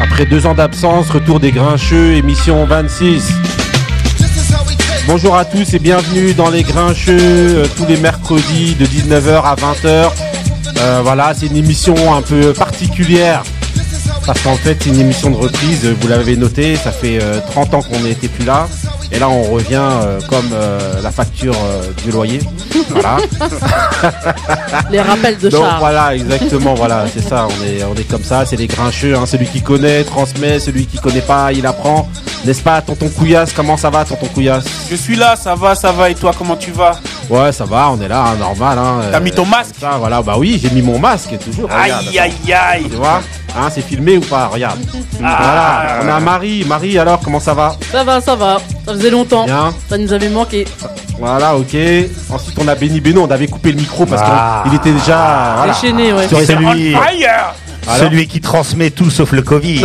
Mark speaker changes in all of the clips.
Speaker 1: Après deux ans d'absence, retour des Grincheux, émission 26. Bonjour à tous et bienvenue dans les Grincheux, euh, tous les mercredis de 19h à 20h. Euh, voilà, c'est une émission un peu particulière. Parce qu'en fait, c'est une émission de reprise, euh, vous l'avez noté, ça fait euh, 30 ans qu'on n'était plus là. Et là, on revient euh, comme euh, la facture euh, du loyer. Voilà.
Speaker 2: Les rappels de
Speaker 1: Donc
Speaker 2: charge.
Speaker 1: voilà, exactement, voilà, c'est ça, on est, on est comme ça, c'est les grincheux, hein, celui qui connaît transmet, celui qui connaît pas, il apprend. N'est-ce pas, tonton Couillasse, comment ça va, tonton Couillasse
Speaker 3: Je suis là, ça va, ça va, et toi, comment tu vas
Speaker 1: Ouais, ça va, on est là, hein, normal. Hein,
Speaker 3: T'as mis ton masque
Speaker 1: comme ça, Voilà, bah oui, j'ai mis mon masque, toujours. Ah, regarde,
Speaker 3: Aïe, aïe, aïe
Speaker 1: Tu vois hein, C'est filmé ou pas Regarde.
Speaker 3: Ah.
Speaker 1: Voilà, on a Marie. Marie, alors, comment ça va
Speaker 2: Ça va, ça va. Ça faisait longtemps.
Speaker 1: Bien.
Speaker 2: Ça nous avait manqué.
Speaker 1: Voilà, ok. Ensuite, on a Benny Beno, on avait coupé le micro parce
Speaker 4: Ah.
Speaker 1: qu'il était déjà... euh, Voilà.
Speaker 2: Déchaîné, ouais.
Speaker 4: Sur-
Speaker 3: C'est on
Speaker 4: Celui-
Speaker 3: fire
Speaker 1: Alors
Speaker 4: Celui qui transmet tout sauf le Covid.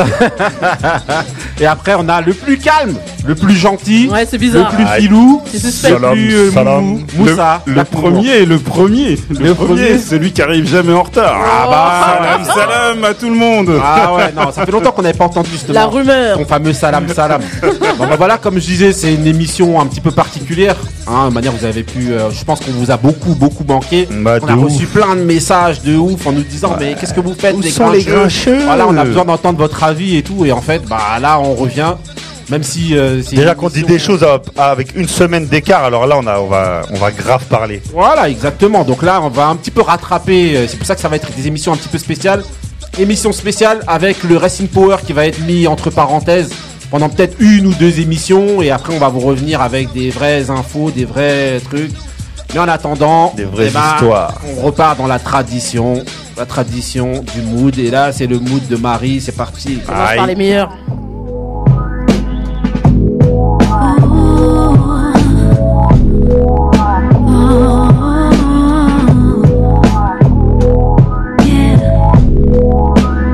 Speaker 1: Et après, on a le plus calme, le plus gentil,
Speaker 2: Ouais, c'est
Speaker 1: le
Speaker 2: bizarre.
Speaker 1: plus
Speaker 4: Ouais.
Speaker 1: filou,
Speaker 2: C'est suspect.
Speaker 1: le
Speaker 5: Salam,
Speaker 1: plus euh,
Speaker 5: salam.
Speaker 1: mou- Moussa.
Speaker 5: Le, le
Speaker 1: Dakour.
Speaker 5: premier, le premier, le,
Speaker 1: Le premier.
Speaker 5: premier, celui qui arrive jamais en retard.
Speaker 2: Oh.
Speaker 1: Ah bah,
Speaker 5: salam, salam à tout le monde.
Speaker 1: Ah ouais, non, ça fait longtemps qu'on n'avait pas entendu justement.
Speaker 2: La rumeur.
Speaker 1: Ton fameux salam salam. bon bah voilà, comme je disais, c'est une émission un petit peu particulière. Hein, de manière, vous avez pu. euh, je pense qu'on vous a beaucoup, beaucoup manqué.
Speaker 4: Bah,
Speaker 1: on
Speaker 4: de
Speaker 1: a reçu plein de messages de ouf en nous disant mais qu'est-ce que vous faites
Speaker 4: Où
Speaker 1: les
Speaker 4: sont les grincheux
Speaker 1: Voilà, on a besoin d'entendre votre avis et tout. Et en fait, bah là, on revient. Même si. euh, c'est
Speaker 4: Déjà
Speaker 1: une
Speaker 4: qu'on dit
Speaker 1: émission-
Speaker 4: des choses à- à- avec une semaine d'écart, alors là on, a, on, va, on va grave parler.
Speaker 1: Voilà, exactement. Donc là, on va un petit peu rattraper. euh, C'est pour ça que ça va être des émissions un petit peu spéciales. Émission spéciale avec le Racing Power qui va être mis entre parenthèses pendant peut-être une ou deux émissions. Et après, on va vous revenir avec des vraies infos, des vrais trucs. Mais en attendant,
Speaker 4: Des vraies
Speaker 1: eh ben,
Speaker 4: histoires.
Speaker 1: on repart dans la tradition. La tradition du mood. Et là, c'est le mood de Marie. C'est parti.
Speaker 2: On commence par les meilleurs.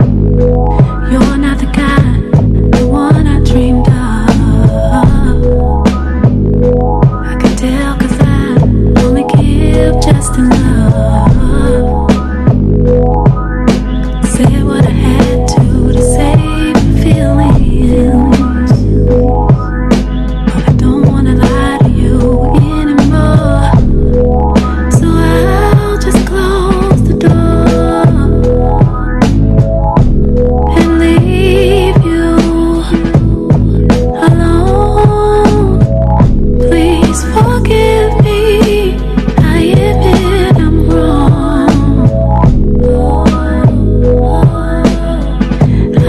Speaker 6: You're not the guy, the one I dreamed of. I could tell 'cause I only give just enough. Said what I had to to save feelings, but I don't wanna lie to you anymore. So I'll just close the door and leave you alone. Please forgive me. I admit I'm wrong. I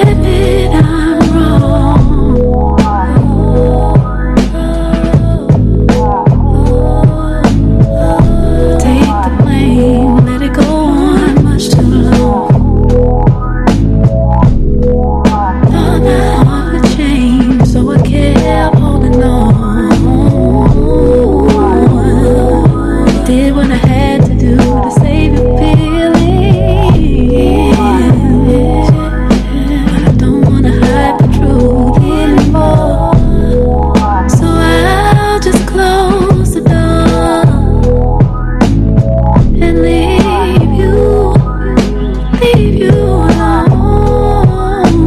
Speaker 6: admit I'm wrong. Take the blame, let it go on much too long. Thought my heart would change, so I kept holding on. Did what I had to do to save your feelings, but I don't wanna hide the truth anymore. So I'll just close the door and leave you. Leave you alone.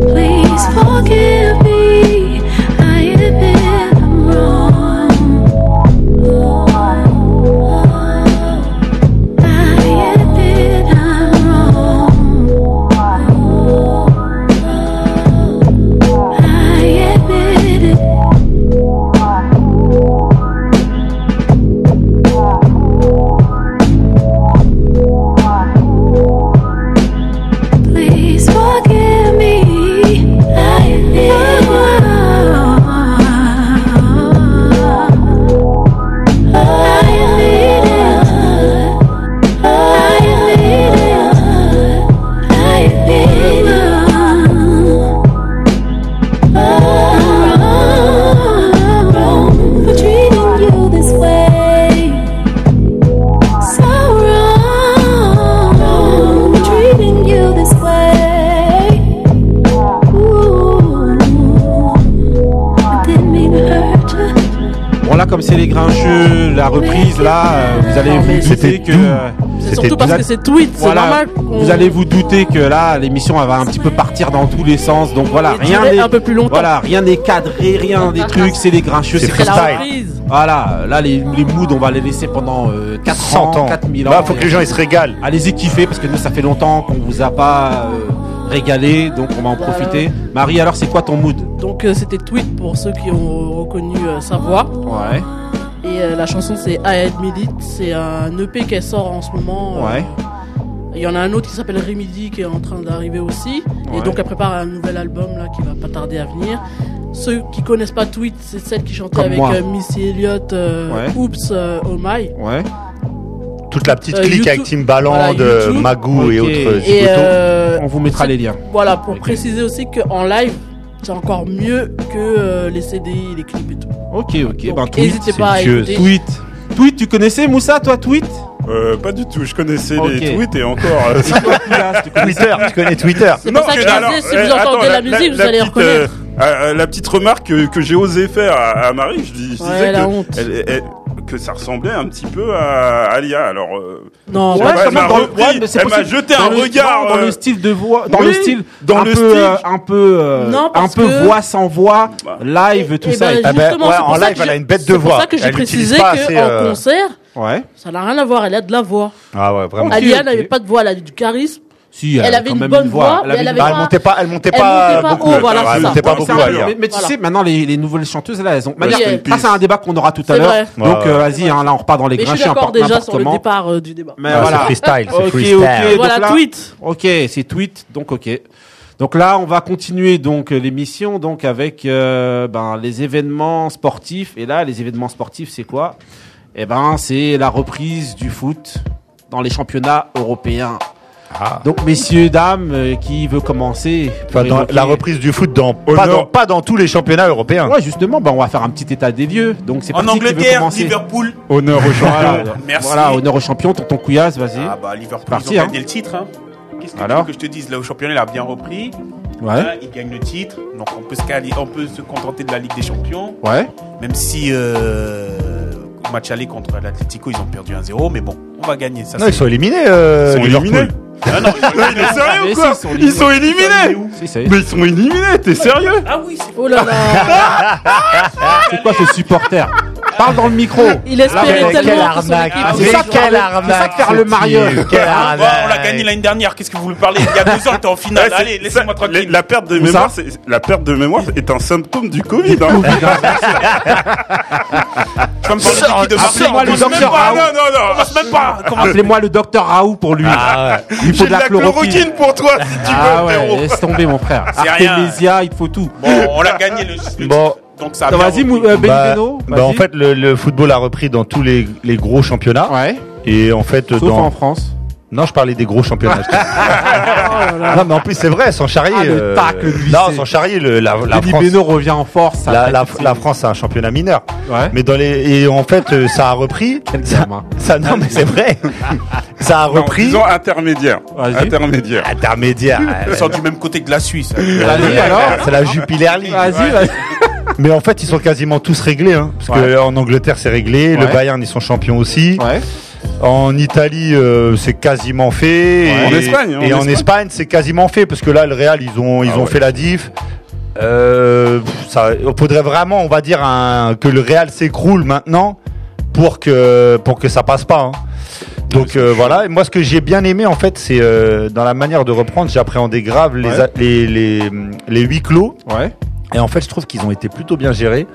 Speaker 6: Please forgive me. I admit I'm wrong. I admit I'm wrong. I admit it. Please forgive me. I admit I admit it. I admit it. I admit I'm wrong for treating you this way. So wrong, treating you this way. Ooh, I didn't mean to hurt you.
Speaker 1: Bon là comme c'est les grincheux, la reprise là, euh, vous allez vous
Speaker 2: C'était
Speaker 1: douter que euh,
Speaker 2: C'est
Speaker 4: C'était-
Speaker 2: surtout parce
Speaker 1: vous
Speaker 2: que
Speaker 1: allez-
Speaker 2: c'est tweet, c'est
Speaker 1: Voilà.
Speaker 2: normal. qu'on-
Speaker 1: Vous allez vous douter que là, l'émission elle va un petit peu partir dans tous les sens. Donc voilà,
Speaker 2: Et
Speaker 1: rien
Speaker 2: durer
Speaker 1: n'est
Speaker 2: un peu plus longtemps.
Speaker 1: Voilà, rien n'est cadré, rien des trucs, c'est les grincheux,
Speaker 4: C'est
Speaker 1: c'est
Speaker 2: C'est la
Speaker 4: freestyle.
Speaker 2: reprise.
Speaker 1: Voilà, là les, les moods, on va les laisser pendant 4
Speaker 4: 100
Speaker 1: ans,
Speaker 4: ans.
Speaker 1: 4000 ans.
Speaker 4: Là, faut que les gens ils se régalent.
Speaker 1: Allez-y kiffer parce que nous ça fait longtemps qu'on vous a pas euh, régalé, donc on va en profiter. Marie, alors c'est quoi ton mood
Speaker 2: Donc euh, c'était tweet pour ceux qui ont reconnu euh, sa voix.
Speaker 1: Ouais,
Speaker 2: Et euh, la chanson c'est I Admit It. C'est un EP qu'elle sort en ce moment. Euh,
Speaker 1: ouais.
Speaker 2: Il y en a un autre qui s'appelle Remedy qui est en train d'arriver aussi.
Speaker 1: Ouais.
Speaker 2: Et donc elle prépare un nouvel album là qui va pas tarder à venir. Ceux qui connaissent pas Tweet, c'est celle qui chantait
Speaker 1: Comme
Speaker 2: avec
Speaker 1: moi.
Speaker 2: euh, Missy Elliott, euh,
Speaker 1: Ouais.
Speaker 2: Oops, euh, Oh My.
Speaker 1: Ouais.
Speaker 4: Toute la petite
Speaker 2: Euh,
Speaker 4: clique
Speaker 2: YouTube-
Speaker 4: avec Timbaland,
Speaker 2: voilà,
Speaker 4: euh,
Speaker 2: YouTube.
Speaker 4: Magoo et
Speaker 1: Ok.
Speaker 4: autres.
Speaker 2: Et
Speaker 4: zigotos.
Speaker 2: euh,
Speaker 1: On vous mettra les liens.
Speaker 2: voilà, pour préciser aussi qu'en live, c'est encore mieux que euh, les CDI et les clips et tout.
Speaker 1: Ok, ok. Ben,
Speaker 2: Donc,
Speaker 1: tweet.
Speaker 2: N'hésitez pas à
Speaker 4: Dieu,
Speaker 2: écouter.
Speaker 1: Tweet. Tweet, tu connaissais Moussa, toi, tweet
Speaker 5: Euh, pas du tout, je connaissais
Speaker 1: Ok.
Speaker 5: les tweets et encore. euh,
Speaker 1: Et toi, Pilas, tu connaissais
Speaker 4: Twitter, tu connais Twitter
Speaker 2: C'est pour ça que je disais, si vous
Speaker 5: euh,
Speaker 2: entendez
Speaker 5: attends,
Speaker 2: la musique, vous
Speaker 5: la
Speaker 2: allez
Speaker 5: petite,
Speaker 2: reconnaître.
Speaker 5: euh, euh, la petite remarque que, que j'ai osé faire à, à Marie, je, dis, je
Speaker 2: Ouais,
Speaker 5: disais
Speaker 2: la
Speaker 5: que,
Speaker 2: honte.
Speaker 5: elle- elle- que ça ressemblait un petit peu à Alia. Alors, euh,
Speaker 2: Non, bah,
Speaker 5: Ouais,
Speaker 2: ouais,
Speaker 5: elle
Speaker 1: quand même,
Speaker 5: m'a
Speaker 1: dans le-
Speaker 5: repris,
Speaker 1: mais c'est
Speaker 5: elle m'a
Speaker 1: possible.
Speaker 5: jeté
Speaker 1: Dans
Speaker 5: un
Speaker 1: le-
Speaker 5: regard,
Speaker 1: non, dans le
Speaker 5: euh,
Speaker 1: style de voix, dans
Speaker 5: oui,
Speaker 1: le style,
Speaker 5: dans
Speaker 1: un
Speaker 5: le
Speaker 1: peu,
Speaker 5: style.
Speaker 1: euh, un peu, euh,
Speaker 2: Non,
Speaker 1: un
Speaker 2: parce
Speaker 1: peu
Speaker 2: que-
Speaker 1: voix sans voix,
Speaker 5: Bah.
Speaker 1: live, tout
Speaker 2: eh
Speaker 1: ça.
Speaker 2: ben,
Speaker 1: et-
Speaker 4: Ah ben,
Speaker 2: justement,
Speaker 4: ouais,
Speaker 2: c'est pour
Speaker 4: en
Speaker 2: ça
Speaker 4: live,
Speaker 2: que
Speaker 4: elle
Speaker 2: je-
Speaker 4: a une bête de
Speaker 2: C'est pour
Speaker 4: voix.
Speaker 2: ça que j'ai
Speaker 4: Elle l'utilise
Speaker 2: précisé
Speaker 4: pas
Speaker 2: que
Speaker 4: assez,
Speaker 2: en
Speaker 4: euh,
Speaker 2: concert,
Speaker 1: Ouais.
Speaker 2: ça n'a rien à voir. Elle a de la voix.
Speaker 4: Ah ouais, vraiment.
Speaker 1: Ok,
Speaker 2: Alia
Speaker 1: ok.
Speaker 2: n'avait pas de voix, elle avait du charisme.
Speaker 1: Si,
Speaker 2: Elle avait
Speaker 1: quand
Speaker 2: une
Speaker 1: même
Speaker 2: bonne voix, mais
Speaker 1: une
Speaker 2: elle avait
Speaker 1: voix.
Speaker 4: Bah, elle montait pas, elle montait
Speaker 2: Elle
Speaker 4: pas
Speaker 2: montait pas
Speaker 4: beaucoup.
Speaker 2: haut, voilà,
Speaker 4: euh, elle
Speaker 2: c'est ça.
Speaker 4: montait pas
Speaker 5: Ouais,
Speaker 4: beaucoup
Speaker 5: c'est un
Speaker 4: à
Speaker 5: peu-
Speaker 4: lire. Bah,
Speaker 1: Mais, mais tu
Speaker 2: Voilà.
Speaker 1: sais, maintenant, les, les nouvelles chanteuses, là, elles ont. Manière,
Speaker 2: vrai.
Speaker 1: ça, c'est un débat qu'on aura tout à
Speaker 2: C'est
Speaker 1: l'heure.
Speaker 2: vrai.
Speaker 1: Donc,
Speaker 4: Ouais,
Speaker 1: euh, vas-y, hein, là, on repart dans les
Speaker 2: Mais je
Speaker 1: grincheux,
Speaker 2: suis d'accord
Speaker 1: n'importe
Speaker 2: déjà sur le
Speaker 1: comment.
Speaker 2: départ euh, du débat.
Speaker 1: Mais
Speaker 4: Ah,
Speaker 1: voilà.
Speaker 4: C'est freestyle,
Speaker 1: Ok,
Speaker 4: c'est freestyle.
Speaker 1: ok. donc
Speaker 2: Voilà,
Speaker 1: là-
Speaker 2: tweet.
Speaker 1: Ok, c'est tweet, donc ok. Donc là, on va continuer donc euh, l'émission donc avec euh, ben, les événements sportifs. Et là, les événements sportifs, c'est quoi Eh ben, c'est la reprise du foot dans les championnats européens.
Speaker 4: Ah.
Speaker 1: Donc, messieurs, dames, euh, qui veut commencer pour
Speaker 4: Enfin, dans
Speaker 1: évoquer-
Speaker 4: la reprise du foot dans
Speaker 5: Oh
Speaker 4: pas,
Speaker 5: non.
Speaker 4: dans pas dans tous les championnats européens.
Speaker 1: Ouais, justement, ben, on va faire un petit état des lieux. Donc, c'est
Speaker 3: En
Speaker 1: parti, qui veut
Speaker 3: Angleterre,
Speaker 1: commencer
Speaker 3: Liverpool.
Speaker 5: honneur aux
Speaker 1: Voilà,
Speaker 5: champions.
Speaker 3: Merci.
Speaker 1: voilà, honneur aux champions, tonton Couillasse, vas-y.
Speaker 3: Ah bah Liverpool,
Speaker 1: parti,
Speaker 3: ils ont
Speaker 1: hein.
Speaker 3: gagné le titre. Hein. Qu'est-ce que
Speaker 1: Alors
Speaker 3: tu veux que je te dise Là au championnat, il a bien repris.
Speaker 1: Ouais,
Speaker 3: Hein, il gagne le titre. Donc on peut, se quali- on peut se contenter de la Ligue des Champions.
Speaker 1: ouais,
Speaker 3: Même si euh, au match aller contre l'Atlético, ils ont perdu 1-0. Mais bon, on va gagner. Ça,
Speaker 4: Non,
Speaker 3: c'est-
Speaker 4: ils sont éliminés. Euh,
Speaker 5: Ils sont
Speaker 4: Liverpool.
Speaker 5: éliminés.
Speaker 3: Ah non, ils ont-
Speaker 5: Mais t'es
Speaker 1: Ah, mais
Speaker 5: sérieux ou quoi
Speaker 1: si, ils sont
Speaker 5: Ils sont éliminés
Speaker 1: Si, ça y est.
Speaker 5: Mais ils sont éliminés, t'es sérieux
Speaker 3: Ah oui, c'est
Speaker 2: Oh là là.
Speaker 1: Ah, C'est quoi ce supporter Parle dans le micro.
Speaker 2: Il espérait
Speaker 4: Quelle, quelle
Speaker 2: tellement que son
Speaker 4: arnaque.
Speaker 2: équipe.
Speaker 3: Ah,
Speaker 4: Mais
Speaker 3: c'est ça
Speaker 1: que-
Speaker 4: quelle
Speaker 1: c'est ça que
Speaker 4: arnaque.
Speaker 1: faire
Speaker 4: ce
Speaker 1: le
Speaker 4: type.
Speaker 1: mariole.
Speaker 4: Quelle
Speaker 3: Ah,
Speaker 4: arnaque.
Speaker 3: bon, on l'a gagné l'année dernière. Qu'est-ce que vous voulez parler Il y a deux ans, t'es en finale.
Speaker 5: Ouais, c'est-
Speaker 3: Allez, laissez-moi
Speaker 5: ça-
Speaker 3: tranquille.
Speaker 5: La parte de
Speaker 1: Où ça
Speaker 5: mémoire, c'est- la perte de mémoire est un symptôme du Covid. hein.
Speaker 3: Tu vas me parler de qui de Marseille On
Speaker 1: appelez-moi le
Speaker 3: commence même
Speaker 1: docteur
Speaker 3: pas,
Speaker 1: Raoult.
Speaker 3: Non, non, non. ah On commence même pas. Comment-
Speaker 5: Ah,
Speaker 1: Appelez-moi le docteur Raoult pour lui. hein
Speaker 4: Ah ouais.
Speaker 1: Il faut
Speaker 5: J'ai
Speaker 1: de la chloroquine.
Speaker 5: pour toi si tu
Speaker 1: Ah
Speaker 5: veux,
Speaker 1: ouais,
Speaker 5: frérot.
Speaker 1: laisse tomber mon frère.
Speaker 3: C'est rien.
Speaker 1: Artemisia, il te faut tout.
Speaker 3: Bon, on l'a gagné le, le
Speaker 4: Bon.
Speaker 3: titre. Donc ça a
Speaker 1: Donc,
Speaker 3: bien
Speaker 1: Vas-y,
Speaker 3: repris.
Speaker 1: Mou- euh,
Speaker 4: Bah,
Speaker 1: Benveno.
Speaker 4: bah,
Speaker 1: vas-y.
Speaker 4: en fait, le, le football a repris dans tous les, les gros championnats.
Speaker 1: ouais.
Speaker 4: Et en fait,
Speaker 1: Sauf
Speaker 4: dans.
Speaker 1: en France.
Speaker 4: Non, je parlais des gros championnats. je
Speaker 1: Oh
Speaker 4: dis. non, mais en plus, c'est vrai, sans charrier. euh,
Speaker 1: Ah, le tacle glissé.
Speaker 4: non, sans charrier, le- la, la
Speaker 1: Denis
Speaker 4: France.
Speaker 1: Beno revient en force. ça
Speaker 4: La,
Speaker 1: fait
Speaker 4: la-
Speaker 1: tout de
Speaker 4: la
Speaker 1: suite.
Speaker 4: France, c'est un championnat mineur.
Speaker 1: Ouais.
Speaker 4: Mais dans les. Et en fait, euh, ça a repris.
Speaker 1: Quel
Speaker 4: Ça,
Speaker 1: gamin.
Speaker 4: ça- non, mais c'est vrai. ça a
Speaker 5: Non,
Speaker 4: repris.
Speaker 5: disons intermédiaire.
Speaker 1: Vas-y.
Speaker 5: Intermédiaire.
Speaker 4: Intermédiaire.
Speaker 3: Ils sont du même côté que la Suisse. hein.
Speaker 1: Vas-y alors.
Speaker 4: C'est la Jupiler League.
Speaker 1: Vas-y, vas-y.
Speaker 4: Mais en fait, ils sont quasiment tous réglés. Hein, parce
Speaker 1: Ouais.
Speaker 4: que en Angleterre, c'est réglé. Le
Speaker 1: Ouais.
Speaker 4: Bayern, ils sont champions aussi.
Speaker 1: Ouais.
Speaker 4: En Italie, euh, c'est quasiment fait.
Speaker 5: Ouais. En
Speaker 4: Et-
Speaker 5: Espagne, en
Speaker 4: Et en
Speaker 5: Espagne.
Speaker 4: Espagne, c'est quasiment fait. Parce que là, le Real, ils ont, ils
Speaker 5: Ah
Speaker 4: ont
Speaker 5: ouais.
Speaker 4: fait la diff. Euh, pff, ça, il faudrait vraiment, on va dire, un- que le Real s'écroule maintenant pour que, pour que ça passe pas. hein. Donc euh, voilà, Et moi ce que j'ai bien aimé en fait, c'est euh, dans la manière de reprendre, j'appréhendais grave les,
Speaker 1: Ouais.
Speaker 4: a- les, les, les huis clos.
Speaker 1: Ouais.
Speaker 4: Et en fait, je trouve qu'ils ont été plutôt bien gérés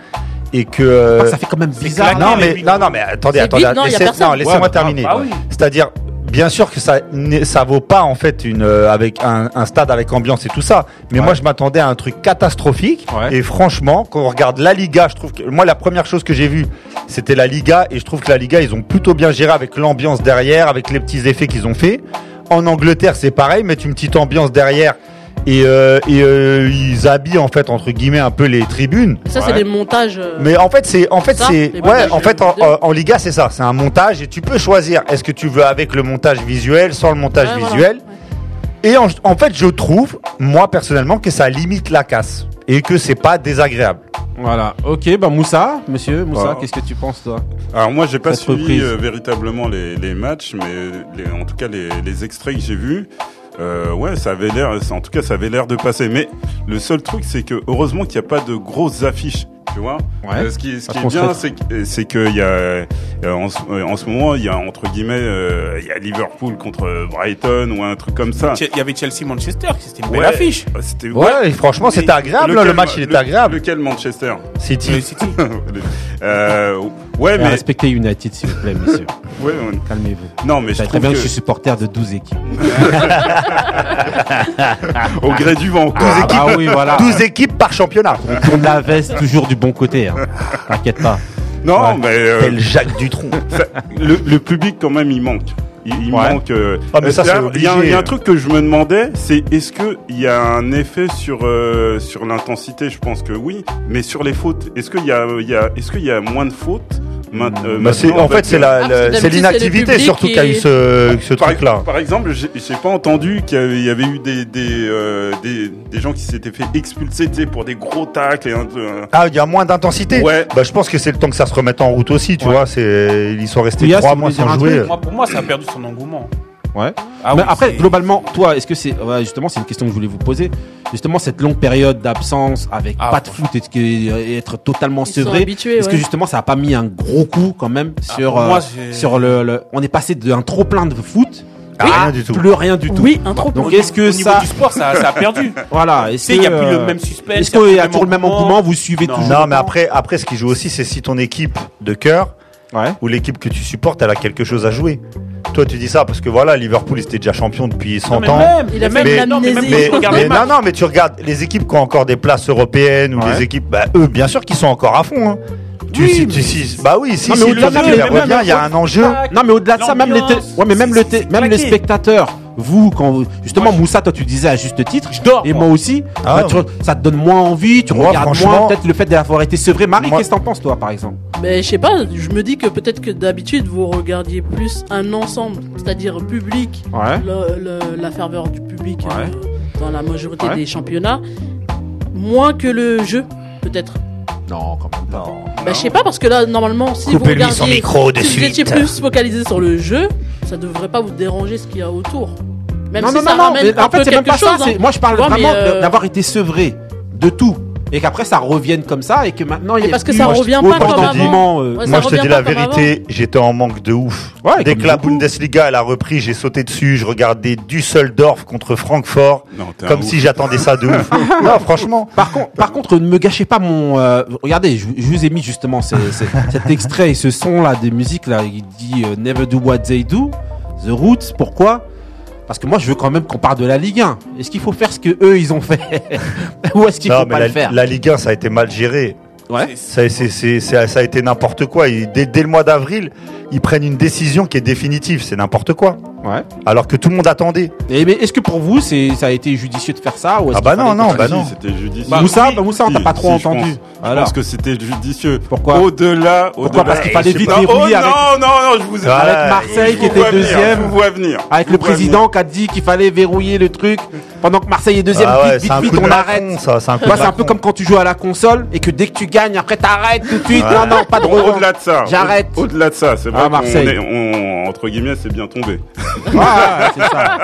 Speaker 4: et que. euh,
Speaker 1: Ah, Ça fait quand même bizarre.
Speaker 4: non,
Speaker 1: là.
Speaker 4: mais, non, non, mais attendez,
Speaker 2: C'est
Speaker 4: attendez,
Speaker 2: vide, non, y a
Speaker 4: laissez-
Speaker 2: personne.
Speaker 4: non, laissez-moi
Speaker 1: Ouais,
Speaker 4: terminer.
Speaker 3: ah oui.
Speaker 4: C'est-à-dire, bien sûr que ça n'est- ça vaut pas en fait une euh, avec un, un stade avec ambiance et tout ça. Mais
Speaker 1: Ouais.
Speaker 4: moi, je m'attendais à un truc catastrophique.
Speaker 1: Ouais.
Speaker 4: Et franchement, quand on regarde la Liga, je trouve que moi la première chose que j'ai vue, c'était la Liga et je trouve que la Liga ils ont plutôt bien géré avec l'ambiance derrière, avec les petits effets qu'ils ont fait. En Angleterre, c'est pareil, mettre une petite ambiance derrière. Et, euh, et euh, ils habillent en fait entre guillemets un peu les tribunes.
Speaker 2: Ça, c'est
Speaker 1: Ouais.
Speaker 2: des montages. euh,
Speaker 4: Mais en fait, c'est en fait
Speaker 2: Ça,
Speaker 4: c'est
Speaker 2: les
Speaker 4: ouais,
Speaker 2: montages
Speaker 4: en fait en,
Speaker 2: vidéo.
Speaker 4: en- en Liga, c'est ça, c'est un montage et tu peux choisir est-ce que tu veux avec le montage visuel, sans le montage
Speaker 2: ouais, voilà.
Speaker 4: visuel. Et en, en fait, je trouve moi personnellement que ça limite la casse et que c'est pas désagréable.
Speaker 1: Voilà. Ok, bah Moussa, monsieur, Moussa,
Speaker 5: Voilà.
Speaker 1: qu'est-ce que tu penses toi
Speaker 5: Alors moi j'ai pas
Speaker 1: Cette
Speaker 5: suivi
Speaker 1: reprise.
Speaker 5: euh, véritablement les, les matchs, mais les- en tout cas les, les extraits que j'ai vus, euh, ouais ça avait l'air, en tout cas ça avait l'air de passer. Mais le seul truc c'est que heureusement qu'il n'y a pas de grosses affiches, tu vois.
Speaker 1: Ouais.
Speaker 5: Euh, ce qui, ce
Speaker 1: Parce
Speaker 5: qui est
Speaker 1: qu'on se
Speaker 5: bien
Speaker 1: fait-
Speaker 5: c'est que- c'est qu'il y a euh, en, ce- euh, en ce moment il y a entre guillemets euh, il y a Liverpool contre euh, Brighton ou un truc comme ça.
Speaker 3: Che- Il y avait Chelsea-Manchester, c'était une belle
Speaker 5: Ouais.
Speaker 3: affiche.
Speaker 5: C'était
Speaker 4: Ouais, et franchement,
Speaker 5: Mais
Speaker 4: c'était agréable. hein,
Speaker 5: lequel-
Speaker 4: Le match, il était
Speaker 5: le-
Speaker 4: agréable.
Speaker 5: Lequel Manchester
Speaker 3: Le
Speaker 4: City.
Speaker 3: City.
Speaker 5: Euh, Ouais
Speaker 1: Eh,
Speaker 5: mais
Speaker 1: Respectez United, s'il vous plaît, monsieur.
Speaker 5: ouais, ouais.
Speaker 1: Calmez-vous.
Speaker 5: non mais
Speaker 1: Je
Speaker 5: je
Speaker 1: très
Speaker 5: trouve
Speaker 1: bien que je
Speaker 5: que
Speaker 1: suis supporter de 12 équipes.
Speaker 5: au gré du vent quoi.
Speaker 1: Ah, bah oui, voilà.
Speaker 4: 12 équipes par championnat.
Speaker 1: On tourne la veste toujours du bon côté. Hein. T'inquiète pas.
Speaker 5: Non,
Speaker 1: Ouais.
Speaker 5: mais euh,
Speaker 4: Tel Jacques Dutronc.
Speaker 5: le, le public quand même il manque. Il, il
Speaker 1: Ouais.
Speaker 5: manque. euh,
Speaker 4: Ah, mais ça, c'est
Speaker 5: d'ailleurs, il y, a un-
Speaker 4: obligé.
Speaker 5: il y a un truc que je me demandais, c'est est-ce que il y a un effet sur euh, sur l'intensité Je pense que oui, mais sur les fautes, est-ce qu'il y a, il y a est-ce qu'il y a moins de fautes mainte- euh,
Speaker 4: Bah, c'est-
Speaker 5: maintenant,
Speaker 4: en fait, c'est
Speaker 5: parce
Speaker 4: la-
Speaker 2: Ah,
Speaker 4: la-
Speaker 2: c'est
Speaker 4: c'est
Speaker 2: d'habitude, c'est le
Speaker 4: l'inactivité
Speaker 2: public
Speaker 4: surtout qui a eu
Speaker 2: qui-
Speaker 4: ce, ce
Speaker 5: que- par,
Speaker 4: truc-là.
Speaker 5: par exemple, j'ai j'ai pas entendu qu'il y avait- il y avait eu des des, euh, des, des gens qui s'étaient fait expulser tu sais, pour des gros tacles. Et un, un-
Speaker 4: Ah, il y a moins d'intensité.
Speaker 5: Ouais.
Speaker 4: Bah, je pense que c'est le temps que ça se remette en route aussi, tu vois. C'est, ils sont restés
Speaker 1: Ouya,
Speaker 4: trois
Speaker 1: si vous
Speaker 4: mois
Speaker 1: voulez dire
Speaker 4: sans
Speaker 1: un
Speaker 4: jouer.
Speaker 3: Moi, pour moi, ça a perdu son engouement.
Speaker 1: Ouais.
Speaker 3: Ah
Speaker 1: Mais
Speaker 3: oui,
Speaker 1: après,
Speaker 3: c'est-
Speaker 1: globalement, toi, est-ce que c'est ouais, justement, c'est une question que je voulais vous poser. Justement, cette longue période d'absence avec
Speaker 3: Ah,
Speaker 1: pas de foot et, que- et être totalement
Speaker 2: Ils sont
Speaker 1: sevré,
Speaker 2: habitués,
Speaker 1: est-ce que
Speaker 2: ouais.
Speaker 1: justement, ça a pas mis un gros coup quand même
Speaker 3: Ah,
Speaker 1: sur
Speaker 3: pour
Speaker 1: euh,
Speaker 3: moi, j'ai-
Speaker 1: sur le, le- on est passé d'un trop plein de foot
Speaker 4: Ah,
Speaker 1: à
Speaker 4: rien du tout.
Speaker 1: plus rien du tout.
Speaker 2: Oui, un trop bon.
Speaker 1: Donc est-ce
Speaker 3: Au
Speaker 1: que
Speaker 3: niveau
Speaker 1: ça,
Speaker 3: du sport, ça, ça a perdu.
Speaker 1: voilà, est-ce
Speaker 3: sais, il y a
Speaker 1: que,
Speaker 3: plus le
Speaker 1: euh,
Speaker 3: même suspense,
Speaker 1: Est-ce
Speaker 3: il y a
Speaker 1: qu'il
Speaker 3: plus
Speaker 1: y a
Speaker 3: le même
Speaker 1: toujours le même engouement Vous suivez
Speaker 3: Non.
Speaker 1: toujours
Speaker 4: Non, mais après, après, ce qui joue aussi, c'est si ton équipe de cœur
Speaker 1: Ouais.
Speaker 4: ou l'équipe que tu supportes, elle a quelque chose à jouer. Toi, tu dis ça parce que voilà, Liverpool, ils étaient déjà champions depuis 100
Speaker 3: Non, mais
Speaker 4: ans.
Speaker 3: même,
Speaker 2: Il a
Speaker 3: mais
Speaker 2: fait
Speaker 4: de
Speaker 3: non, mais
Speaker 2: l'amnésie.
Speaker 3: même
Speaker 4: Mais,
Speaker 3: quand je regarde
Speaker 4: mais
Speaker 3: les
Speaker 4: non,
Speaker 3: matchs,
Speaker 4: non, mais tu regardes les équipes qui ont encore des places européennes ou
Speaker 1: Ouais.
Speaker 4: les équipes, bah, eux, bien sûr qu'ils sont encore à fond. hein. Tu,
Speaker 1: Oui,
Speaker 4: si-
Speaker 1: mais-
Speaker 4: tu- si- bah oui, si,
Speaker 1: Non, mais
Speaker 4: si,
Speaker 1: au-delà
Speaker 4: tu-
Speaker 1: de
Speaker 4: tu
Speaker 1: la-
Speaker 4: les
Speaker 1: mais
Speaker 4: reviens,
Speaker 1: même
Speaker 4: il y a un enjeu.
Speaker 1: Non mais au-delà de ça Ah, même les télé-
Speaker 3: L'ambiance,
Speaker 1: ouais mais même
Speaker 3: c'est-
Speaker 1: le té-
Speaker 3: c'est
Speaker 1: même les
Speaker 3: claqué.
Speaker 1: spectateurs vous quand vous- justement
Speaker 3: Moi, je-
Speaker 1: Moussa toi tu disais à juste titre
Speaker 3: Je dors,
Speaker 1: et
Speaker 3: moi.
Speaker 1: moi, aussi
Speaker 4: Ah.
Speaker 1: bah, tu- ça te donne moins envie tu
Speaker 4: Moi,
Speaker 1: regardes moins
Speaker 4: franchement-
Speaker 1: peut-être le fait d'avoir été sevré Marie
Speaker 4: Moi-
Speaker 1: qu'est-ce que t'en penses toi par exemple
Speaker 2: Mais je sais pas, je me dis que peut-être que d'habitude vous regardiez plus un ensemble, c'est-à-dire public,
Speaker 1: ouais
Speaker 2: le- le- la ferveur du public
Speaker 1: Ouais.
Speaker 2: euh, dans la majorité
Speaker 1: Ouais.
Speaker 2: des championnats, moins que le jeu, peut-être.
Speaker 1: non quand même pas
Speaker 2: Bah, je sais pas, parce que là, normalement, si vous
Speaker 4: Coupez-lui
Speaker 2: regardiez,
Speaker 4: son micro de
Speaker 2: si vous étiez
Speaker 4: suite.
Speaker 2: plus focalisé sur le jeu, ça devrait pas vous déranger ce qu'il y a autour. Même
Speaker 1: non
Speaker 2: si
Speaker 1: non
Speaker 2: ça
Speaker 1: non non
Speaker 2: ramène
Speaker 1: mais
Speaker 2: un
Speaker 1: en
Speaker 2: peu
Speaker 1: fait c'est même
Speaker 2: quelque
Speaker 1: pas ça
Speaker 2: chose, hein.
Speaker 1: c'est- moi je parle
Speaker 2: Tu vois, mais,
Speaker 1: vraiment de-
Speaker 2: euh,
Speaker 1: d'avoir été sevré de tout et qu'après ça revienne comme ça et que maintenant il y
Speaker 2: Mais
Speaker 1: a
Speaker 2: parce que
Speaker 1: plus
Speaker 2: ça
Speaker 1: autant
Speaker 2: revient pas
Speaker 4: comme
Speaker 1: d'engouement, euh,
Speaker 2: Ouais, ça
Speaker 4: Moi, je te
Speaker 2: revient
Speaker 4: dis
Speaker 2: pas
Speaker 4: la
Speaker 2: comme
Speaker 4: vérité, j'étais en manque de ouf.
Speaker 1: Ouais,
Speaker 4: Dès
Speaker 1: comme
Speaker 4: que la
Speaker 1: beaucoup.
Speaker 4: Bundesliga elle a repris, j'ai sauté dessus, je regardais Düsseldorf contre Francfort,
Speaker 5: Non, t'es un
Speaker 4: comme
Speaker 5: ouf.
Speaker 4: si j'attendais ça de ouf. non, franchement,
Speaker 1: Par contre, par contre, ne me gâchez pas mon. euh, regardez, je, je vous ai mis justement ces- ces- cet extrait et ce son là des musiques là. Il dit euh, Never Do What They Do, The Roots. Pourquoi Parce que moi, je veux quand même qu'on parle de la Ligue 1. Est-ce qu'il faut faire ce que eux ils ont fait Ou est-ce qu'il
Speaker 4: non,
Speaker 1: faut pas
Speaker 4: mais
Speaker 1: le
Speaker 4: la,
Speaker 1: faire
Speaker 4: la Ligue 1, ça a été mal géré.
Speaker 1: Ouais.
Speaker 4: Ça, c'est- c'est- c'est- ça a été n'importe quoi. Et dès, dès le mois d'avril, ils prennent une décision qui est définitive. C'est n'importe quoi.
Speaker 1: Ouais.
Speaker 4: Alors que tout le monde attendait.
Speaker 1: Et, mais est-ce que pour vous, c'est ça a été judicieux de faire ça ou est-ce
Speaker 4: Ah bah
Speaker 1: qu'il fallait
Speaker 4: non, non,
Speaker 1: qu'on-
Speaker 4: bah
Speaker 5: Si,
Speaker 4: non.
Speaker 5: C'était judicieux.
Speaker 3: Bah,
Speaker 1: Moussa,
Speaker 3: oui,
Speaker 1: bah Moussa, on t'a
Speaker 5: Si,
Speaker 1: pas trop
Speaker 5: si, je pense.
Speaker 1: entendu.
Speaker 5: Je
Speaker 1: Voilà.
Speaker 5: pense que c'était judicieux.
Speaker 1: Pourquoi
Speaker 5: Au-delà,
Speaker 1: Pourquoi
Speaker 5: au-delà.
Speaker 1: Parce qu'il fallait
Speaker 5: Je sais
Speaker 1: vite
Speaker 5: pas.
Speaker 1: verrouiller
Speaker 5: Oh
Speaker 1: avec-
Speaker 5: non, non, non, je vous ai.
Speaker 4: Ah,
Speaker 1: Avec Marseille
Speaker 5: Je
Speaker 1: qui
Speaker 5: vous vois
Speaker 1: était
Speaker 5: venir, Je
Speaker 1: deuxième.
Speaker 5: vous vois venir.
Speaker 1: Avec
Speaker 5: Je
Speaker 1: le
Speaker 5: vous vois
Speaker 1: président qui a dit qu'il fallait verrouiller le truc pendant que Marseille est deuxième,
Speaker 4: Ah ouais,
Speaker 1: vite,
Speaker 4: c'est un
Speaker 1: vite,
Speaker 4: coup
Speaker 1: vite,
Speaker 4: de
Speaker 1: on arrête.
Speaker 4: arrête. ça. C'est un coup
Speaker 1: Tu vois,
Speaker 4: de
Speaker 1: c'est un peu
Speaker 4: lacon.
Speaker 1: comme quand tu joues à la console et que dès que tu gagnes, après t'arrêtes tout de suite.
Speaker 4: Ouais.
Speaker 1: Non, non, pas de
Speaker 5: venir.
Speaker 1: revente.
Speaker 5: Au-delà de ça.
Speaker 1: J'arrête.
Speaker 5: au- Au-delà de ça, c'est vrai.
Speaker 1: Ah,
Speaker 5: qu'on
Speaker 1: Marseille.
Speaker 5: est- on- entre guillemets, c'est bien tombé.
Speaker 1: Ouais, c'est ça.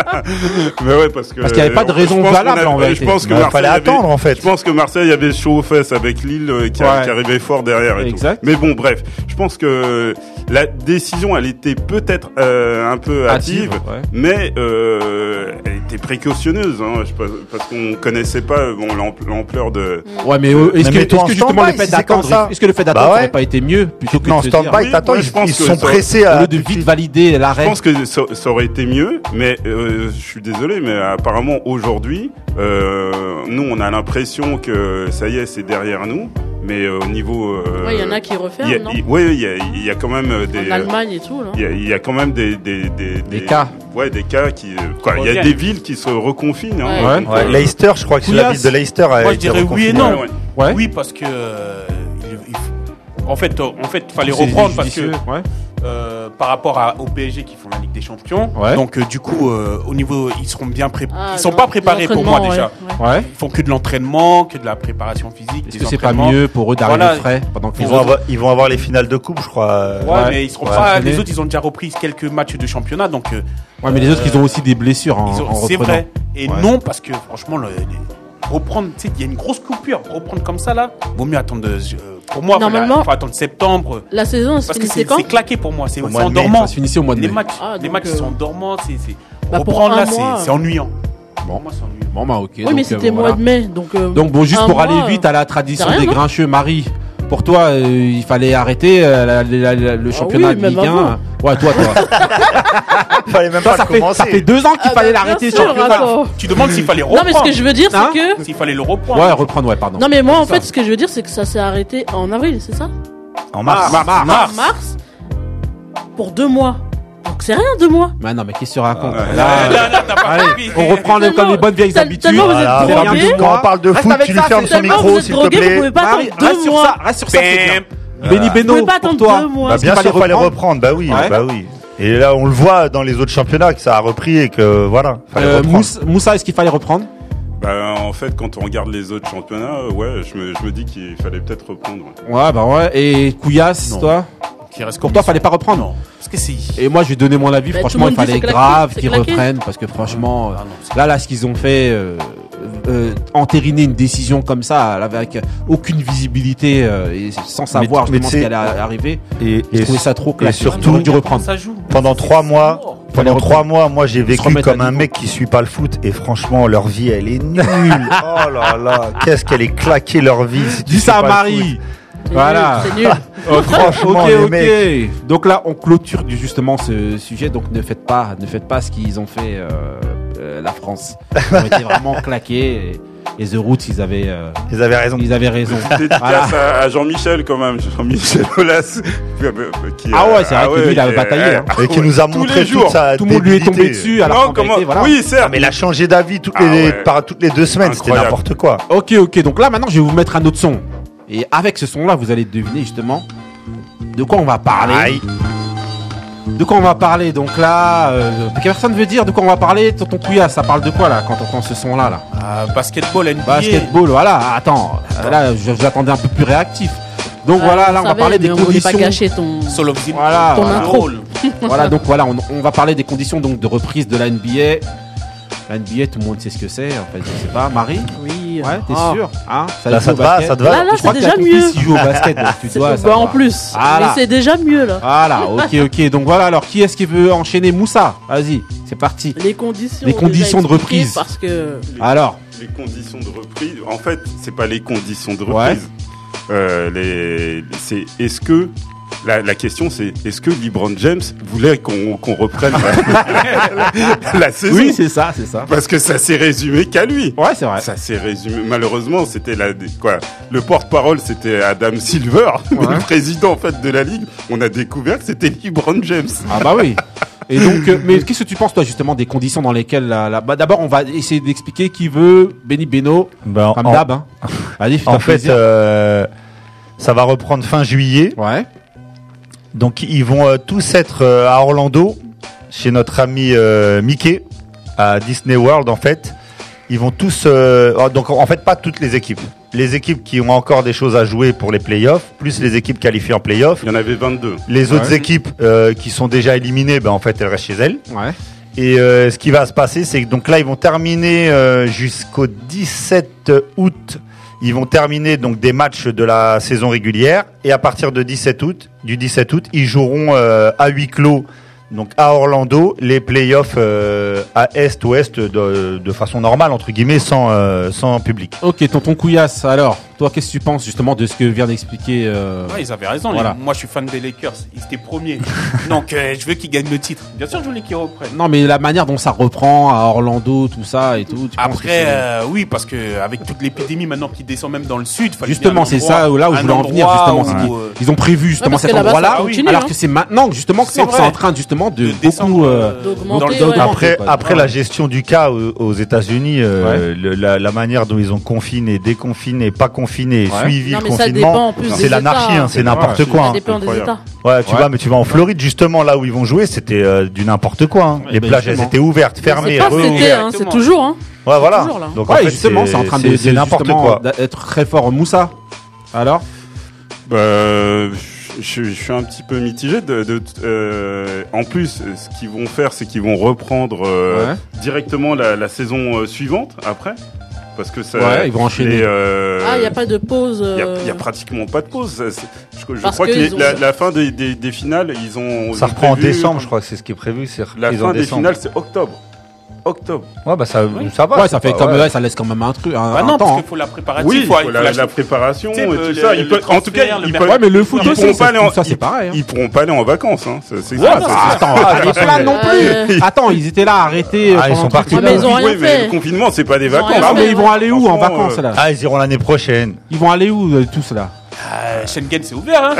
Speaker 5: Mais ouais, parce que.
Speaker 1: Parce qu'il y avait pas de
Speaker 5: euh,
Speaker 1: raison
Speaker 5: je pense qu'on
Speaker 1: valable,
Speaker 5: avait-
Speaker 1: en vérité.
Speaker 5: Je pense que
Speaker 4: Ouais,
Speaker 5: Marseille.
Speaker 4: fallait
Speaker 5: avait-
Speaker 4: attendre en fait.
Speaker 5: Je pense que Marseille avait chaud aux fesses avec Lille euh, qui, a-
Speaker 1: Ouais.
Speaker 5: qui arrivait fort derrière. Et tout.
Speaker 1: Exact.
Speaker 5: Mais bon, bref, je pense que la décision, elle était peut-être euh, un peu hâtive,
Speaker 1: Hâtive, ouais.
Speaker 5: mais euh, elle était précautionneuse, hein, je pense- parce qu'on connaissait pas euh, bon, l'amp- l'ampleur de.
Speaker 1: Ouais, mais euh, est-ce
Speaker 4: Mais
Speaker 1: que,
Speaker 4: mets-toi
Speaker 1: est-ce
Speaker 4: en
Speaker 1: que justement le
Speaker 4: stand-by
Speaker 1: fait
Speaker 4: si c'est comme ça.
Speaker 1: d'attendre, est-ce que le fait d'attendre
Speaker 4: Bah
Speaker 1: ça aurait
Speaker 4: ouais.
Speaker 1: pas été mieux plutôt que
Speaker 4: Non,
Speaker 1: de se dire,
Speaker 4: stand-by,
Speaker 5: Oui,
Speaker 4: t'attends,
Speaker 5: moi,
Speaker 4: ils,
Speaker 5: je pense
Speaker 4: ils
Speaker 5: que
Speaker 4: sont
Speaker 5: ça-
Speaker 4: pressés
Speaker 1: au
Speaker 4: à.
Speaker 1: lieu de vite valider
Speaker 5: Je
Speaker 1: l'arrêt
Speaker 5: pense que ça, ça aurait été mieux, mais euh, je suis désolé, mais apparemment aujourd'hui, euh, nous on a l'impression que ça y est, c'est derrière nous, mais euh, au niveau. euh,
Speaker 2: Ouais, il y en a qui
Speaker 5: il y a-
Speaker 2: referment, non
Speaker 5: il- ouais, il y a, il y a quand même euh, des.
Speaker 2: En Allemagne et tout, là.
Speaker 5: Il y, a, il y a quand même des des, des,
Speaker 1: Des cas.
Speaker 5: Ouais, des cas qui. euh, quoi, il y a
Speaker 3: Reviennent.
Speaker 5: des villes qui se reconfinent. Hein,
Speaker 1: Ouais.
Speaker 5: donc,
Speaker 4: Ouais,
Speaker 5: euh,
Speaker 4: Leicester, je crois que c'est la
Speaker 1: Couillasse.
Speaker 4: ville de Leicester. a
Speaker 3: Moi, je
Speaker 4: été
Speaker 3: dirais oui et
Speaker 4: reconfinée.
Speaker 3: non.
Speaker 5: ouais, ouais.
Speaker 1: Ouais.
Speaker 3: Oui, parce que. euh, il- il faut- En fait, euh, en fait, fallait
Speaker 1: C'est
Speaker 3: reprendre parce que
Speaker 1: judicieux, ouais.
Speaker 3: euh, par rapport à, au PSG qui font la Ligue des Champions.
Speaker 1: Ouais.
Speaker 3: Donc euh, du coup, euh, au niveau, ils seront bien préparés.
Speaker 2: Ah,
Speaker 3: ils sont
Speaker 2: dans-
Speaker 3: pas préparés pour moi
Speaker 2: l'entraînement,
Speaker 3: déjà.
Speaker 2: ouais, ouais.
Speaker 1: Ouais.
Speaker 3: Ils font que de l'entraînement, que de la préparation physique. des
Speaker 1: Est-ce que c'est pas
Speaker 3: entraînements.
Speaker 1: mieux pour eux d'arriver
Speaker 3: Voilà.
Speaker 1: frais pendant que
Speaker 4: Ils
Speaker 1: les
Speaker 4: vont,
Speaker 1: autres
Speaker 4: avoir, ils vont avoir les finales de coupe, je crois. euh,
Speaker 3: Ouais,
Speaker 1: Ouais.
Speaker 3: mais ils seront
Speaker 1: Ouais,
Speaker 3: pas.
Speaker 1: entraîner.
Speaker 3: Les autres, ils ont déjà repris quelques matchs de championnat, donc euh,
Speaker 1: Ouais, mais les autres, ils ont aussi des blessures en,
Speaker 3: ils ont-
Speaker 1: en
Speaker 3: c'est
Speaker 1: reprenant.
Speaker 3: vrai. Et
Speaker 1: Ouais.
Speaker 3: non, parce que franchement, le- les- reprendre, tu sais, il y a une grosse coupure. Reprendre comme ça là, vaut mieux attendre. euh, pour moi,
Speaker 2: Normalement-
Speaker 3: il faut attendre septembre.
Speaker 2: La saison, elle se
Speaker 3: Parce que
Speaker 2: finissait
Speaker 3: c'est
Speaker 2: quand
Speaker 3: c'est claqué pour moi, c'est
Speaker 4: Au
Speaker 3: c'est
Speaker 4: mois de mai,
Speaker 3: endormant.
Speaker 1: Ça se finissait au mois de
Speaker 3: Les
Speaker 1: mai.
Speaker 3: matchs,
Speaker 2: Ah,
Speaker 3: les
Speaker 2: donc,
Speaker 3: matchs
Speaker 2: euh,
Speaker 3: sont endormants, c'est c'est-
Speaker 2: Bah, pour
Speaker 3: reprendre
Speaker 2: un
Speaker 3: là,
Speaker 2: mois,
Speaker 3: c'est c'est ennuyant. Pour moi, c'est ennuyant.
Speaker 1: Bon, bah, ok.
Speaker 2: Oui, mais
Speaker 1: donc, euh,
Speaker 2: c'était mois
Speaker 1: voilà.
Speaker 2: de mai, donc. euh,
Speaker 1: Donc, bon, juste
Speaker 2: un
Speaker 1: pour
Speaker 2: mois, euh,
Speaker 1: aller vite à la tradition
Speaker 2: rien,
Speaker 1: des
Speaker 2: non
Speaker 1: grincheux, Marie. Pour toi, euh, il fallait arrêter euh, la- la- la- le championnat
Speaker 2: Ah oui,
Speaker 1: de
Speaker 2: même
Speaker 1: Ligue 1.
Speaker 2: avant.
Speaker 1: Ouais, toi, toi.
Speaker 4: Fallait même
Speaker 1: Toi,
Speaker 4: pas
Speaker 1: ça,
Speaker 4: le
Speaker 1: fait,
Speaker 4: commencer.
Speaker 1: ça fait deux ans qu'il
Speaker 2: Ah,
Speaker 1: fallait
Speaker 2: bah,
Speaker 1: l'arrêter.
Speaker 2: bien sûr,
Speaker 1: sur-
Speaker 2: Ah, attends.
Speaker 3: Tu demandes s'il fallait
Speaker 2: Non,
Speaker 3: reprendre.
Speaker 2: mais ce que je veux dire,
Speaker 1: Hein
Speaker 2: c'est que.
Speaker 3: S'il fallait le reprendre.
Speaker 1: Ouais, reprendre, ouais, pardon.
Speaker 2: Non, mais moi, en
Speaker 3: C'est ça.
Speaker 2: fait, ce que je veux dire, c'est que ça s'est arrêté en avril, c'est ça
Speaker 4: En mars.
Speaker 3: Mars.
Speaker 1: Mars.
Speaker 2: En mars Pour deux mois. Donc, c'est rien, deux mois.
Speaker 1: Mais non, mais qu'est-ce que tu racontes
Speaker 5: Ah, ouais.
Speaker 1: Là,
Speaker 3: Là, là, t'as pas
Speaker 1: allez,
Speaker 3: compris.
Speaker 1: on reprend les, comme
Speaker 2: Tellement-
Speaker 1: les bonnes vieilles
Speaker 2: tel-
Speaker 1: habitudes.
Speaker 2: tellement vous êtes
Speaker 4: Voilà,
Speaker 2: drogués.
Speaker 1: Ferme
Speaker 4: drogué.
Speaker 1: tout,
Speaker 4: Quand on parle de
Speaker 1: Reste
Speaker 4: foot,
Speaker 1: avec
Speaker 4: tu
Speaker 1: ça,
Speaker 4: lui fermes
Speaker 1: c'est-
Speaker 4: son
Speaker 2: Tellement
Speaker 4: micro,
Speaker 2: vous êtes
Speaker 4: s'il te
Speaker 2: drogués, vous
Speaker 4: plaît.
Speaker 2: pouvez pas
Speaker 1: Marie,
Speaker 2: attendre
Speaker 1: reste
Speaker 2: deux
Speaker 1: sur
Speaker 2: mois. Euh,
Speaker 1: ça, reste sur ça, c'est bien.
Speaker 3: Bam.
Speaker 1: Benny
Speaker 2: Vous
Speaker 1: Beno,
Speaker 2: pouvez pas
Speaker 1: pour
Speaker 2: attendre
Speaker 1: toi.
Speaker 2: deux mois.
Speaker 4: Bah,
Speaker 1: Est-ce
Speaker 4: bien
Speaker 1: qu'il
Speaker 4: sûr,
Speaker 1: fallait
Speaker 4: fallait
Speaker 1: reprendre
Speaker 4: reprendre. Bah oui,
Speaker 1: Ouais.
Speaker 4: bah oui. Et là, on le voit dans les autres championnats que ça a repris et que voilà. Fallait
Speaker 1: Euh,
Speaker 4: reprendre.
Speaker 1: Moussa, Moussa, est-ce qu'il fallait reprendre
Speaker 5: Bah, en fait, quand on regarde les autres championnats, euh, ouais, je me, je me dis qu'il fallait peut-être reprendre. ouais.
Speaker 1: Ouais, bah ouais. Et Couillasse,
Speaker 3: Non.
Speaker 1: toi
Speaker 3: Qui reste
Speaker 1: Pour toi, fallait pas reprendre
Speaker 3: Non, parce que c'est.
Speaker 1: Et moi, je vais donner mon avis.
Speaker 2: Bah,
Speaker 1: franchement,
Speaker 2: tout le
Speaker 1: il
Speaker 2: monde dit
Speaker 1: fallait
Speaker 2: c'est claqué,
Speaker 1: grave
Speaker 2: c'est
Speaker 1: qu'ils
Speaker 2: claqué.
Speaker 1: reprennent parce que franchement, euh,
Speaker 3: Ah non, c'est-
Speaker 1: là, là, ce qu'ils ont fait, euh, euh, entériner une décision comme ça, avec aucune visibilité euh, et sans savoir
Speaker 4: mais
Speaker 1: justement ce
Speaker 4: tu
Speaker 1: qui
Speaker 4: sais-
Speaker 1: allait arriver,
Speaker 4: Et,
Speaker 1: je
Speaker 4: et
Speaker 1: trouvais ça trop claqué.
Speaker 4: surtout-
Speaker 1: Ils auraient dû reprendre.
Speaker 3: Ça joue.
Speaker 4: pendant trois mois, pendant trois mois, moi j'ai vécu
Speaker 1: remettre
Speaker 4: comme
Speaker 1: à
Speaker 4: un
Speaker 1: niveau.
Speaker 4: mec qui suit pas le foot et franchement leur vie elle est nulle. oh là là, qu'est-ce qu'elle est claquée leur vie. Si
Speaker 1: Dis
Speaker 4: tu suis
Speaker 1: ça à
Speaker 4: pas le
Speaker 1: Marie.
Speaker 2: C'est
Speaker 1: Voilà. Oh,
Speaker 2: nul, C'est nul.
Speaker 4: foot. Franchement
Speaker 1: Ok,
Speaker 4: les
Speaker 1: ok.
Speaker 4: mecs.
Speaker 1: Donc là, on clôture du- justement ce sujet. Donc ne faites pas, ne faites pas ce qu'ils ont fait euh, euh, la France. Ils ont été vraiment claqués. Et, et The Roots, ils avaient, euh,
Speaker 4: Ils avaient raison.
Speaker 1: ils avaient raison. Voilà.
Speaker 5: Dédicace à, à Jean-Michel quand même, Jean-Michel Aulas. qui,
Speaker 1: Ah
Speaker 5: euh,
Speaker 1: ouais, c'est vrai que lui, il a
Speaker 5: qui,
Speaker 1: bataillé,
Speaker 5: euh,
Speaker 1: hein.
Speaker 5: ah
Speaker 4: Et qui
Speaker 5: ouais,
Speaker 4: nous a
Speaker 5: tous
Speaker 4: montré
Speaker 5: les
Speaker 4: toute
Speaker 5: jours.
Speaker 4: sa
Speaker 1: Tout le monde lui est tombé
Speaker 4: débilité.
Speaker 1: dessus. Alors
Speaker 5: Non,
Speaker 1: qu'en
Speaker 5: comment
Speaker 1: vérité, voilà.
Speaker 5: Oui, certes.
Speaker 4: Ah, mais il a changé d'avis toutes
Speaker 5: Ah
Speaker 4: les
Speaker 5: ouais.
Speaker 4: par toutes les deux semaines, c'était
Speaker 5: Incroyable.
Speaker 4: n'importe quoi.
Speaker 1: Ok, ok. Donc là, maintenant, je vais vous mettre un autre son. Et avec ce son-là, vous allez deviner justement de quoi on va parler.
Speaker 4: Aïe.
Speaker 1: De quoi on va parler. Donc là, euh, personne veut dire de quoi on va parler. Tonton Couilla, ça parle de quoi là quand on entend ce son-là là
Speaker 3: Ah, basketball, NBA.
Speaker 1: Basketball, voilà. Attends, Euh, là, je- j'attendais un peu plus réactif. Donc voilà,
Speaker 2: Ah,
Speaker 1: là,
Speaker 2: je
Speaker 1: on va
Speaker 2: savais,
Speaker 1: parler des
Speaker 2: mais on voulait pas
Speaker 1: conditions.
Speaker 2: gâcher ton.
Speaker 3: Soul of Zim.
Speaker 1: Voilà,
Speaker 2: Ton
Speaker 1: voilà.
Speaker 2: intro.
Speaker 3: Rôle.
Speaker 1: Voilà, donc voilà, on, on va parler des conditions donc de reprise de la NBA. La NBA, tout le monde sait ce que c'est. En fait, je sais pas. Marie,
Speaker 2: Oui.
Speaker 1: ouais, t'es
Speaker 2: Ah.
Speaker 1: sûr Hein
Speaker 4: Là
Speaker 1: joue
Speaker 4: ça
Speaker 1: au
Speaker 4: te va,
Speaker 1: basket
Speaker 4: ça te
Speaker 2: Là,
Speaker 4: va.
Speaker 2: là,
Speaker 1: Je crois
Speaker 2: c'est
Speaker 1: que
Speaker 2: déjà
Speaker 1: t'as ton
Speaker 2: mieux.
Speaker 1: fils, il joue au basket, donc tu
Speaker 2: C'est-
Speaker 1: dois.
Speaker 2: bah, en
Speaker 1: savoir.
Speaker 2: plus.
Speaker 1: Voilà. Ah.
Speaker 2: Mais c'est déjà mieux, là.
Speaker 1: Voilà, ok, ok. Donc voilà, alors qui est-ce qui veut enchaîner Moussa Vas-y, c'est parti.
Speaker 2: Les conditions.
Speaker 1: Les
Speaker 2: déjà
Speaker 1: conditions de
Speaker 2: expliquées
Speaker 1: reprise.
Speaker 2: Parce que.
Speaker 1: Alors,
Speaker 5: Les conditions de reprise, en fait, c'est pas les conditions de reprise. Euh, les, c'est est-ce que la, la question c'est est-ce que LeBron James voulait qu'on qu'on reprenne la, la saison
Speaker 1: oui, c'est ça, c'est ça.
Speaker 5: Parce que ça s'est résumé qu'à lui.
Speaker 1: Ouais, c'est vrai.
Speaker 5: Ça s'est résumé malheureusement, c'était la quoi le porte-parole c'était Adam Silver,
Speaker 1: Ouais.
Speaker 5: le président en fait de la ligue. On a découvert que c'était LeBron James.
Speaker 1: Ah bah oui. Et donc, euh, mais qu'est-ce que tu penses toi justement des conditions dans lesquelles la, la- bah, d'abord on va essayer d'expliquer qui veut Benny Beno
Speaker 4: Ben,
Speaker 1: comme
Speaker 4: en-
Speaker 1: d'hab. Hein. Allez, fais-toi
Speaker 4: En fait,
Speaker 1: plaisir.
Speaker 4: euh, ça va reprendre fin juillet.
Speaker 1: ouais.
Speaker 4: Donc ils vont euh, tous être euh, à Orlando, chez notre ami euh, Mickey, à Disney World en fait. Ils vont tous... euh, ah, donc en fait pas toutes les équipes. Les équipes qui ont encore des choses à jouer pour les playoffs, plus les équipes qualifiées en playoffs.
Speaker 5: Il y en avait 22.
Speaker 4: Les autres
Speaker 1: Ouais.
Speaker 4: équipes euh, qui sont déjà éliminées, ben, en fait elles restent chez elles.
Speaker 1: Ouais.
Speaker 4: Et euh, ce qui va se passer, c'est que donc là, ils vont terminer euh, jusqu'au 17 août. Ils vont terminer donc des matchs de la saison régulière. Et à partir de 17 août, du 17 août, ils joueront euh, à huis clos, donc à Orlando, les playoffs euh, à Est-Ouest de, de façon normale, entre guillemets, sans, euh, sans public.
Speaker 1: Ok, tonton Couillasse. Alors, toi, qu'est-ce que tu penses justement de ce que vient d'expliquer euh,
Speaker 3: Ouais, ils avaient raison. les-
Speaker 1: Voilà.
Speaker 3: Moi, je suis fan des Lakers. Ils étaient premiers. Donc, euh, je veux qu'ils gagnent le titre. Bien sûr, je voulais qu'ils reprennent.
Speaker 1: Non, mais la manière dont ça reprend à Orlando, tout ça et tout. tu penses que
Speaker 3: Après,
Speaker 1: c'est-
Speaker 3: euh, oui, parce que avec toute l'épidémie maintenant qui descend même dans le sud, fallait bien
Speaker 1: Justement,
Speaker 3: un
Speaker 1: c'est
Speaker 3: endroit-
Speaker 1: ça où- là où je
Speaker 3: un
Speaker 1: voulais en venir.
Speaker 3: endroit
Speaker 1: Justement, c'est
Speaker 3: où,
Speaker 1: qu'ils-
Speaker 3: euh,
Speaker 1: ils ont prévu justement
Speaker 2: parce
Speaker 1: cet
Speaker 2: que là-bas, ça
Speaker 1: endroit-là,
Speaker 2: continue,
Speaker 1: alors
Speaker 2: hein.
Speaker 1: que c'est maintenant que justement que
Speaker 3: C'est
Speaker 1: c'est
Speaker 3: vrai.
Speaker 1: en train justement de,
Speaker 3: de
Speaker 1: beaucoup.
Speaker 3: descendre,
Speaker 1: euh,
Speaker 3: euh,
Speaker 2: d'augmenter,
Speaker 3: dans le
Speaker 2: ouais.
Speaker 3: domaine.
Speaker 4: Après,
Speaker 1: quoi.
Speaker 4: après la euh, gestion du cas aux, aux États-Unis, euh, le- la, la manière dont ils ont confiné, déconfiné, pas confiné,
Speaker 5: Ouais.
Speaker 4: suivi
Speaker 2: Non,
Speaker 4: le
Speaker 2: mais ça dépend en
Speaker 4: confinement,
Speaker 2: plus des
Speaker 4: c'est l'anarchie,
Speaker 2: États.
Speaker 4: hein, c'est
Speaker 5: Ouais,
Speaker 4: n'importe
Speaker 5: c'est-
Speaker 4: quoi.
Speaker 2: Ça
Speaker 4: hein.
Speaker 2: dépend des
Speaker 5: Incroyable.
Speaker 2: États.
Speaker 4: Ouais, tu
Speaker 5: Ouais.
Speaker 4: vois, mais tu vas en Floride, justement, là où ils vont jouer, c'était euh, du n'importe quoi. hein.
Speaker 1: Ouais,
Speaker 4: Les
Speaker 1: bah,
Speaker 4: plages, elles
Speaker 1: justement.
Speaker 4: étaient ouvertes,
Speaker 2: C'est
Speaker 4: fermées,
Speaker 2: pas
Speaker 4: re-
Speaker 2: c'était, hein, c'est
Speaker 3: exactement.
Speaker 2: toujours. Hein.
Speaker 4: Ouais, voilà.
Speaker 2: toujours, là.
Speaker 4: Donc, en
Speaker 1: Ouais,
Speaker 4: fait,
Speaker 1: justement, c'est en train de
Speaker 4: c'est- C'est n'importe
Speaker 1: justement
Speaker 4: quoi.
Speaker 1: d'être très fort en Moussa. Alors
Speaker 5: Euh, je, je suis un petit peu mitigé. De, de- euh, en plus, ce qu'ils vont faire, c'est qu'ils vont reprendre euh,
Speaker 1: Ouais.
Speaker 5: directement la, la saison euh, suivante après, parce que ça.
Speaker 1: Ouais, ils vont enchaîner.
Speaker 5: les, euh,
Speaker 2: Ah, il n'y a pas de pause.
Speaker 5: il y a-
Speaker 2: euh,
Speaker 5: il y a pratiquement pas de pause. Ça, c'est- Je, je
Speaker 2: Parce
Speaker 5: crois que,
Speaker 2: que
Speaker 5: les-
Speaker 2: ils ont-
Speaker 5: la, la fin des, des- des finales, ils ont. ils
Speaker 4: Ça
Speaker 5: ont
Speaker 4: reprend en
Speaker 5: prévu-
Speaker 4: décembre, je
Speaker 1: euh,
Speaker 4: crois que c'est ce qui est prévu. C'est
Speaker 5: La
Speaker 4: reprise en
Speaker 5: fin des
Speaker 4: décembre.
Speaker 5: finales, c'est octobre. Octobre.
Speaker 4: Ouais, bah ça, ça va.
Speaker 1: Ouais,
Speaker 4: c'est
Speaker 1: ça fait
Speaker 4: pas-
Speaker 1: comme
Speaker 4: ouais.
Speaker 1: ouais, ça laisse quand même un truc un,
Speaker 3: Ah
Speaker 5: Bah
Speaker 1: un
Speaker 3: non, parce
Speaker 1: temps.
Speaker 3: qu'il faut la préparer.
Speaker 5: oui,
Speaker 3: il faut,
Speaker 5: il faut la, la
Speaker 3: l'acheter.
Speaker 5: préparation
Speaker 3: Tu sais,
Speaker 5: et
Speaker 3: le-
Speaker 5: tout ça.
Speaker 3: le-
Speaker 5: Ils peuvent-
Speaker 3: le
Speaker 5: en tout cas,
Speaker 3: transfert, le
Speaker 5: ils
Speaker 1: hein.
Speaker 5: peuvent,
Speaker 3: mercato.
Speaker 1: Ouais, mais le foot
Speaker 5: Ils
Speaker 1: aussi,
Speaker 5: pourront
Speaker 1: ça,
Speaker 5: pas aller en-
Speaker 1: ça, c'est pareil. hein.
Speaker 5: ils pourront pas aller en vacances. Hein. C'est c'est
Speaker 1: Ouais,
Speaker 5: ça.
Speaker 1: non,
Speaker 5: c'est-
Speaker 1: attends, ah, les plats non plus.
Speaker 2: Euh,
Speaker 1: Attends, ils étaient là arrêtés.
Speaker 4: Ah, ils
Speaker 1: pendant
Speaker 4: sont
Speaker 1: tout
Speaker 4: partis.
Speaker 1: le
Speaker 2: Ah, mais ils ont
Speaker 1: temps.
Speaker 2: rien
Speaker 5: Oui, mais
Speaker 2: fait.
Speaker 5: le confinement, c'est pas des
Speaker 2: Ils ont
Speaker 5: vacances.
Speaker 2: rien
Speaker 1: Ah, mais
Speaker 2: fait.
Speaker 1: ils vont aller où en
Speaker 5: Franchement,
Speaker 1: vacances
Speaker 5: euh,
Speaker 1: là
Speaker 4: Ah, ils iront l'année prochaine.
Speaker 1: Ils vont aller où euh, tous là
Speaker 3: Ah, Schengen, c'est ouvert. Hein.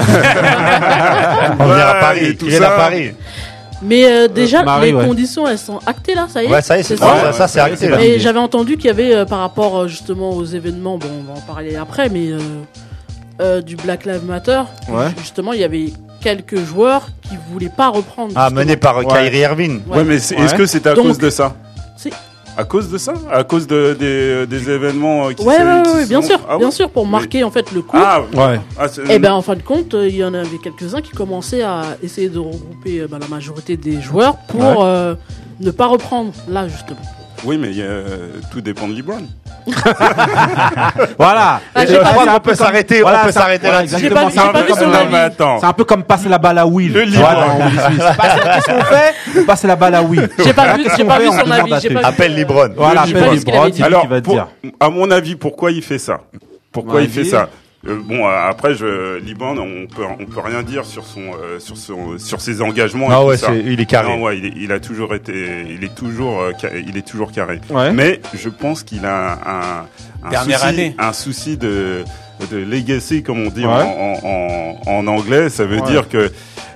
Speaker 4: On vient à
Speaker 5: Ouais,
Speaker 4: Paris.
Speaker 5: et tout
Speaker 4: Ils viennent
Speaker 5: ça.
Speaker 4: à Paris.
Speaker 2: Mais euh, déjà,
Speaker 1: Marie,
Speaker 2: les
Speaker 1: ouais.
Speaker 2: conditions, elles sont actées là, ça y est.
Speaker 4: Ouais, ça y est, c'est
Speaker 2: ça.
Speaker 4: ça, ça, c'est
Speaker 1: Ouais,
Speaker 4: acté.
Speaker 1: c'est
Speaker 4: là.
Speaker 1: validé.
Speaker 2: Mais j'avais entendu qu'il y avait euh, par rapport euh, justement aux événements, bon on va en parler après, mais euh, euh, du Black Lives Matter,
Speaker 1: Ouais.
Speaker 2: ju- justement il y avait quelques joueurs qui voulaient pas reprendre.
Speaker 4: Ah,
Speaker 2: justement.
Speaker 4: mené par euh,
Speaker 5: Ouais.
Speaker 4: Kyrie Irving.
Speaker 5: Ouais, mais c'est-
Speaker 1: Ouais.
Speaker 5: est-ce que c'est à
Speaker 2: Donc-
Speaker 5: cause de ça
Speaker 2: Si.
Speaker 5: À cause de ça À cause de, des, des événements euh, qui
Speaker 2: Ouais,
Speaker 5: se-
Speaker 2: ouais, ouais,
Speaker 5: qui
Speaker 2: ouais,
Speaker 5: se
Speaker 2: bien
Speaker 5: sont-
Speaker 2: sûr,
Speaker 5: Ah
Speaker 2: bien
Speaker 5: ouais
Speaker 2: sûr, pour
Speaker 5: Mais-
Speaker 2: marquer en fait le coup.
Speaker 5: Ah,
Speaker 1: Ouais.
Speaker 5: ah, c'est-
Speaker 2: Et ben en fin de compte, euh, il y en avait quelques-uns qui commençaient à essayer de regrouper euh, ben, la majorité des joueurs pour
Speaker 1: Ouais.
Speaker 2: euh, ne pas reprendre là justement.
Speaker 5: Oui, mais euh, tout dépend de LeBron.
Speaker 1: Voilà.
Speaker 2: Ah, j'ai
Speaker 1: Et,
Speaker 2: pas
Speaker 1: euh,
Speaker 2: vu.
Speaker 1: c'est un
Speaker 4: On
Speaker 1: peu
Speaker 4: peut
Speaker 1: comme-
Speaker 4: s'arrêter,
Speaker 1: voilà,
Speaker 4: on peut
Speaker 1: ça-
Speaker 4: s'arrêter
Speaker 1: voilà,
Speaker 4: là.
Speaker 1: exactement,
Speaker 2: pas-
Speaker 1: c'est un
Speaker 2: j'ai
Speaker 1: peu
Speaker 2: pas vu
Speaker 1: comme-
Speaker 2: son
Speaker 1: non,
Speaker 2: avis.
Speaker 1: mais attends. C'est un peu comme passer la balle à Will.
Speaker 5: Le
Speaker 1: Tu
Speaker 5: libre.
Speaker 1: vois, dans Will Smith. C'est pas ça, Qu'est-ce qu'on fait Bah, c'est la balle à Will.
Speaker 2: J'ai pas vu,
Speaker 1: Qu'est-ce
Speaker 2: j'ai
Speaker 1: qu'on
Speaker 2: pas
Speaker 1: fait
Speaker 2: vu
Speaker 1: On
Speaker 2: son
Speaker 1: demande
Speaker 2: avis,
Speaker 1: un
Speaker 2: j'ai
Speaker 1: truc.
Speaker 2: pas vu,
Speaker 4: Appelle
Speaker 2: euh,
Speaker 4: Lebron.
Speaker 1: Voilà,
Speaker 2: J'ai
Speaker 1: appelle
Speaker 2: pas vu ce qu'il
Speaker 1: Lebron,
Speaker 2: avait
Speaker 1: c'est
Speaker 2: dit.
Speaker 1: lui
Speaker 5: Alors,
Speaker 1: qui va te
Speaker 5: pour-
Speaker 1: dire.
Speaker 5: à mon avis, pourquoi il fait ça Pourquoi
Speaker 1: Vas-y.
Speaker 5: il fait ça Euh, Bon, euh, après, je, Liban, on peut, on peut rien dire sur son, euh, sur son, sur ses engagements. et
Speaker 4: Ah
Speaker 5: tout
Speaker 4: ouais,
Speaker 5: ça.
Speaker 4: c'est- il est carré.
Speaker 5: Non, ouais, il, est- il a toujours été, il est toujours, euh, ca- il est toujours carré.
Speaker 1: Ouais.
Speaker 5: Mais je pense qu'il a un, un
Speaker 3: Dernière
Speaker 5: souci,
Speaker 3: année.
Speaker 5: un souci de, de legacy, comme on dit en-
Speaker 1: Ouais.
Speaker 5: en, en, en anglais. Ça veut
Speaker 1: Ouais.
Speaker 5: dire que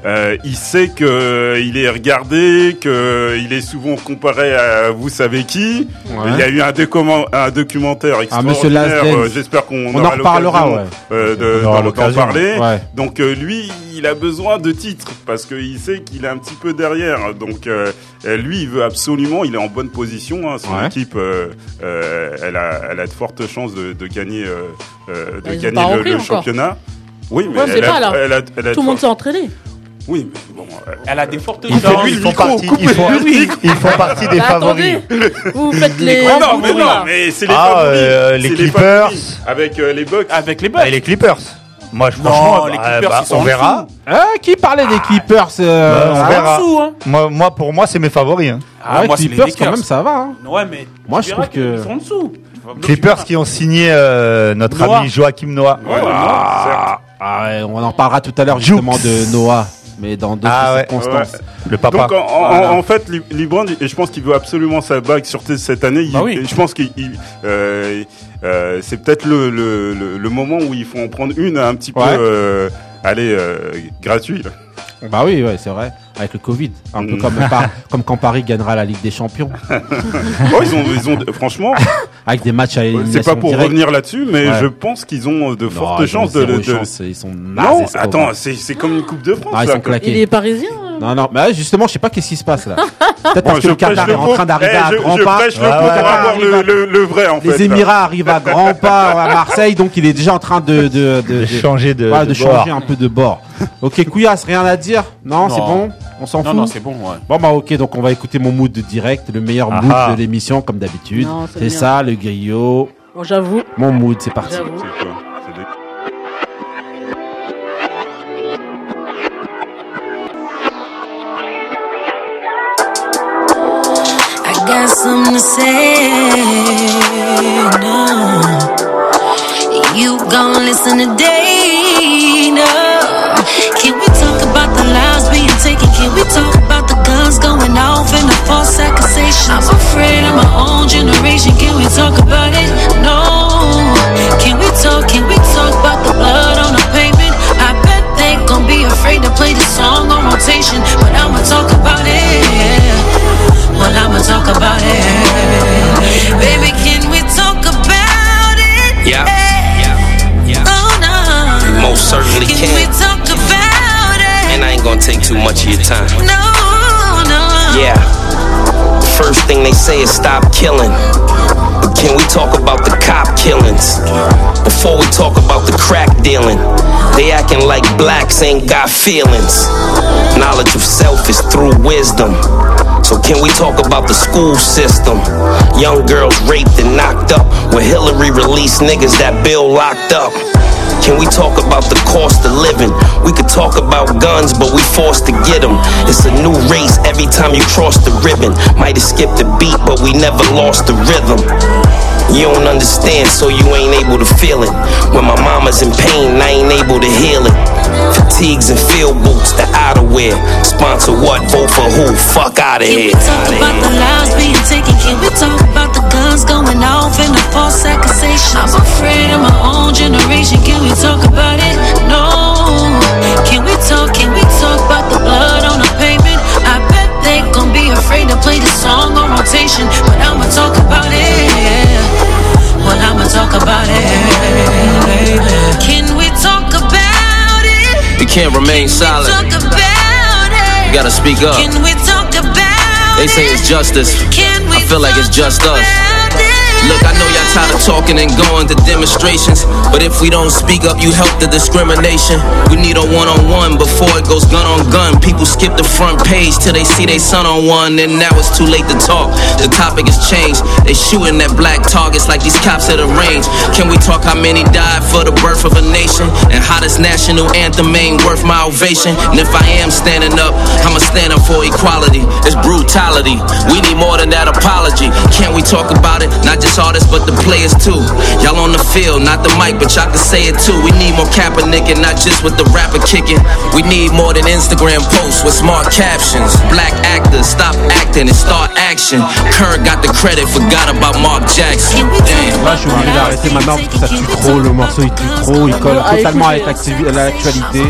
Speaker 5: euh, il sait que euh, il est regardé, que euh, il est souvent comparé à vous savez qui.
Speaker 1: Ouais.
Speaker 5: Il y a eu un, document- un documentaire
Speaker 1: Ah, monsieur
Speaker 5: extraordinaire.
Speaker 1: Lasden.
Speaker 5: euh, J'espère qu'on
Speaker 1: On en
Speaker 5: aura
Speaker 1: reparlera,
Speaker 5: l'occasion,
Speaker 1: ouais.
Speaker 5: euh, de-
Speaker 4: On aura
Speaker 5: d'en- d'en
Speaker 4: l'occasion.
Speaker 5: parler.
Speaker 1: Ouais.
Speaker 5: Donc euh, lui, il a besoin de titres parce qu'il sait qu'il est un petit peu derrière. Donc euh, euh, lui, il veut absolument, il est en bonne position. hein. son
Speaker 1: Ouais.
Speaker 5: équipe, euh, euh, elle, a, elle a de fortes chances de, de gagner, euh, euh, de
Speaker 2: Bah, ils ont
Speaker 5: gagner
Speaker 2: pas
Speaker 5: le-
Speaker 2: repris
Speaker 5: le,
Speaker 2: encore.
Speaker 5: championnat. Oui, mais
Speaker 2: Ouais, c'est
Speaker 5: elle,
Speaker 2: pas,
Speaker 5: a,
Speaker 2: là.
Speaker 5: elle a- elle a de
Speaker 2: Tout le monde
Speaker 5: fortes-
Speaker 2: s'est entraîné.
Speaker 5: Oui, mais bon. euh,
Speaker 3: Elle a des fortes
Speaker 4: Ils font-
Speaker 3: chances.
Speaker 4: ils font partie- ils font- ils font partie des
Speaker 2: Bah,
Speaker 4: favoris.
Speaker 2: attendez, vous faites les.
Speaker 5: Ah non, mais
Speaker 2: vous-
Speaker 5: non, mais c'est les
Speaker 4: Ah,
Speaker 5: favoris.
Speaker 4: euh, les
Speaker 5: C'est
Speaker 4: Clippers.
Speaker 5: favoris. Avec euh, les Bucks.
Speaker 3: Avec les
Speaker 4: Bah,
Speaker 3: bugs.
Speaker 4: Et les Clippers. Moi, je-
Speaker 3: Non,
Speaker 4: franchement,
Speaker 3: les
Speaker 4: bah,
Speaker 3: Clippers,
Speaker 4: bah,
Speaker 3: ils sont
Speaker 4: on
Speaker 3: en
Speaker 4: verra. Ah,
Speaker 3: dessous.
Speaker 1: Hein, qui parlait des Clippers euh,
Speaker 4: Bah, on
Speaker 1: ah,
Speaker 4: verra.
Speaker 3: En dessous, hein.
Speaker 4: Moi, moi, pour moi, c'est mes favoris. hein.
Speaker 3: Ah,
Speaker 1: ouais,
Speaker 3: moi, c'est les
Speaker 1: Clippers quand
Speaker 3: Lakers.
Speaker 1: même ça va. hein.
Speaker 3: Ouais, mais
Speaker 1: Moi,
Speaker 3: tu
Speaker 1: je
Speaker 3: verras
Speaker 1: trouve que-
Speaker 3: qu'ils sont en dessous.
Speaker 4: Clippers qui ont signé euh, notre
Speaker 3: Noah.
Speaker 4: ami Joachim Noah.
Speaker 5: Ouais, non, certes.
Speaker 1: Ah ouais, on en parlera tout à l'heure justement
Speaker 4: Jukes.
Speaker 1: de Noah, mais dans d'autres
Speaker 4: Ah ouais.
Speaker 1: circonstances.
Speaker 4: Le papa.
Speaker 5: Donc en, en-
Speaker 1: Voilà.
Speaker 5: en fait, Li- Librand, et je pense qu'il veut absolument sa bague sur t- cette année. Il-
Speaker 3: Bah oui.
Speaker 5: et Je pense qu'il, il- euh, euh, c'est peut-être le, le, le, le moment où il faut en prendre une un petit
Speaker 1: Ouais.
Speaker 5: peu, euh, allez, euh, gratuite.
Speaker 1: Bah oui, ouais, c'est vrai. Avec le Covid, un peu
Speaker 5: Mm.
Speaker 1: comme, par- comme quand Paris gagnera la Ligue des Champions,
Speaker 5: Oh, ils ont, ils ont, franchement,
Speaker 1: avec des matchs à élimination
Speaker 5: c'est pas pour
Speaker 1: directe.
Speaker 5: revenir là-dessus, mais
Speaker 1: Ouais.
Speaker 5: je pense qu'ils ont de
Speaker 1: Non,
Speaker 5: fortes
Speaker 1: ils ont
Speaker 5: chances de,
Speaker 1: zéro
Speaker 5: de-
Speaker 1: chance, ils sont nazes,
Speaker 5: Non,
Speaker 1: ces
Speaker 5: attends,
Speaker 1: pauvres.
Speaker 5: c'est c'est comme une coupe de France.
Speaker 1: Ah, ils
Speaker 5: là,
Speaker 1: sont
Speaker 5: quoi.
Speaker 2: Il
Speaker 1: claqués.
Speaker 2: est parisien. hein.
Speaker 1: Non, non, mais ouais, justement, je sais pas qu'est-ce qui se passe là. Peut-être
Speaker 5: Bon,
Speaker 1: parce que le
Speaker 5: prêche
Speaker 1: Qatar est
Speaker 5: pot.
Speaker 1: en train d'arriver
Speaker 5: Eh,
Speaker 1: à
Speaker 5: je-
Speaker 1: grands
Speaker 5: Je
Speaker 1: pas.
Speaker 5: prêche le
Speaker 4: Ouais,
Speaker 5: pot
Speaker 4: ouais,
Speaker 5: pour
Speaker 4: ouais.
Speaker 5: avoir le,
Speaker 1: Arrive à-
Speaker 5: le- le vrai en fait.
Speaker 1: Les Émirats arrivent à grands pas à Marseille, donc il est déjà en train de, de, de-
Speaker 4: De
Speaker 1: de-
Speaker 4: changer de,
Speaker 1: voilà, de
Speaker 4: de
Speaker 1: changer
Speaker 4: bord.
Speaker 1: un peu de bord. Ok, Couillasse, rien à dire Non,
Speaker 3: Non.
Speaker 1: c'est bon On s'en
Speaker 3: Non,
Speaker 1: fout
Speaker 3: non, c'est bon, ouais.
Speaker 1: Bon bah ok donc on va écouter mon mood de direct, le meilleur mood
Speaker 4: Ah ah.
Speaker 1: de l'émission comme d'habitude.
Speaker 2: Non, c'est
Speaker 1: C'est
Speaker 2: bien.
Speaker 1: ça le griot,
Speaker 2: Bon, j'avoue,
Speaker 1: mon mood, c'est parti.
Speaker 5: C'est
Speaker 2: j'avoue.
Speaker 5: quoi C'est des-
Speaker 6: I got something to say. No. You gon' listen today. No. Can we talk about the lives being taken? Can we talk about the guns going off and the false accusations? I'm afraid of my own generation. Can we talk about it? No. Can we talk? Can we talk about the blood on the pavement? I bet they gon' be afraid to play the song on rotation, but I'ma talk about it. Well, I'ma talk about it. Baby, can we talk about it?
Speaker 7: Yeah. Yeah. take too much of your time.
Speaker 6: No, no.
Speaker 7: Yeah. First thing they say is stop killing. But can we talk about the cop killings? Before we talk about the crack dealing, they acting like blacks ain't got feelings. Knowledge of self is through wisdom. So can we talk about the school system? Young girls raped and knocked up, where Hillary released niggas that Bill locked up. Can we talk about the cost of living? We could talk about guns, but we forced to get them. It's a new race every time you cross the ribbon. Might have skipped a beat, but we never lost the rhythm. You don't understand, so you ain't able to feel it. When my mama's in pain, I ain't able to heal it. Fatigues and field boots, the outerwear. Sponsor what? Vote for who? Fuck out of
Speaker 6: Can we
Speaker 7: here.
Speaker 6: talk about the lives being taken? Can we talk about the guns going off and the false accusations? I'm afraid of my own generation. Can we talk about it? No. Can we talk? Can we talk about the blood on the pavement? I bet they gon' be afraid to play the song on rotation, but I'ma talk about it. Well, I'ma talk about it. Can we talk about it?
Speaker 8: You can't remain silent.
Speaker 6: Talk about it.
Speaker 8: You gotta speak up.
Speaker 6: Can we talk about
Speaker 8: They say
Speaker 6: it?
Speaker 8: it's justice.
Speaker 6: Can we
Speaker 8: I feel like it's
Speaker 6: talk
Speaker 8: just us.
Speaker 6: about it?
Speaker 8: Look, I know y'all tired of talking and going to demonstrations. But if we don't speak up, you help the discrimination. We need a one on one before it goes gun on gun. People skip the front page till they see they son on one. And now it's too late to talk. The topic has changed. They shooting at black targets like these cops at a range. Can we talk how many died for the birth of a nation? And how this national anthem ain't worth my ovation? And if I am standing up, I'ma stand up for equality. It's brutality. We need more than that apology. Can't we talk about it? Not just artists, but the players too. Y'all on the field, not the mic, but y'all can say it too. We need more Kaepernick and not just with the rapper kicking. We need more than Instagram posts with smart captions. Black actors, stop acting and start action. Kerr got the credit, forgot about Mark
Speaker 6: Can
Speaker 8: Jackson.
Speaker 6: we talk
Speaker 8: Damn.
Speaker 1: Là, je suis obligé d'arrêter maintenant parce que ça tue trop, le morceau il tue trop, il colle
Speaker 2: Ah,
Speaker 1: totalement avec
Speaker 2: écoute,
Speaker 1: l'activi- l'actualité.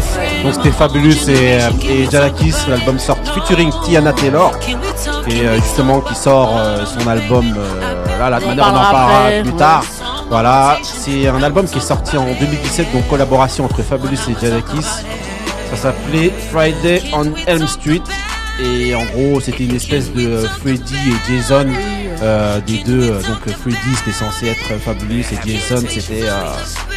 Speaker 1: Donc c'était Fabulous et, euh, et Jalakis, l'album sort featuring Tiana Taylor.
Speaker 6: Can we talk
Speaker 1: Et euh, justement qui sort euh, son album, euh, là, la
Speaker 2: On
Speaker 1: manière on en
Speaker 2: parlera
Speaker 1: parlera
Speaker 2: après,
Speaker 1: plus
Speaker 2: ouais.
Speaker 1: tard. Voilà, c'est un album qui est sorti en 2017, donc collaboration entre Fabulous et Jalakis. Ça s'appelait Friday on Elm Street. Et en gros, c'était une espèce de euh, Freddy et Jason euh, des deux. euh, Donc euh, Freddy, c'était censé être euh, Fabulous et Jason, c'était euh,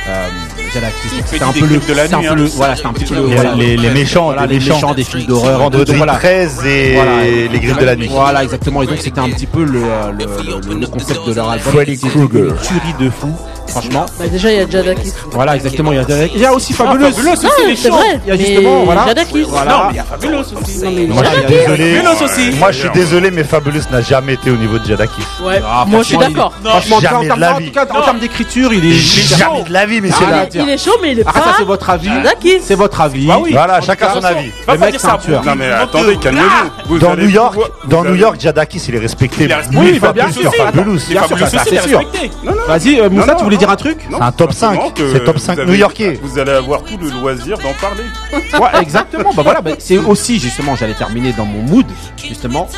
Speaker 1: euh, Jalakis. Donc, C'était un
Speaker 3: des
Speaker 1: peu le.
Speaker 3: clips de la
Speaker 1: c'était un
Speaker 3: nuit,
Speaker 1: peu le-
Speaker 3: hein.
Speaker 1: Voilà, c'était un petit peu le.
Speaker 4: Les-
Speaker 1: voilà,
Speaker 4: les, les méchants,
Speaker 1: voilà,
Speaker 4: les, méchants.
Speaker 1: des films d'horreur.
Speaker 4: Vendredi
Speaker 1: Donc, voilà.
Speaker 4: 13 et
Speaker 1: Voilà.
Speaker 4: les griffes de la nuit.
Speaker 1: Voilà, exactement. Et donc, c'était un petit peu le, euh, le- le- le concept de leur album.
Speaker 4: Freddy
Speaker 1: C'est
Speaker 4: Krueger.
Speaker 1: Une tuerie de fou, franchement.
Speaker 2: Bah, déjà, il y a Jadakis.
Speaker 1: Voilà, exactement. Il y a, il y a aussi Fabulous.
Speaker 3: Fabuleux, aussi,
Speaker 2: Ah,
Speaker 3: les
Speaker 2: c'est
Speaker 3: choses.
Speaker 2: vrai.
Speaker 1: Il y a justement,
Speaker 2: Mais
Speaker 1: voilà.
Speaker 2: Jadakis.
Speaker 1: Voilà. Ah,
Speaker 3: Non, mais il y a Fabuleux aussi. Non, mais-
Speaker 4: Moi je suis
Speaker 1: Jadakis.
Speaker 4: désolé.
Speaker 3: Vélos aussi.
Speaker 4: Moi je suis désolé, mais Fabulous n'a jamais été au niveau de Jadakis.
Speaker 2: Ouais,
Speaker 1: Ah,
Speaker 2: moi je suis
Speaker 1: franchement, il-
Speaker 2: d'accord.
Speaker 1: Franchement, en
Speaker 4: Jamais
Speaker 1: termes-
Speaker 4: de la
Speaker 1: en
Speaker 4: vie.
Speaker 1: tout cas, en termes d'écriture, il est. il est-
Speaker 4: Jamais de la vie, mais c'est
Speaker 1: Arrête.
Speaker 4: là.
Speaker 1: dire.
Speaker 2: Ah, Il est chaud, mais il est
Speaker 1: Ah, ça,
Speaker 2: pas.
Speaker 1: c'est votre avis.
Speaker 2: Jadakis.
Speaker 1: C'est votre avis.
Speaker 3: Bah oui.
Speaker 4: Voilà, chacun son avis.
Speaker 3: Va
Speaker 1: Le
Speaker 3: pas
Speaker 1: mec,
Speaker 3: dire
Speaker 1: c'est un
Speaker 3: ça.
Speaker 1: tueur.
Speaker 5: Non mais
Speaker 3: Bande de
Speaker 5: attendez,
Speaker 1: Ah
Speaker 5: calmez-vous. Vous
Speaker 4: Dans
Speaker 5: allez
Speaker 4: New York,
Speaker 5: pouvoir- vous
Speaker 4: dans New
Speaker 5: allez-
Speaker 4: York, Jadakis il est respecté.
Speaker 3: Il est respecté.
Speaker 4: Oui,
Speaker 1: Oui, bah, bien
Speaker 4: Fabulous
Speaker 1: sûr.
Speaker 4: sur Fabulous.
Speaker 1: Bien sûr, ça,
Speaker 3: Fabuleux
Speaker 1: ça,
Speaker 3: aussi,
Speaker 1: c'est
Speaker 3: c'est
Speaker 1: sûr.
Speaker 3: respecté.
Speaker 1: Vas-y, euh, Moussa,
Speaker 5: Non, non,
Speaker 1: tu voulais
Speaker 5: non.
Speaker 1: dire un truc
Speaker 5: Non,
Speaker 4: C'est un top
Speaker 5: simplement
Speaker 4: 5,
Speaker 5: que
Speaker 4: c'est top
Speaker 5: vous
Speaker 4: 5
Speaker 5: avez-
Speaker 4: new-yorkais.
Speaker 5: Vous allez avoir tout le loisir d'en parler.
Speaker 1: Ouais, exactement. Bah voilà, bah, c'est aussi justement, j'allais terminer dans mon mood, justement.